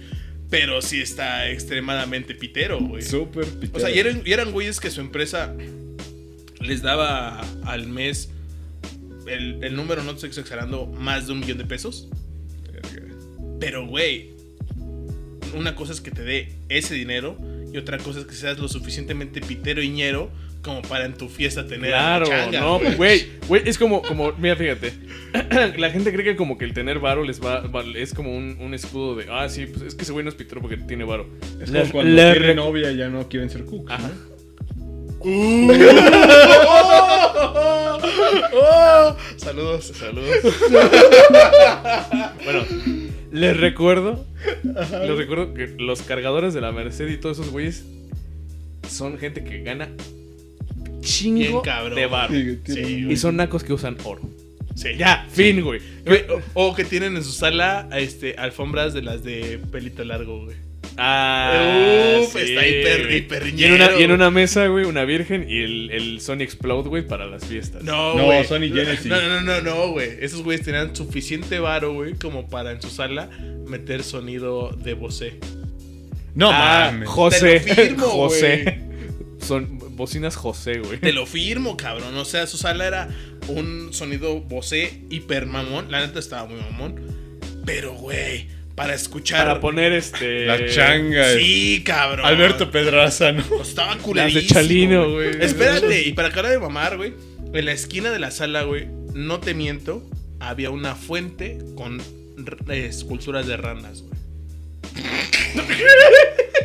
[SPEAKER 4] Pero sí está extremadamente pitero, güey.
[SPEAKER 1] Súper pitero.
[SPEAKER 4] O sea, y eran, y eran güeyes que su empresa les daba al mes el, el número, no estoy exagerando, más de un millón de pesos.
[SPEAKER 1] Verga.
[SPEAKER 4] Pero, güey, una cosa es que te dé ese dinero y otra cosa es que seas lo suficientemente pitero y ñero como para en tu fiesta tener a la
[SPEAKER 3] Claro,
[SPEAKER 4] changa,
[SPEAKER 3] no, güey, güey, es como, como, mira, fíjate, la gente cree que como que el tener varo les va, va- es como un, un escudo de, ah, sí, pues es que ese güey no es pitero porque tiene varo.
[SPEAKER 1] Es
[SPEAKER 3] Le-
[SPEAKER 1] como cuando
[SPEAKER 3] le
[SPEAKER 1] tienen
[SPEAKER 3] rec-
[SPEAKER 1] novia y ya no quieren ser cooks.
[SPEAKER 3] Ajá.
[SPEAKER 4] Saludos.
[SPEAKER 3] Saludos. bueno, les recuerdo, les recuerdo que los cargadores de la Merced y todos esos güeyes son gente que gana
[SPEAKER 4] Bien
[SPEAKER 3] chingo
[SPEAKER 4] cabrón.
[SPEAKER 3] de varo.
[SPEAKER 1] Sí, tienen-
[SPEAKER 4] Sí,
[SPEAKER 3] Y
[SPEAKER 4] güey.
[SPEAKER 3] son nacos que usan oro.
[SPEAKER 4] Sí.
[SPEAKER 3] Ya, fin, güey.
[SPEAKER 4] Güey, O, o que tienen en su sala este, alfombras de las de pelito largo, güey.
[SPEAKER 3] Ah,
[SPEAKER 4] Uf, está hiper-
[SPEAKER 3] güey.
[SPEAKER 4] hiperñero,
[SPEAKER 3] y en, una, y en
[SPEAKER 4] güey.
[SPEAKER 3] una mesa, güey, una virgen y el, el Sony Explode, güey, para las fiestas.
[SPEAKER 4] No,
[SPEAKER 1] No,
[SPEAKER 4] güey.
[SPEAKER 1] Sony Genesis.
[SPEAKER 4] No, no, no, no, güey. Esos güeyes tenían suficiente varo, güey, como para en su sala meter sonido de vocé.
[SPEAKER 1] No
[SPEAKER 3] Ah,
[SPEAKER 1] mames.
[SPEAKER 3] José.
[SPEAKER 4] Te lo firmo,
[SPEAKER 3] José. Son bocinas José, güey.
[SPEAKER 4] Te lo firmo, cabrón. O sea, su sala era un sonido vocé hiper mamón. La neta estaba muy mamón. Pero, güey, para escuchar.
[SPEAKER 3] Para poner este.
[SPEAKER 1] La changa.
[SPEAKER 4] Sí, cabrón.
[SPEAKER 1] Alberto Pedraza, ¿no?
[SPEAKER 4] Pues Estaba
[SPEAKER 3] Las
[SPEAKER 4] culerísimo.
[SPEAKER 3] de Chalino,
[SPEAKER 4] güey.
[SPEAKER 3] güey.
[SPEAKER 4] Espérate, y para cara de mamar, güey, en la esquina de la sala, güey, no te miento, había una fuente con r- eh, esculturas de ranas, güey.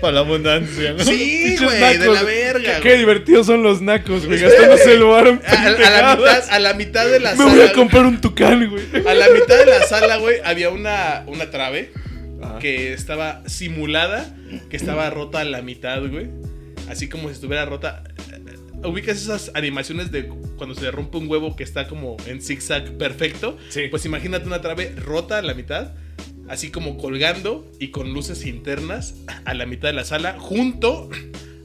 [SPEAKER 1] Para la abundancia, ¿no?
[SPEAKER 4] Sí,
[SPEAKER 3] Pinches
[SPEAKER 4] güey, de
[SPEAKER 3] nacos.
[SPEAKER 4] la verga,
[SPEAKER 3] Qué, qué
[SPEAKER 4] güey.
[SPEAKER 3] divertidos son los nacos, güey. Gastándose el lugar en
[SPEAKER 4] A, a la mitad,
[SPEAKER 3] pendejadas.
[SPEAKER 4] a la mitad de la
[SPEAKER 3] Me voy a
[SPEAKER 4] sala.
[SPEAKER 3] comprar un tucán, güey.
[SPEAKER 4] A la mitad de la sala, güey, había una, una trave
[SPEAKER 3] Ah,
[SPEAKER 4] que estaba simulada, que estaba rota a la mitad, güey. Así como si estuviera rota. Ubicas esas animaciones de cuando se rompe un huevo que está como en zigzag perfecto.
[SPEAKER 3] Sí.
[SPEAKER 4] Pues imagínate una trave rota a la mitad, así como colgando y con luces internas a la mitad de la sala, junto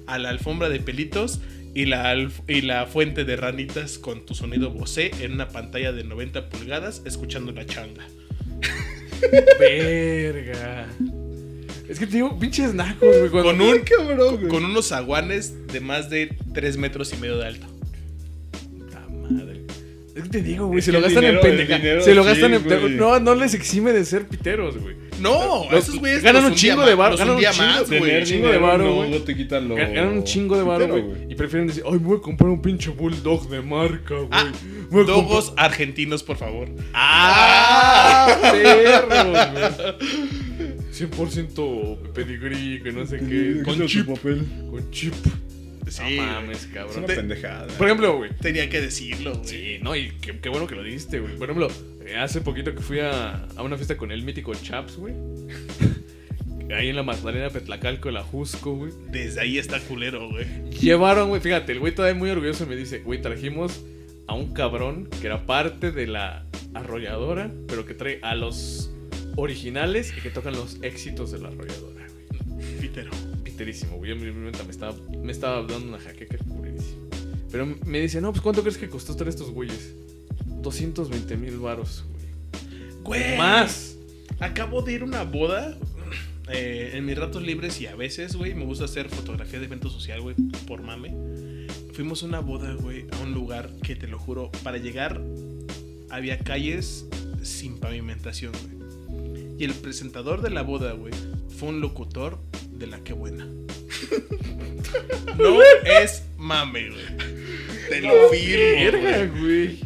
[SPEAKER 4] a la alfombra de pelitos y la, alf- y la fuente de ranitas con tu sonido vocé en una pantalla de 90 pulgadas, escuchando la changa.
[SPEAKER 3] Verga. Es que te digo, pinches nacos, güey. cuando-
[SPEAKER 4] Con un-
[SPEAKER 1] cabrón, güey.
[SPEAKER 4] Con unos aguanes de más de 3 metros y medio de alto.
[SPEAKER 3] Puta madre. Es que te digo, güey,
[SPEAKER 1] Es
[SPEAKER 3] se
[SPEAKER 1] que
[SPEAKER 3] lo
[SPEAKER 1] el
[SPEAKER 3] gastan en
[SPEAKER 1] dinero- el
[SPEAKER 3] pendeja.
[SPEAKER 1] dinero,
[SPEAKER 3] Se lo
[SPEAKER 1] sí,
[SPEAKER 3] gastan en
[SPEAKER 1] güey.
[SPEAKER 3] pendeja. No, no les exime de ser piteros, güey.
[SPEAKER 4] No,
[SPEAKER 3] Los-
[SPEAKER 4] esos güeyes
[SPEAKER 3] ganan
[SPEAKER 4] los
[SPEAKER 3] un chingo
[SPEAKER 4] hundía
[SPEAKER 3] de
[SPEAKER 4] ma-
[SPEAKER 3] varo,
[SPEAKER 4] los
[SPEAKER 3] ganan un
[SPEAKER 4] hundía
[SPEAKER 3] chingo,
[SPEAKER 4] más,
[SPEAKER 3] güey,
[SPEAKER 1] Tener
[SPEAKER 3] un chingo de
[SPEAKER 1] dinero
[SPEAKER 3] varo,
[SPEAKER 1] no,
[SPEAKER 3] güey.
[SPEAKER 1] no te quita lo.
[SPEAKER 3] Ganan un chingo de varo,
[SPEAKER 1] pitero,
[SPEAKER 3] güey. Y prefieren decir, ay, me voy a comprar un pinche bulldog de marca, güey.
[SPEAKER 4] Ah,
[SPEAKER 3] Me voy a
[SPEAKER 4] Dogos argentinos, por favor.
[SPEAKER 3] ¡Ah! ¡Perros, güey! 100% pedigrí, que no sé qué.
[SPEAKER 1] Con
[SPEAKER 3] Con chip.
[SPEAKER 1] papel.
[SPEAKER 3] Con chip.
[SPEAKER 4] Sí,
[SPEAKER 3] no mames,
[SPEAKER 1] Es
[SPEAKER 3] cabrón.
[SPEAKER 1] una
[SPEAKER 3] Te-
[SPEAKER 1] pendejada.
[SPEAKER 3] Por ejemplo, güey.
[SPEAKER 4] tenía que decirlo, güey.
[SPEAKER 3] Sí, no, y qué, qué bueno que lo dijiste, güey. Por ejemplo, eh, hace poquito que fui a, a una fiesta con el mítico Chaps, güey. Ahí en la Magdalena Petlacalco, la Jusco, güey.
[SPEAKER 4] Desde ahí está culero, güey.
[SPEAKER 3] Llevaron, güey, fíjate, el güey todavía muy orgulloso me dice, güey, trajimos a un cabrón que era parte de la arrolladora, pero que trae a los originales y que tocan los éxitos de la arrolladora, güey.
[SPEAKER 4] Pitero.
[SPEAKER 3] Piterísimo, güey. Yo me, me estaba, me estaba dando una jaqueca culerísima. Pero me dice, no, pues ¿cuánto crees que costó traer estos güeyes? 220 mil varos, güey.
[SPEAKER 4] Güey.
[SPEAKER 3] Más.
[SPEAKER 4] Acabo de ir a una boda. eh, en mis ratos libres y a veces, güey, me gusta hacer fotografía de evento social, güey, por mame. Fuimos a una boda, güey, a un lugar que te lo juro, para llegar había calles sin pavimentación, güey. Y el presentador de la boda, güey, fue un locutor de la que buena. No es mame, güey. Te lo firmo. güey.
[SPEAKER 3] Verga, güey.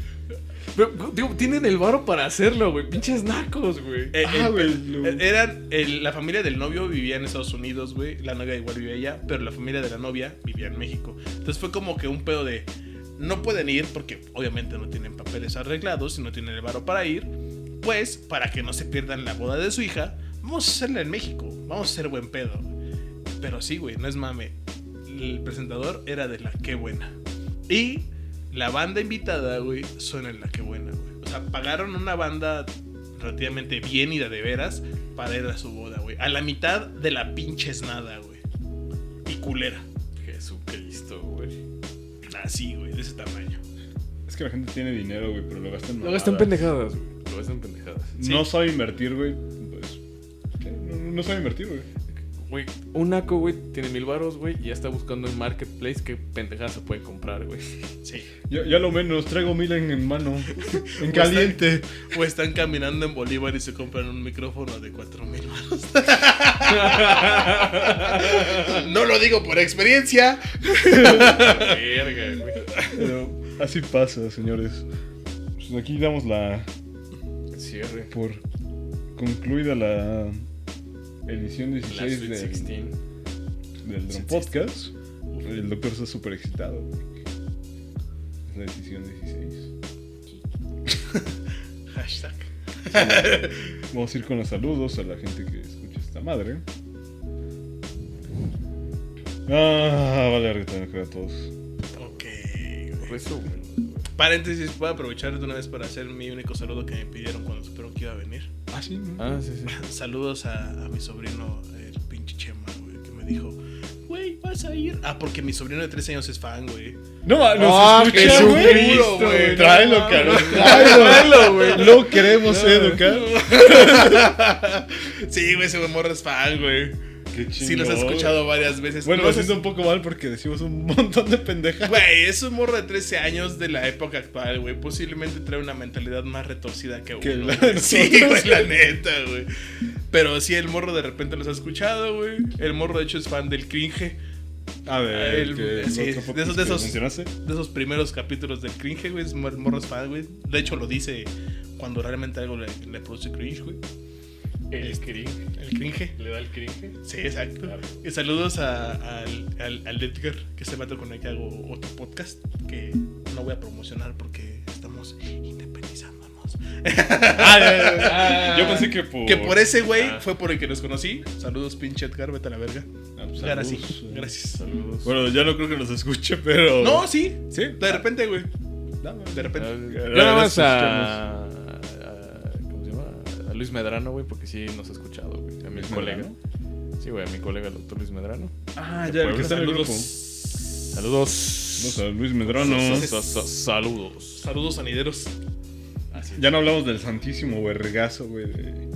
[SPEAKER 3] Pero, digo, tienen el varo para hacerlo, güey. Pinches nacos, güey.
[SPEAKER 4] Eh,
[SPEAKER 1] Ah,
[SPEAKER 4] el-
[SPEAKER 1] güey, lo-
[SPEAKER 4] Eh, Eran el- la familia del novio vivía en Estados Unidos, güey. La novia igual vivía allá, pero la familia de la novia vivía en México. Entonces fue como que un pedo de no pueden ir porque obviamente no tienen papeles arreglados y no tienen el varo para ir. Pues para que no se pierdan la boda de su hija, vamos a hacerla en México. Vamos a ser buen pedo. Pero sí, güey, no es mame. El presentador era de la que buena. Y la banda invitada, güey, suena en la que buena, güey. O sea, pagaron una banda relativamente bien y de, de veras para ir a su boda, güey. A la mitad de la pinche nada, güey. Y culera.
[SPEAKER 3] Jesucristo, güey.
[SPEAKER 4] Así, güey, de ese tamaño.
[SPEAKER 1] Es que la gente tiene dinero, güey, pero lo gastan
[SPEAKER 3] Lo gastan
[SPEAKER 1] mamadas.
[SPEAKER 3] pendejadas, güey. Lo gastan pendejadas.
[SPEAKER 1] No sabe invertir, güey. Pues. ¿qué? No, no sabe invertir, güey.
[SPEAKER 3] Güey, un naco, güey, tiene mil varos, güey, y ya está buscando en Marketplace qué pendejadas se puede comprar, güey.
[SPEAKER 4] Sí.
[SPEAKER 1] Ya, ya lo menos, traigo mil en, en mano. En caliente.
[SPEAKER 4] O están caminando en Bolívar y se compran un micrófono de 4 mil baros. no lo digo por experiencia.
[SPEAKER 3] Verga, güey.
[SPEAKER 1] Pero así pasa, señores. Pues aquí damos la.
[SPEAKER 3] Cierre.
[SPEAKER 1] Por concluida la edición
[SPEAKER 3] La
[SPEAKER 1] 16
[SPEAKER 3] Sweet
[SPEAKER 1] del-
[SPEAKER 3] 16.
[SPEAKER 1] del Drone Podcast. El doctor está súper excitado. güey. Es la decisión 16.
[SPEAKER 4] Hashtag.
[SPEAKER 1] Vamos a ir con los saludos a la gente que escucha esta madre. Ah, vale, ahorita me quedo a todos.
[SPEAKER 4] Ok.
[SPEAKER 3] Por eso, güey.
[SPEAKER 4] Paréntesis, puedo aprovechar de una vez para hacer mi único saludo que me pidieron cuando supieron que iba a venir.
[SPEAKER 1] Ah, sí,
[SPEAKER 3] Ah, sí, sí.
[SPEAKER 4] Saludos a, a mi sobrino, el pinche Chema, güey, que me dijo, güey, vas a ir. Ah, porque mi sobrino de 13 años es fan, güey.
[SPEAKER 1] No, ma- nos
[SPEAKER 3] Ah,
[SPEAKER 1] escucha,
[SPEAKER 3] Jesucristo,
[SPEAKER 1] güey.
[SPEAKER 3] güey.
[SPEAKER 1] Tráelo,
[SPEAKER 3] No,
[SPEAKER 1] cabrón.
[SPEAKER 3] mames.
[SPEAKER 1] Tráelo, güey. Lo queremos educar.
[SPEAKER 4] Sí, güey, ese morro es fan, güey.
[SPEAKER 1] Qué chingón.
[SPEAKER 4] Sí, los he escuchado varias veces.
[SPEAKER 1] Bueno,
[SPEAKER 4] No
[SPEAKER 1] me
[SPEAKER 4] sé
[SPEAKER 1] siento un poco mal porque decimos un montón de pendejas.
[SPEAKER 4] Güey, es un morro de 13 años de la época actual, güey. Posiblemente trae una mentalidad más retorcida que uno.
[SPEAKER 1] Que la
[SPEAKER 4] güey.
[SPEAKER 1] de
[SPEAKER 4] Sí, güey, la neta, güey. Pero sí, el morro de repente los ha escuchado, güey. El morro, de hecho, es fan del cringe.
[SPEAKER 1] A ver,
[SPEAKER 4] Ah, El-
[SPEAKER 1] que-
[SPEAKER 4] sí,
[SPEAKER 1] otro podcast
[SPEAKER 4] de esos-
[SPEAKER 1] que
[SPEAKER 4] de esos-
[SPEAKER 1] mencionaste.
[SPEAKER 4] de esos primeros capítulos del cringe, güey. Es mor- morros fan, güey. De hecho, lo dice cuando realmente algo le, le produce cringe, güey. Este,
[SPEAKER 3] El cringe.
[SPEAKER 4] El cringe.
[SPEAKER 3] ¿Le da el cringe?
[SPEAKER 4] Sí, exacto. Y saludos a- al, al, al Edgar, que se mata con el que hago otro podcast que no voy a promocionar porque estamos independizándonos.
[SPEAKER 1] Yo pensé que por.
[SPEAKER 4] Que por ese güey
[SPEAKER 3] Ah.
[SPEAKER 4] fue por el que nos conocí. Saludos, pinche Edgar, vete a la verga.
[SPEAKER 1] Ah, pues,
[SPEAKER 4] Ahora sí,
[SPEAKER 1] saludos, eh.
[SPEAKER 4] gracias.
[SPEAKER 1] Bueno, ya no creo que nos escuche,
[SPEAKER 3] Oh.
[SPEAKER 1] pero.
[SPEAKER 4] No, sí.
[SPEAKER 1] Sí.
[SPEAKER 4] De repente, güey.
[SPEAKER 1] Dame.
[SPEAKER 4] De repente.
[SPEAKER 3] Yo nada más a, a- Ah, ¿Cómo se llama? A Luis Medrano, güey, porque sí nos ha escuchado, güey. A mi colega.
[SPEAKER 1] Medrano?
[SPEAKER 3] Sí, güey, a mi colega, el doctor Luis Medrano.
[SPEAKER 1] Ah, ya, el que está en el grupo. Saludos
[SPEAKER 3] Saludos.
[SPEAKER 1] a Luis Medrano.
[SPEAKER 3] Sa- sa- Saludos.
[SPEAKER 4] Saludos sanideros.
[SPEAKER 1] Ya no hablamos del santísimo vergazo, güey. de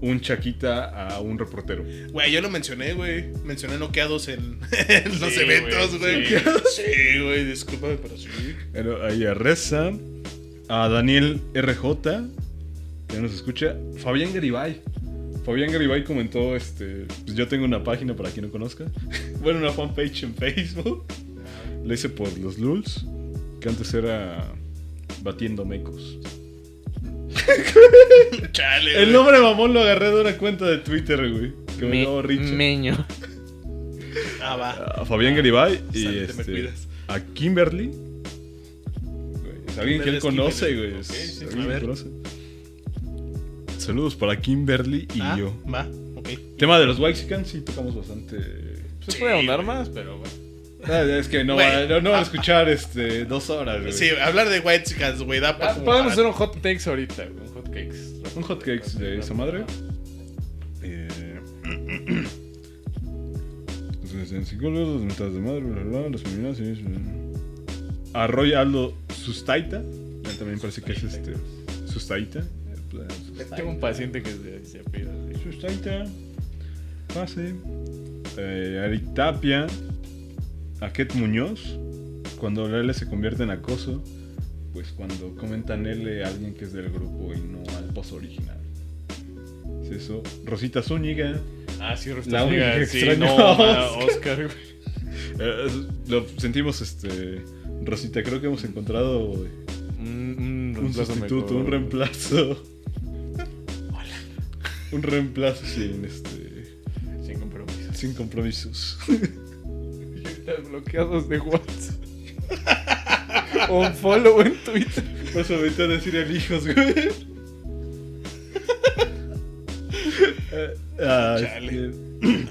[SPEAKER 1] un chaquita a un reportero.
[SPEAKER 4] Güey, yo lo mencioné, güey. Mencioné noqueados en, en los
[SPEAKER 3] Sí,
[SPEAKER 4] eventos,
[SPEAKER 3] güey,
[SPEAKER 4] güey. Sí, güey, discúlpame, pero sí.
[SPEAKER 1] Pero ahí a Reza, a Daniel RJ, que nos escucha, Fabián Garibay. Fabián Garibay comentó, este, pues yo tengo una página para quien no conozca, bueno, una fanpage en Facebook, la hice por los Luls, que antes era Batiendo Mecos.
[SPEAKER 4] Chale,
[SPEAKER 1] El
[SPEAKER 4] güey.
[SPEAKER 1] nombre mamón lo agarré de una cuenta de Twitter, güey, que me
[SPEAKER 3] Me-
[SPEAKER 1] llamaba Richard.
[SPEAKER 3] Meño.
[SPEAKER 4] Ah, va.
[SPEAKER 1] A Fabián Garibay y
[SPEAKER 4] Sale, te me
[SPEAKER 1] este,
[SPEAKER 4] cuidas.
[SPEAKER 1] a Kimberly. Güey, Es alguien que
[SPEAKER 4] Kimberly
[SPEAKER 1] él
[SPEAKER 4] es
[SPEAKER 1] conoce,
[SPEAKER 4] Kimberly.
[SPEAKER 1] güey. es
[SPEAKER 4] Ok, sí,
[SPEAKER 1] alguien
[SPEAKER 4] a
[SPEAKER 1] que
[SPEAKER 4] ver.
[SPEAKER 1] conoce. Saludos para Kimberly y
[SPEAKER 4] Ah,
[SPEAKER 1] yo.
[SPEAKER 4] Va, ok.
[SPEAKER 1] Tema de los Waxicans sí tocamos bastante.
[SPEAKER 3] Se puede ahondar más, pero bueno.
[SPEAKER 1] Ah, es que no, va,
[SPEAKER 4] Güey. Ah.
[SPEAKER 1] no, no van a escuchar este, dos horas, güey.
[SPEAKER 4] Sí, hablar de White Chicans, güey, da para.
[SPEAKER 3] Ah,
[SPEAKER 4] como
[SPEAKER 3] Podemos
[SPEAKER 4] para-
[SPEAKER 3] hacer un hot takes ahorita, güey. Un hot cakes.
[SPEAKER 1] Pues, Un hotcakes de esa madre. Eh, Entonces, en psicólogos, las mentadas de madre, bla, bla, bla, las feministas, sí, sí. A Roy Aldo Sustaita. él También parece que es este. Sustaita. eh, plan,
[SPEAKER 3] Tengo un paciente que se, se pide así.
[SPEAKER 1] Sustaita. Pase. Eh, Eric Tapia. A Ket Muñoz. Cuando la L se convierte en acoso. pues cuando comentan L a alguien que es del grupo y no al pozo original. Es eso. Rosita Zúñiga.
[SPEAKER 3] Ah, sí, Rostov.
[SPEAKER 1] La única que
[SPEAKER 3] sí,
[SPEAKER 1] extraña
[SPEAKER 3] no,
[SPEAKER 1] a
[SPEAKER 3] a
[SPEAKER 1] Oscar.
[SPEAKER 3] Oscar. güey.
[SPEAKER 1] Eh, es- lo sentimos, este. Rosita, creo que hemos encontrado un
[SPEAKER 3] Un, un reemplazo
[SPEAKER 1] sustituto,
[SPEAKER 3] mejor.
[SPEAKER 1] un reemplazo. Un reemplazo sin este.
[SPEAKER 3] Sin compromiso.
[SPEAKER 1] Sin compromisos.
[SPEAKER 3] Estás bloqueados de WhatsApp. o un follow en Twitter.
[SPEAKER 1] Por eso me a decir el hijos, güey. Eh, ah,
[SPEAKER 4] Chale.
[SPEAKER 1] este,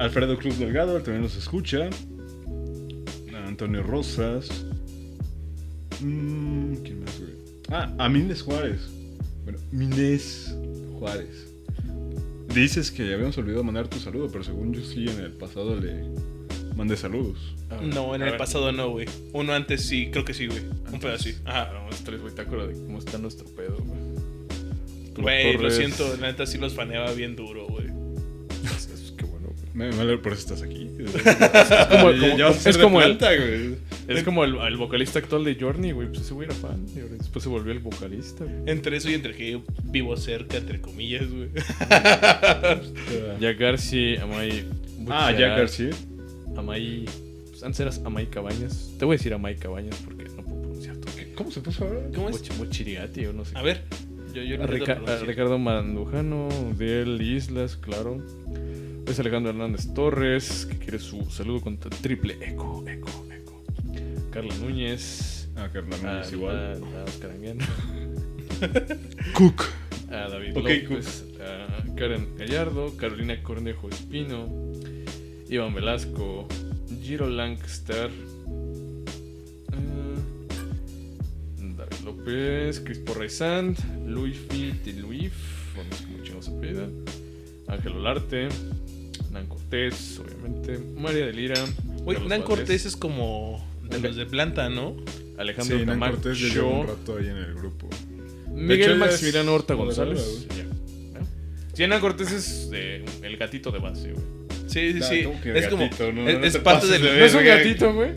[SPEAKER 1] Alfredo Cruz Delgado él también nos escucha. Antonio Rosas. Mm, ¿Quién más, güey? Ah, a Mines Juárez. Bueno, Mines Juárez. Dices que habíamos olvidado mandar tu saludo, pero según yo sí en el pasado le mandé saludos.
[SPEAKER 4] No, en
[SPEAKER 3] A
[SPEAKER 4] el
[SPEAKER 3] ver,
[SPEAKER 4] pasado no, güey. Uno antes sí, creo que sí, güey. Un pedo así.
[SPEAKER 3] Ah, vamos tres, güey, te acuerdas de cómo está nuestro pedo, güey.
[SPEAKER 4] Güey, lo
[SPEAKER 1] Torres.
[SPEAKER 4] siento, la neta sí los faneaba bien duro, güey.
[SPEAKER 3] Eso es que bueno, güey.
[SPEAKER 1] Me, me alegro por eso estás aquí.
[SPEAKER 3] Es como,
[SPEAKER 1] Ya- ya
[SPEAKER 3] como-
[SPEAKER 1] vas a ser
[SPEAKER 3] es
[SPEAKER 1] de
[SPEAKER 3] como el,
[SPEAKER 1] planta, güey.
[SPEAKER 3] es como el, el vocalista actual de Journey, güey. Pues ese güey era fan. Y ahora después se volvió el vocalista. güey.
[SPEAKER 4] Entre eso y entre que yo vivo cerca, entre comillas, güey.
[SPEAKER 3] Jack Garci, Amay.
[SPEAKER 1] Ah, Jack García.
[SPEAKER 3] Amay. Pues antes eras Amay Cabañas. Te voy a decir Amay Cabañas porque no puedo pronunciar tu nombre.
[SPEAKER 1] ¿Cómo se puso ahora?
[SPEAKER 4] ¿Cómo es?
[SPEAKER 3] Moch- Mochiriati o no sé.
[SPEAKER 4] A ver. Yo, yo
[SPEAKER 3] A Rica- a Ricardo Mandujano, Del Islas, claro. Es Alejandro Hernández Torres, que quiere su saludo con t- triple eco, eco, eco. Carla Núñez.
[SPEAKER 1] Ah, Carla Núñez
[SPEAKER 3] a-
[SPEAKER 1] igual.
[SPEAKER 3] A, a Oscar Anguiano,
[SPEAKER 1] Cook.
[SPEAKER 3] a David
[SPEAKER 1] Ok,
[SPEAKER 3] López, a Karen Gallardo, Carolina Cornejo Espino, Iván Velasco, Giro Lancaster, eh, David López, Crispo Reisand, Luis Tiluif, o no sé cómo chingados se apellida, Ángel Olarte, Nan Cortés, obviamente, María de Lira,
[SPEAKER 4] Güey,
[SPEAKER 3] Carlos
[SPEAKER 4] Nan
[SPEAKER 3] Valdés,
[SPEAKER 4] Cortés es como de los de planta, ¿no?
[SPEAKER 3] Alejandro
[SPEAKER 1] Sí, Nan
[SPEAKER 3] Camacho,
[SPEAKER 1] Cortés le llevó un rato ahí en el grupo. hecho,
[SPEAKER 3] Miguel
[SPEAKER 1] él
[SPEAKER 3] Maximiliano
[SPEAKER 1] es
[SPEAKER 3] Horta
[SPEAKER 1] moderadora,
[SPEAKER 3] González. Ya. ¿No? Sí, Hernán Cortés es eh, el gatito de base, güey.
[SPEAKER 4] Sí, sí,
[SPEAKER 1] Nah,
[SPEAKER 4] sí.
[SPEAKER 1] ¿cómo que
[SPEAKER 4] Es como.
[SPEAKER 1] gatito? No,
[SPEAKER 4] es
[SPEAKER 1] no
[SPEAKER 4] es
[SPEAKER 1] te
[SPEAKER 4] parte
[SPEAKER 1] pases
[SPEAKER 4] del.
[SPEAKER 1] de
[SPEAKER 3] No es un
[SPEAKER 1] verga.
[SPEAKER 3] gatito, güey.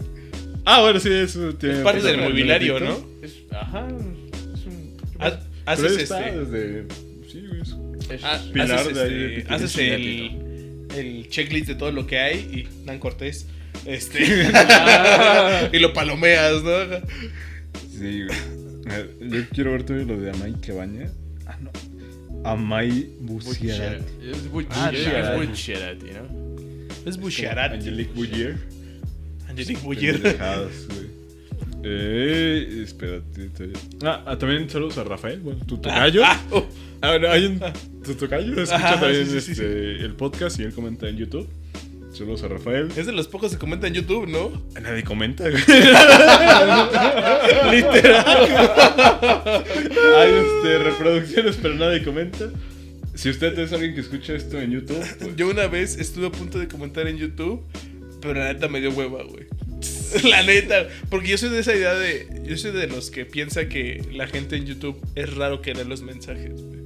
[SPEAKER 1] Ah, bueno, sí, eso tiene.
[SPEAKER 4] Es parte del
[SPEAKER 1] tiene
[SPEAKER 4] mobiliario, ¿no?
[SPEAKER 1] ratito.
[SPEAKER 3] Es, ajá. Es un.
[SPEAKER 4] Haz-
[SPEAKER 1] Pero
[SPEAKER 4] Haces
[SPEAKER 1] él está
[SPEAKER 4] este.
[SPEAKER 1] desde. Sí, güey. es-
[SPEAKER 3] es-
[SPEAKER 4] ha-
[SPEAKER 1] pilar
[SPEAKER 4] haces,
[SPEAKER 1] de ahí de
[SPEAKER 4] este,
[SPEAKER 1] Piquete
[SPEAKER 4] haces
[SPEAKER 1] Chingatito.
[SPEAKER 4] el, el checklist de todo lo que hay y Nan Cortés. Este.
[SPEAKER 3] Ah.
[SPEAKER 4] y lo palomeas, ¿no?
[SPEAKER 1] Sí, güey. A ver, Yo quiero ver todavía lo de Amay Cabaña. Ah, no. Amay Buciar.
[SPEAKER 3] Es
[SPEAKER 4] Ah,
[SPEAKER 1] Bucciarati.
[SPEAKER 3] Bucherati. Es Bucciarati, ¿no?
[SPEAKER 4] Es Busharati.
[SPEAKER 1] Angelique Bouyer.
[SPEAKER 4] Angelique Boyer.
[SPEAKER 1] Pendejadas, güey. Eh, espérate. todavía- Ah, ah, también saludos a Rafael, bueno, tu tocayo.
[SPEAKER 4] Ah, oh,
[SPEAKER 1] Ah, no, hay un tu tocayo, escucha
[SPEAKER 4] Ajá,
[SPEAKER 1] también
[SPEAKER 4] sí, sí, sí,
[SPEAKER 1] este, el podcast y él comenta en YouTube. Saludos a Rafael.
[SPEAKER 4] es de los pocos que comenta en YouTube, ¿no?
[SPEAKER 1] Nadie comenta, güey.
[SPEAKER 4] Literal.
[SPEAKER 1] Hay este, reproducciones, pero nadie comenta. Si usted es alguien que escucha esto en YouTube, pues,
[SPEAKER 4] Yo una vez estuve a punto de comentar en YouTube, pero la neta me dio hueva, güey. La neta, porque yo soy de esa idea de. Yo soy de los que piensa que la gente en YouTube es raro que lea los mensajes, güey.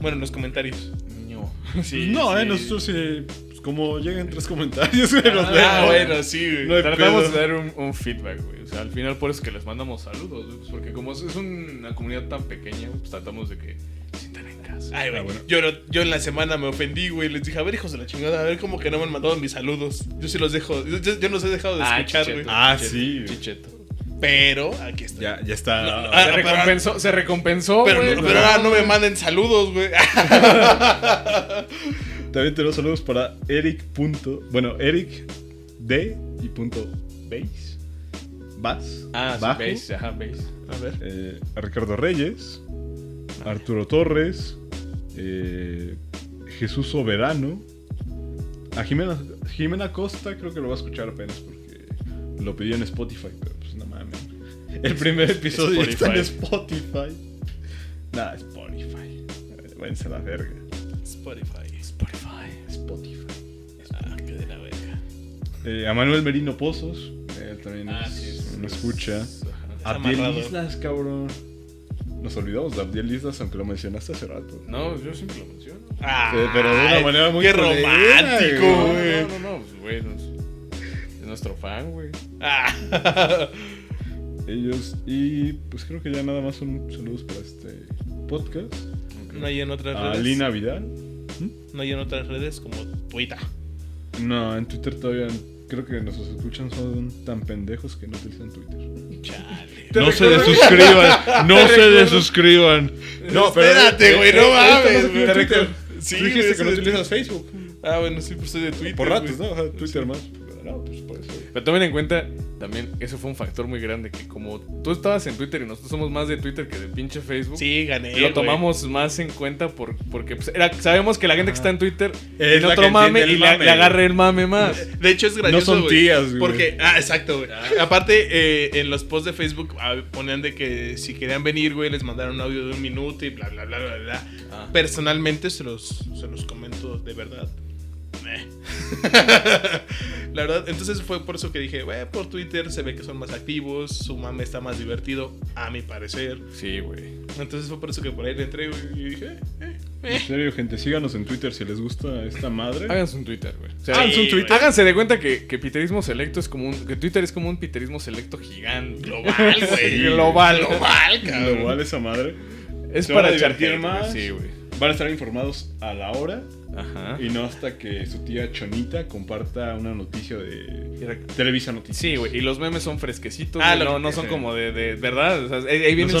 [SPEAKER 4] Bueno, los comentarios.
[SPEAKER 3] No.
[SPEAKER 1] no, eh, nosotros sí, pues, como llegan tres comentarios, güey, los
[SPEAKER 4] Ah,
[SPEAKER 1] leemos.
[SPEAKER 4] bueno, sí, güey.
[SPEAKER 1] No hay
[SPEAKER 3] Tratamos
[SPEAKER 1] pedo.
[SPEAKER 3] de dar un, un feedback, güey. O sea, al final por eso es que les mandamos saludos, güey. Pues porque como es- es una comunidad tan pequeña, pues tratamos de que se sientan en casa.
[SPEAKER 4] Ay, güey.
[SPEAKER 1] Ah, bueno.
[SPEAKER 4] yo, no- yo en la semana me ofendí, güey. Les dije, a ver, hijos de la chingada, a ver cómo que no me han mandado mis saludos. Yo sí los dejo. Yo, yo los he dejado de
[SPEAKER 3] Ah,
[SPEAKER 4] escuchar,
[SPEAKER 3] chicheto.
[SPEAKER 4] güey.
[SPEAKER 1] Ah,
[SPEAKER 3] Chicheto,
[SPEAKER 1] sí.
[SPEAKER 3] Chicheto.
[SPEAKER 4] Pero aquí está.
[SPEAKER 1] Ya, Pues, ya está.
[SPEAKER 4] Ah,
[SPEAKER 3] se
[SPEAKER 4] pero-
[SPEAKER 3] recompensó, se recompensó.
[SPEAKER 4] Pero,
[SPEAKER 3] güey.
[SPEAKER 4] no- ah, pero ahora no me manden saludos, güey.
[SPEAKER 1] También tenemos saludos para Eric. Punto, bueno, Eric D y punto base. Bas.
[SPEAKER 3] Ah,
[SPEAKER 1] bajo.
[SPEAKER 3] sí, base, ajá, base.
[SPEAKER 4] A ver.
[SPEAKER 1] Eh, a Ricardo Reyes, a Arturo Torres, eh, Jesús Soberano, a Jimena, Jimena Costa, creo que lo va a escuchar apenas porque lo pidió en Spotify, pero pues no mames. El primer episodio ya está en Spotify. Nah, Spotify. Eh, Váyanse a la verga.
[SPEAKER 4] Spotify.
[SPEAKER 3] Spotify.
[SPEAKER 1] Spotify.
[SPEAKER 4] Ah, qué de la verga.
[SPEAKER 1] Eh, a Manuel Merino Pozos, él también
[SPEAKER 3] Ah,
[SPEAKER 1] es-
[SPEAKER 3] sí, es-
[SPEAKER 1] nos escucha.
[SPEAKER 3] Ajá.
[SPEAKER 1] Abdiel
[SPEAKER 4] amarrado.
[SPEAKER 1] Islas, cabrón. Nos olvidamos de Abdiel Islas, aunque lo mencionaste hace rato.
[SPEAKER 3] No, yo siempre lo menciono.
[SPEAKER 1] Eh, pero de una
[SPEAKER 4] Ay,
[SPEAKER 1] manera muy
[SPEAKER 4] Ah, Qué
[SPEAKER 1] culera,
[SPEAKER 4] romántico,
[SPEAKER 3] No,
[SPEAKER 4] güey.
[SPEAKER 3] no, no, no, pues, güey. nos- Es nuestro fan, güey.
[SPEAKER 4] Ah.
[SPEAKER 1] ellos. Y pues creo que ya nada más son saludos para este podcast.
[SPEAKER 4] No hay en otras
[SPEAKER 1] A
[SPEAKER 4] redes.
[SPEAKER 1] Ah, Lina Vidal.
[SPEAKER 4] No hay en otras redes como Twitter.
[SPEAKER 1] No, en Twitter todavía creo que nuestros escuchan son tan pendejos que no utilizan Twitter.
[SPEAKER 4] Chale.
[SPEAKER 1] No se desuscriban, no se desuscriban. No, pero eh,
[SPEAKER 4] Espérate, güey, eh, no mames, güey.
[SPEAKER 1] Te recuerdo.
[SPEAKER 4] Sí,
[SPEAKER 1] Tú dijiste
[SPEAKER 4] güey,
[SPEAKER 1] que no
[SPEAKER 4] eso es-
[SPEAKER 1] utilizas Facebook.
[SPEAKER 4] Ah, bueno, sí, pues soy de Twitter.
[SPEAKER 1] Por ratos,
[SPEAKER 4] güey.
[SPEAKER 1] ¿no? Ajá, Twitter más. No, pues por eso.
[SPEAKER 3] Pero tomen en cuenta, también, eso fue un factor muy grande, que como tú estabas en Twitter y nosotros somos más de Twitter que de pinche Facebook,
[SPEAKER 4] Sí, gané.
[SPEAKER 3] lo
[SPEAKER 4] güey.
[SPEAKER 3] tomamos más en cuenta por, porque pues, era- sabemos que la gente que está en Twitter
[SPEAKER 1] Es
[SPEAKER 3] es
[SPEAKER 1] la
[SPEAKER 3] otro
[SPEAKER 1] que
[SPEAKER 3] mame
[SPEAKER 1] entiende
[SPEAKER 3] y
[SPEAKER 1] el
[SPEAKER 3] le,
[SPEAKER 1] mame,
[SPEAKER 3] le agarra el mame más.
[SPEAKER 4] De hecho, es gracioso.
[SPEAKER 1] son tías, güey.
[SPEAKER 4] Porque, ah, exacto, güey. Aparte, eh, en los posts de Facebook ah, ponían de que si querían venir, güey, les mandaron un audio de un minuto y bla, bla, bla, bla, bla.
[SPEAKER 3] Ah.
[SPEAKER 4] Personalmente se los, se los comento de verdad. Meh. La verdad, entonces fue por eso que dije, güey, por Twitter se ve que son más activos, su mame está más divertido, a mi parecer.
[SPEAKER 3] Sí, güey.
[SPEAKER 4] Entonces fue por eso que por ahí le entré, güey, y dije, eh, eh,
[SPEAKER 1] En
[SPEAKER 4] eh.
[SPEAKER 1] serio, gente, síganos en Twitter si les gusta esta madre.
[SPEAKER 3] Háganse un Twitter, güey. O sea,
[SPEAKER 4] Sí,
[SPEAKER 3] háganse un Twitter.
[SPEAKER 4] güey.
[SPEAKER 3] Háganse de cuenta que, que piterismo selecto es como un. que Twitter es como un piterismo selecto gigante.
[SPEAKER 4] Global, güey.
[SPEAKER 3] Sí, global.
[SPEAKER 4] Global, cabrón.
[SPEAKER 1] Lo vale esa madre.
[SPEAKER 3] Es
[SPEAKER 1] Se
[SPEAKER 3] para
[SPEAKER 1] van a
[SPEAKER 3] echar
[SPEAKER 1] divertir
[SPEAKER 3] hate, güey.
[SPEAKER 1] más.
[SPEAKER 3] Sí, güey.
[SPEAKER 1] Van a estar informados a la hora
[SPEAKER 3] Ajá.
[SPEAKER 1] y no hasta que su tía Chonita comparta una noticia de Televisa Noticias.
[SPEAKER 3] Sí, güey. Y los memes son fresquecitos.
[SPEAKER 4] Ah,
[SPEAKER 3] güey,
[SPEAKER 4] lo
[SPEAKER 3] no,
[SPEAKER 4] que
[SPEAKER 3] no
[SPEAKER 4] sea.
[SPEAKER 3] son como de, de- ¿Verdad? O sea, ahí ahí vienen
[SPEAKER 1] son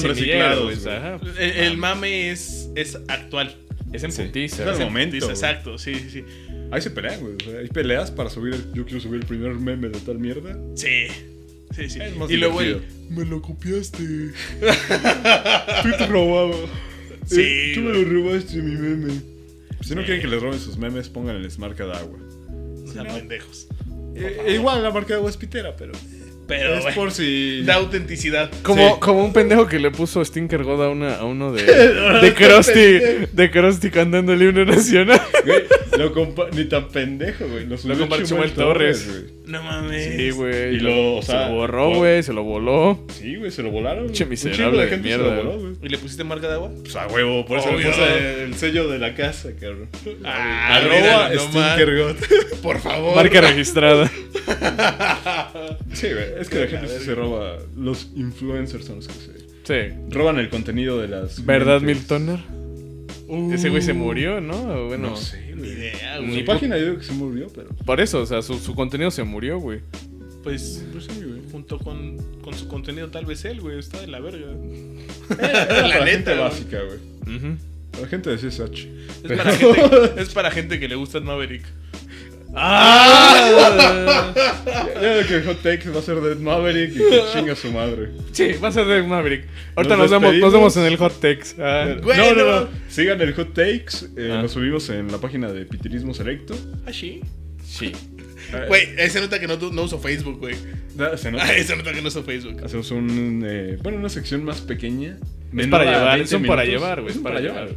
[SPEAKER 1] reciclados,
[SPEAKER 3] semilleros, güey.
[SPEAKER 1] güey.
[SPEAKER 3] Ajá.
[SPEAKER 4] El, el mame es, es actual.
[SPEAKER 3] Es en
[SPEAKER 1] Es
[SPEAKER 3] putiza,
[SPEAKER 1] el
[SPEAKER 3] güey.
[SPEAKER 1] momento.
[SPEAKER 4] Dice,
[SPEAKER 1] güey.
[SPEAKER 4] exacto, sí, sí, sí.
[SPEAKER 1] Ahí se pelean, güey. O sea, hay peleas para subir. el- yo quiero subir el primer meme de tal mierda.
[SPEAKER 4] Sí. Sí, sí.
[SPEAKER 1] Es más
[SPEAKER 4] Y luego el,
[SPEAKER 1] divertido.
[SPEAKER 4] me lo copiaste.
[SPEAKER 1] Twitter robado.
[SPEAKER 4] Sí,
[SPEAKER 1] Eh, Tú me
[SPEAKER 4] güey.
[SPEAKER 1] lo robaste mi meme. Si no
[SPEAKER 4] Sí.
[SPEAKER 1] quieren que les roben sus memes, pongan el marca de agua.
[SPEAKER 4] O sea, pendejos.
[SPEAKER 1] Eh, igual la marca de agua es pitera, pero.
[SPEAKER 4] Pero
[SPEAKER 1] es
[SPEAKER 4] bueno,
[SPEAKER 1] por si.
[SPEAKER 4] da autenticidad.
[SPEAKER 3] Como,
[SPEAKER 1] Sí.
[SPEAKER 3] como un pendejo que le puso Stinker God a, una, a uno de, de Krusty. de Krusty cantando el himno nacional.
[SPEAKER 1] Güey, lo compa- ni tan pendejo, güey. Lo, subió
[SPEAKER 3] compartió Chumel Torres.
[SPEAKER 1] güey.
[SPEAKER 4] No mames.
[SPEAKER 3] Sí, güey.
[SPEAKER 1] Y lo- o sea,
[SPEAKER 3] se lo borró,
[SPEAKER 1] por-
[SPEAKER 3] güey. Se lo voló.
[SPEAKER 1] Sí, güey, se lo volaron.
[SPEAKER 3] Pinche
[SPEAKER 1] Un
[SPEAKER 3] miserable
[SPEAKER 1] chingo
[SPEAKER 3] de
[SPEAKER 1] gente Se
[SPEAKER 3] mierda.
[SPEAKER 1] lo voló, güey.
[SPEAKER 4] ¿Y le pusiste marca de agua?
[SPEAKER 1] Pues a huevo, por eso le
[SPEAKER 4] Obvio.
[SPEAKER 1] puse el sello de la casa, cabrón.
[SPEAKER 4] Ah,
[SPEAKER 1] Arroba
[SPEAKER 4] míralo nomás.
[SPEAKER 1] Stinker God.
[SPEAKER 4] Por favor.
[SPEAKER 3] Marca registrada.
[SPEAKER 1] Sí, güey. Es que la gente sí se roba. Los influencers son los que se.
[SPEAKER 3] Sí.
[SPEAKER 1] Roban el contenido de las.
[SPEAKER 3] ¿Verdad,
[SPEAKER 1] mentes.
[SPEAKER 3] Miltoner? Ese güey se murió, ¿no? Bueno,
[SPEAKER 1] No sé,
[SPEAKER 4] Ni
[SPEAKER 1] güey.
[SPEAKER 4] idea,
[SPEAKER 1] Su
[SPEAKER 4] güey.
[SPEAKER 3] Ni-
[SPEAKER 1] página yo creo que se murió, pero.
[SPEAKER 3] por eso, o sea, su, su contenido se murió, güey.
[SPEAKER 4] Pues
[SPEAKER 1] Pues sí, güey.
[SPEAKER 4] junto con, con su contenido, tal vez él, güey, está de la verga.
[SPEAKER 1] Era para
[SPEAKER 4] neta,
[SPEAKER 1] gente
[SPEAKER 4] güey.
[SPEAKER 1] básica, güey. Para gente de CSH.
[SPEAKER 4] Es, para gente, es para gente que le gusta el Maverick.
[SPEAKER 1] Ya ya que el hot take va a ser de Maverick y que chinga su madre.
[SPEAKER 3] Sí, va a ser de Maverick. Ahorita
[SPEAKER 1] Nos
[SPEAKER 3] nos, vemos, nos
[SPEAKER 1] despedimos.
[SPEAKER 3] vemos en el hot Ah. text.
[SPEAKER 1] no,
[SPEAKER 4] Bueno.
[SPEAKER 1] no, no. Sigan el hot takes. eh,
[SPEAKER 3] Ah.
[SPEAKER 1] Lo subimos en la página de Pitirismo Selecto.
[SPEAKER 4] ¿Ah, sí?
[SPEAKER 3] sí. Ah,
[SPEAKER 4] Güey, ahí se nota que no, no uso Facebook, güey.
[SPEAKER 1] Da- se nota.
[SPEAKER 4] Ahí se nota que no uso Facebook.
[SPEAKER 1] Hacemos un, eh, bueno, una sección más pequeña.
[SPEAKER 3] Es
[SPEAKER 1] Menor
[SPEAKER 3] para
[SPEAKER 1] a
[SPEAKER 3] llevar,
[SPEAKER 1] 20
[SPEAKER 3] son para
[SPEAKER 1] minutos.
[SPEAKER 3] llevar, güey.
[SPEAKER 1] Es
[SPEAKER 3] Es
[SPEAKER 1] un
[SPEAKER 3] para llevar.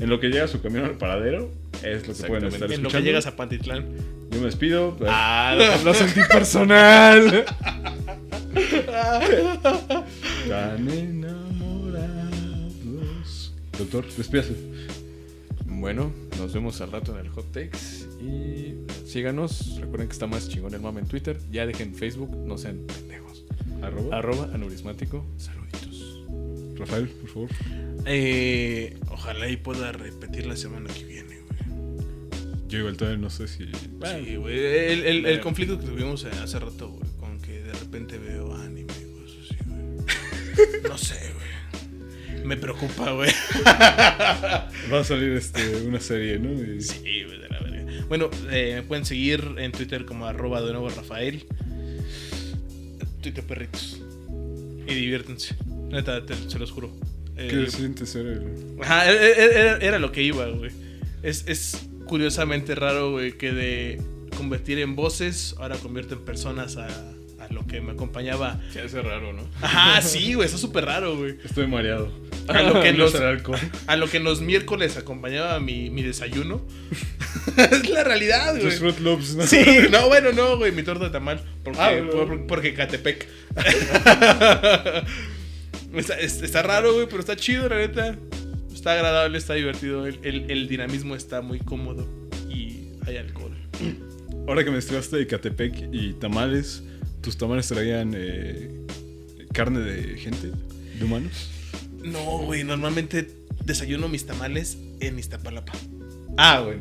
[SPEAKER 1] En lo que llega su camión al paradero, es lo que pueden estar
[SPEAKER 3] Exactamente.
[SPEAKER 4] En
[SPEAKER 1] escuchando.
[SPEAKER 4] lo que llegas a Pantitlán.
[SPEAKER 1] Yo me despido. pues,
[SPEAKER 3] Ah, lo, lo sentí personal.
[SPEAKER 1] Tan enamorados. Doctor, despídase.
[SPEAKER 3] bueno, nos vemos al rato en el hot takes. Y síganos. Recuerden que está más chingón el mame en Twitter. Ya dejen Facebook, no sean pendejos.
[SPEAKER 1] Arroba.
[SPEAKER 3] Arroba anurismático. Saluditos.
[SPEAKER 1] Rafael, por favor.
[SPEAKER 4] Eh, ojalá y pueda repetir la semana que viene, güey.
[SPEAKER 1] Yo igual todavía no sé si.
[SPEAKER 4] Sí, güey. El, el- el conflicto que tuvimos eh, hace rato, güey, con que de repente veo anime, güey. eso sí, güey. No sé, güey. Me preocupa, güey.
[SPEAKER 1] Va a salir este, una serie, ¿no? Y-
[SPEAKER 4] Sí, güey, de la verga. Bueno, eh, me pueden seguir en Twitter como arroba de nuevo Rafael. Twitter perritos. Y diviértanse. Neta, te- se los juro. Eh,
[SPEAKER 1] ¿Qué siente ser el.?
[SPEAKER 4] Ajá, era, era- era lo que iba, güey. Es, es curiosamente raro, güey, que de convertir en voces, ahora convierto en personas a, a lo que me acompañaba.
[SPEAKER 3] Se hace raro, ¿no?
[SPEAKER 4] Ajá, sí, güey, eso es súper raro, güey.
[SPEAKER 1] Estoy mareado.
[SPEAKER 4] A lo que
[SPEAKER 1] No
[SPEAKER 4] los,
[SPEAKER 1] será alcohol.
[SPEAKER 4] a lo que en los miércoles acompañaba mi, mi desayuno. es la realidad, güey.
[SPEAKER 1] Los Fruit Loops, ¿no?
[SPEAKER 4] Sí, no, bueno, no, güey, mi torta de tamal. Porque,
[SPEAKER 1] Ah, bueno.
[SPEAKER 4] por- porque Catepec. está, es- está raro, güey, pero está chido, la neta. Está agradable, está divertido. El, el- el dinamismo está muy cómodo y hay alcohol.
[SPEAKER 1] Ahora que me estreaste de Catepec y tamales, tus tamales traían. Eh, carne de gente, de humanos.
[SPEAKER 4] No, güey, normalmente desayuno mis tamales en Iztapalapa. Ah, güey.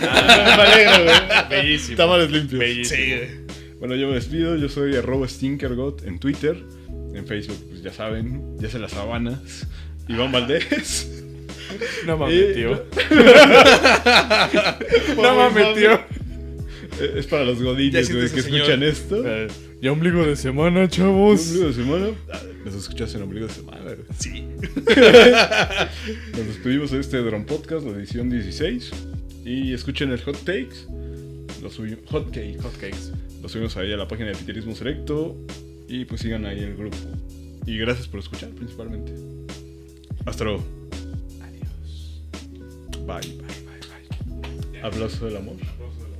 [SPEAKER 3] Ah,
[SPEAKER 1] Me alegro, güey.
[SPEAKER 3] Bellísimo.
[SPEAKER 1] Tamales limpios.
[SPEAKER 4] Sí, güey.
[SPEAKER 1] Bueno, yo me despido. Yo soy arroba stinkergot en Twitter. En Facebook, pues ya saben, ya se las sabanas.
[SPEAKER 3] Ah.
[SPEAKER 1] Iván Valdés.
[SPEAKER 3] No
[SPEAKER 1] Eh,
[SPEAKER 3] mames, tío.
[SPEAKER 1] Por
[SPEAKER 3] No mames,
[SPEAKER 1] favor.
[SPEAKER 3] tío.
[SPEAKER 1] Eh, Es para los godines,
[SPEAKER 4] Ya
[SPEAKER 1] güey,
[SPEAKER 4] siéntese,
[SPEAKER 1] que
[SPEAKER 4] señor.
[SPEAKER 1] escuchan esto.
[SPEAKER 3] Eh, Ya ombligo de semana,
[SPEAKER 1] Un
[SPEAKER 3] chavos.
[SPEAKER 1] ombligo de semana. Ah, Nos escuchas en ombligo de semana. güey.
[SPEAKER 4] Sí.
[SPEAKER 1] Nos despedimos de este Drone Podcast, la edición 16. Y escuchen el Hot Takes. Lo subimos, hot Cake,
[SPEAKER 3] Hotcakes.
[SPEAKER 1] Lo subimos ahí a la página de Piterismo Selecto. Y pues sigan ahí el grupo. Y gracias por escuchar, principalmente. Hasta luego. Adiós. Bye, bye, bye, bye. Abrazo del amor.
[SPEAKER 2] Aplausos de la-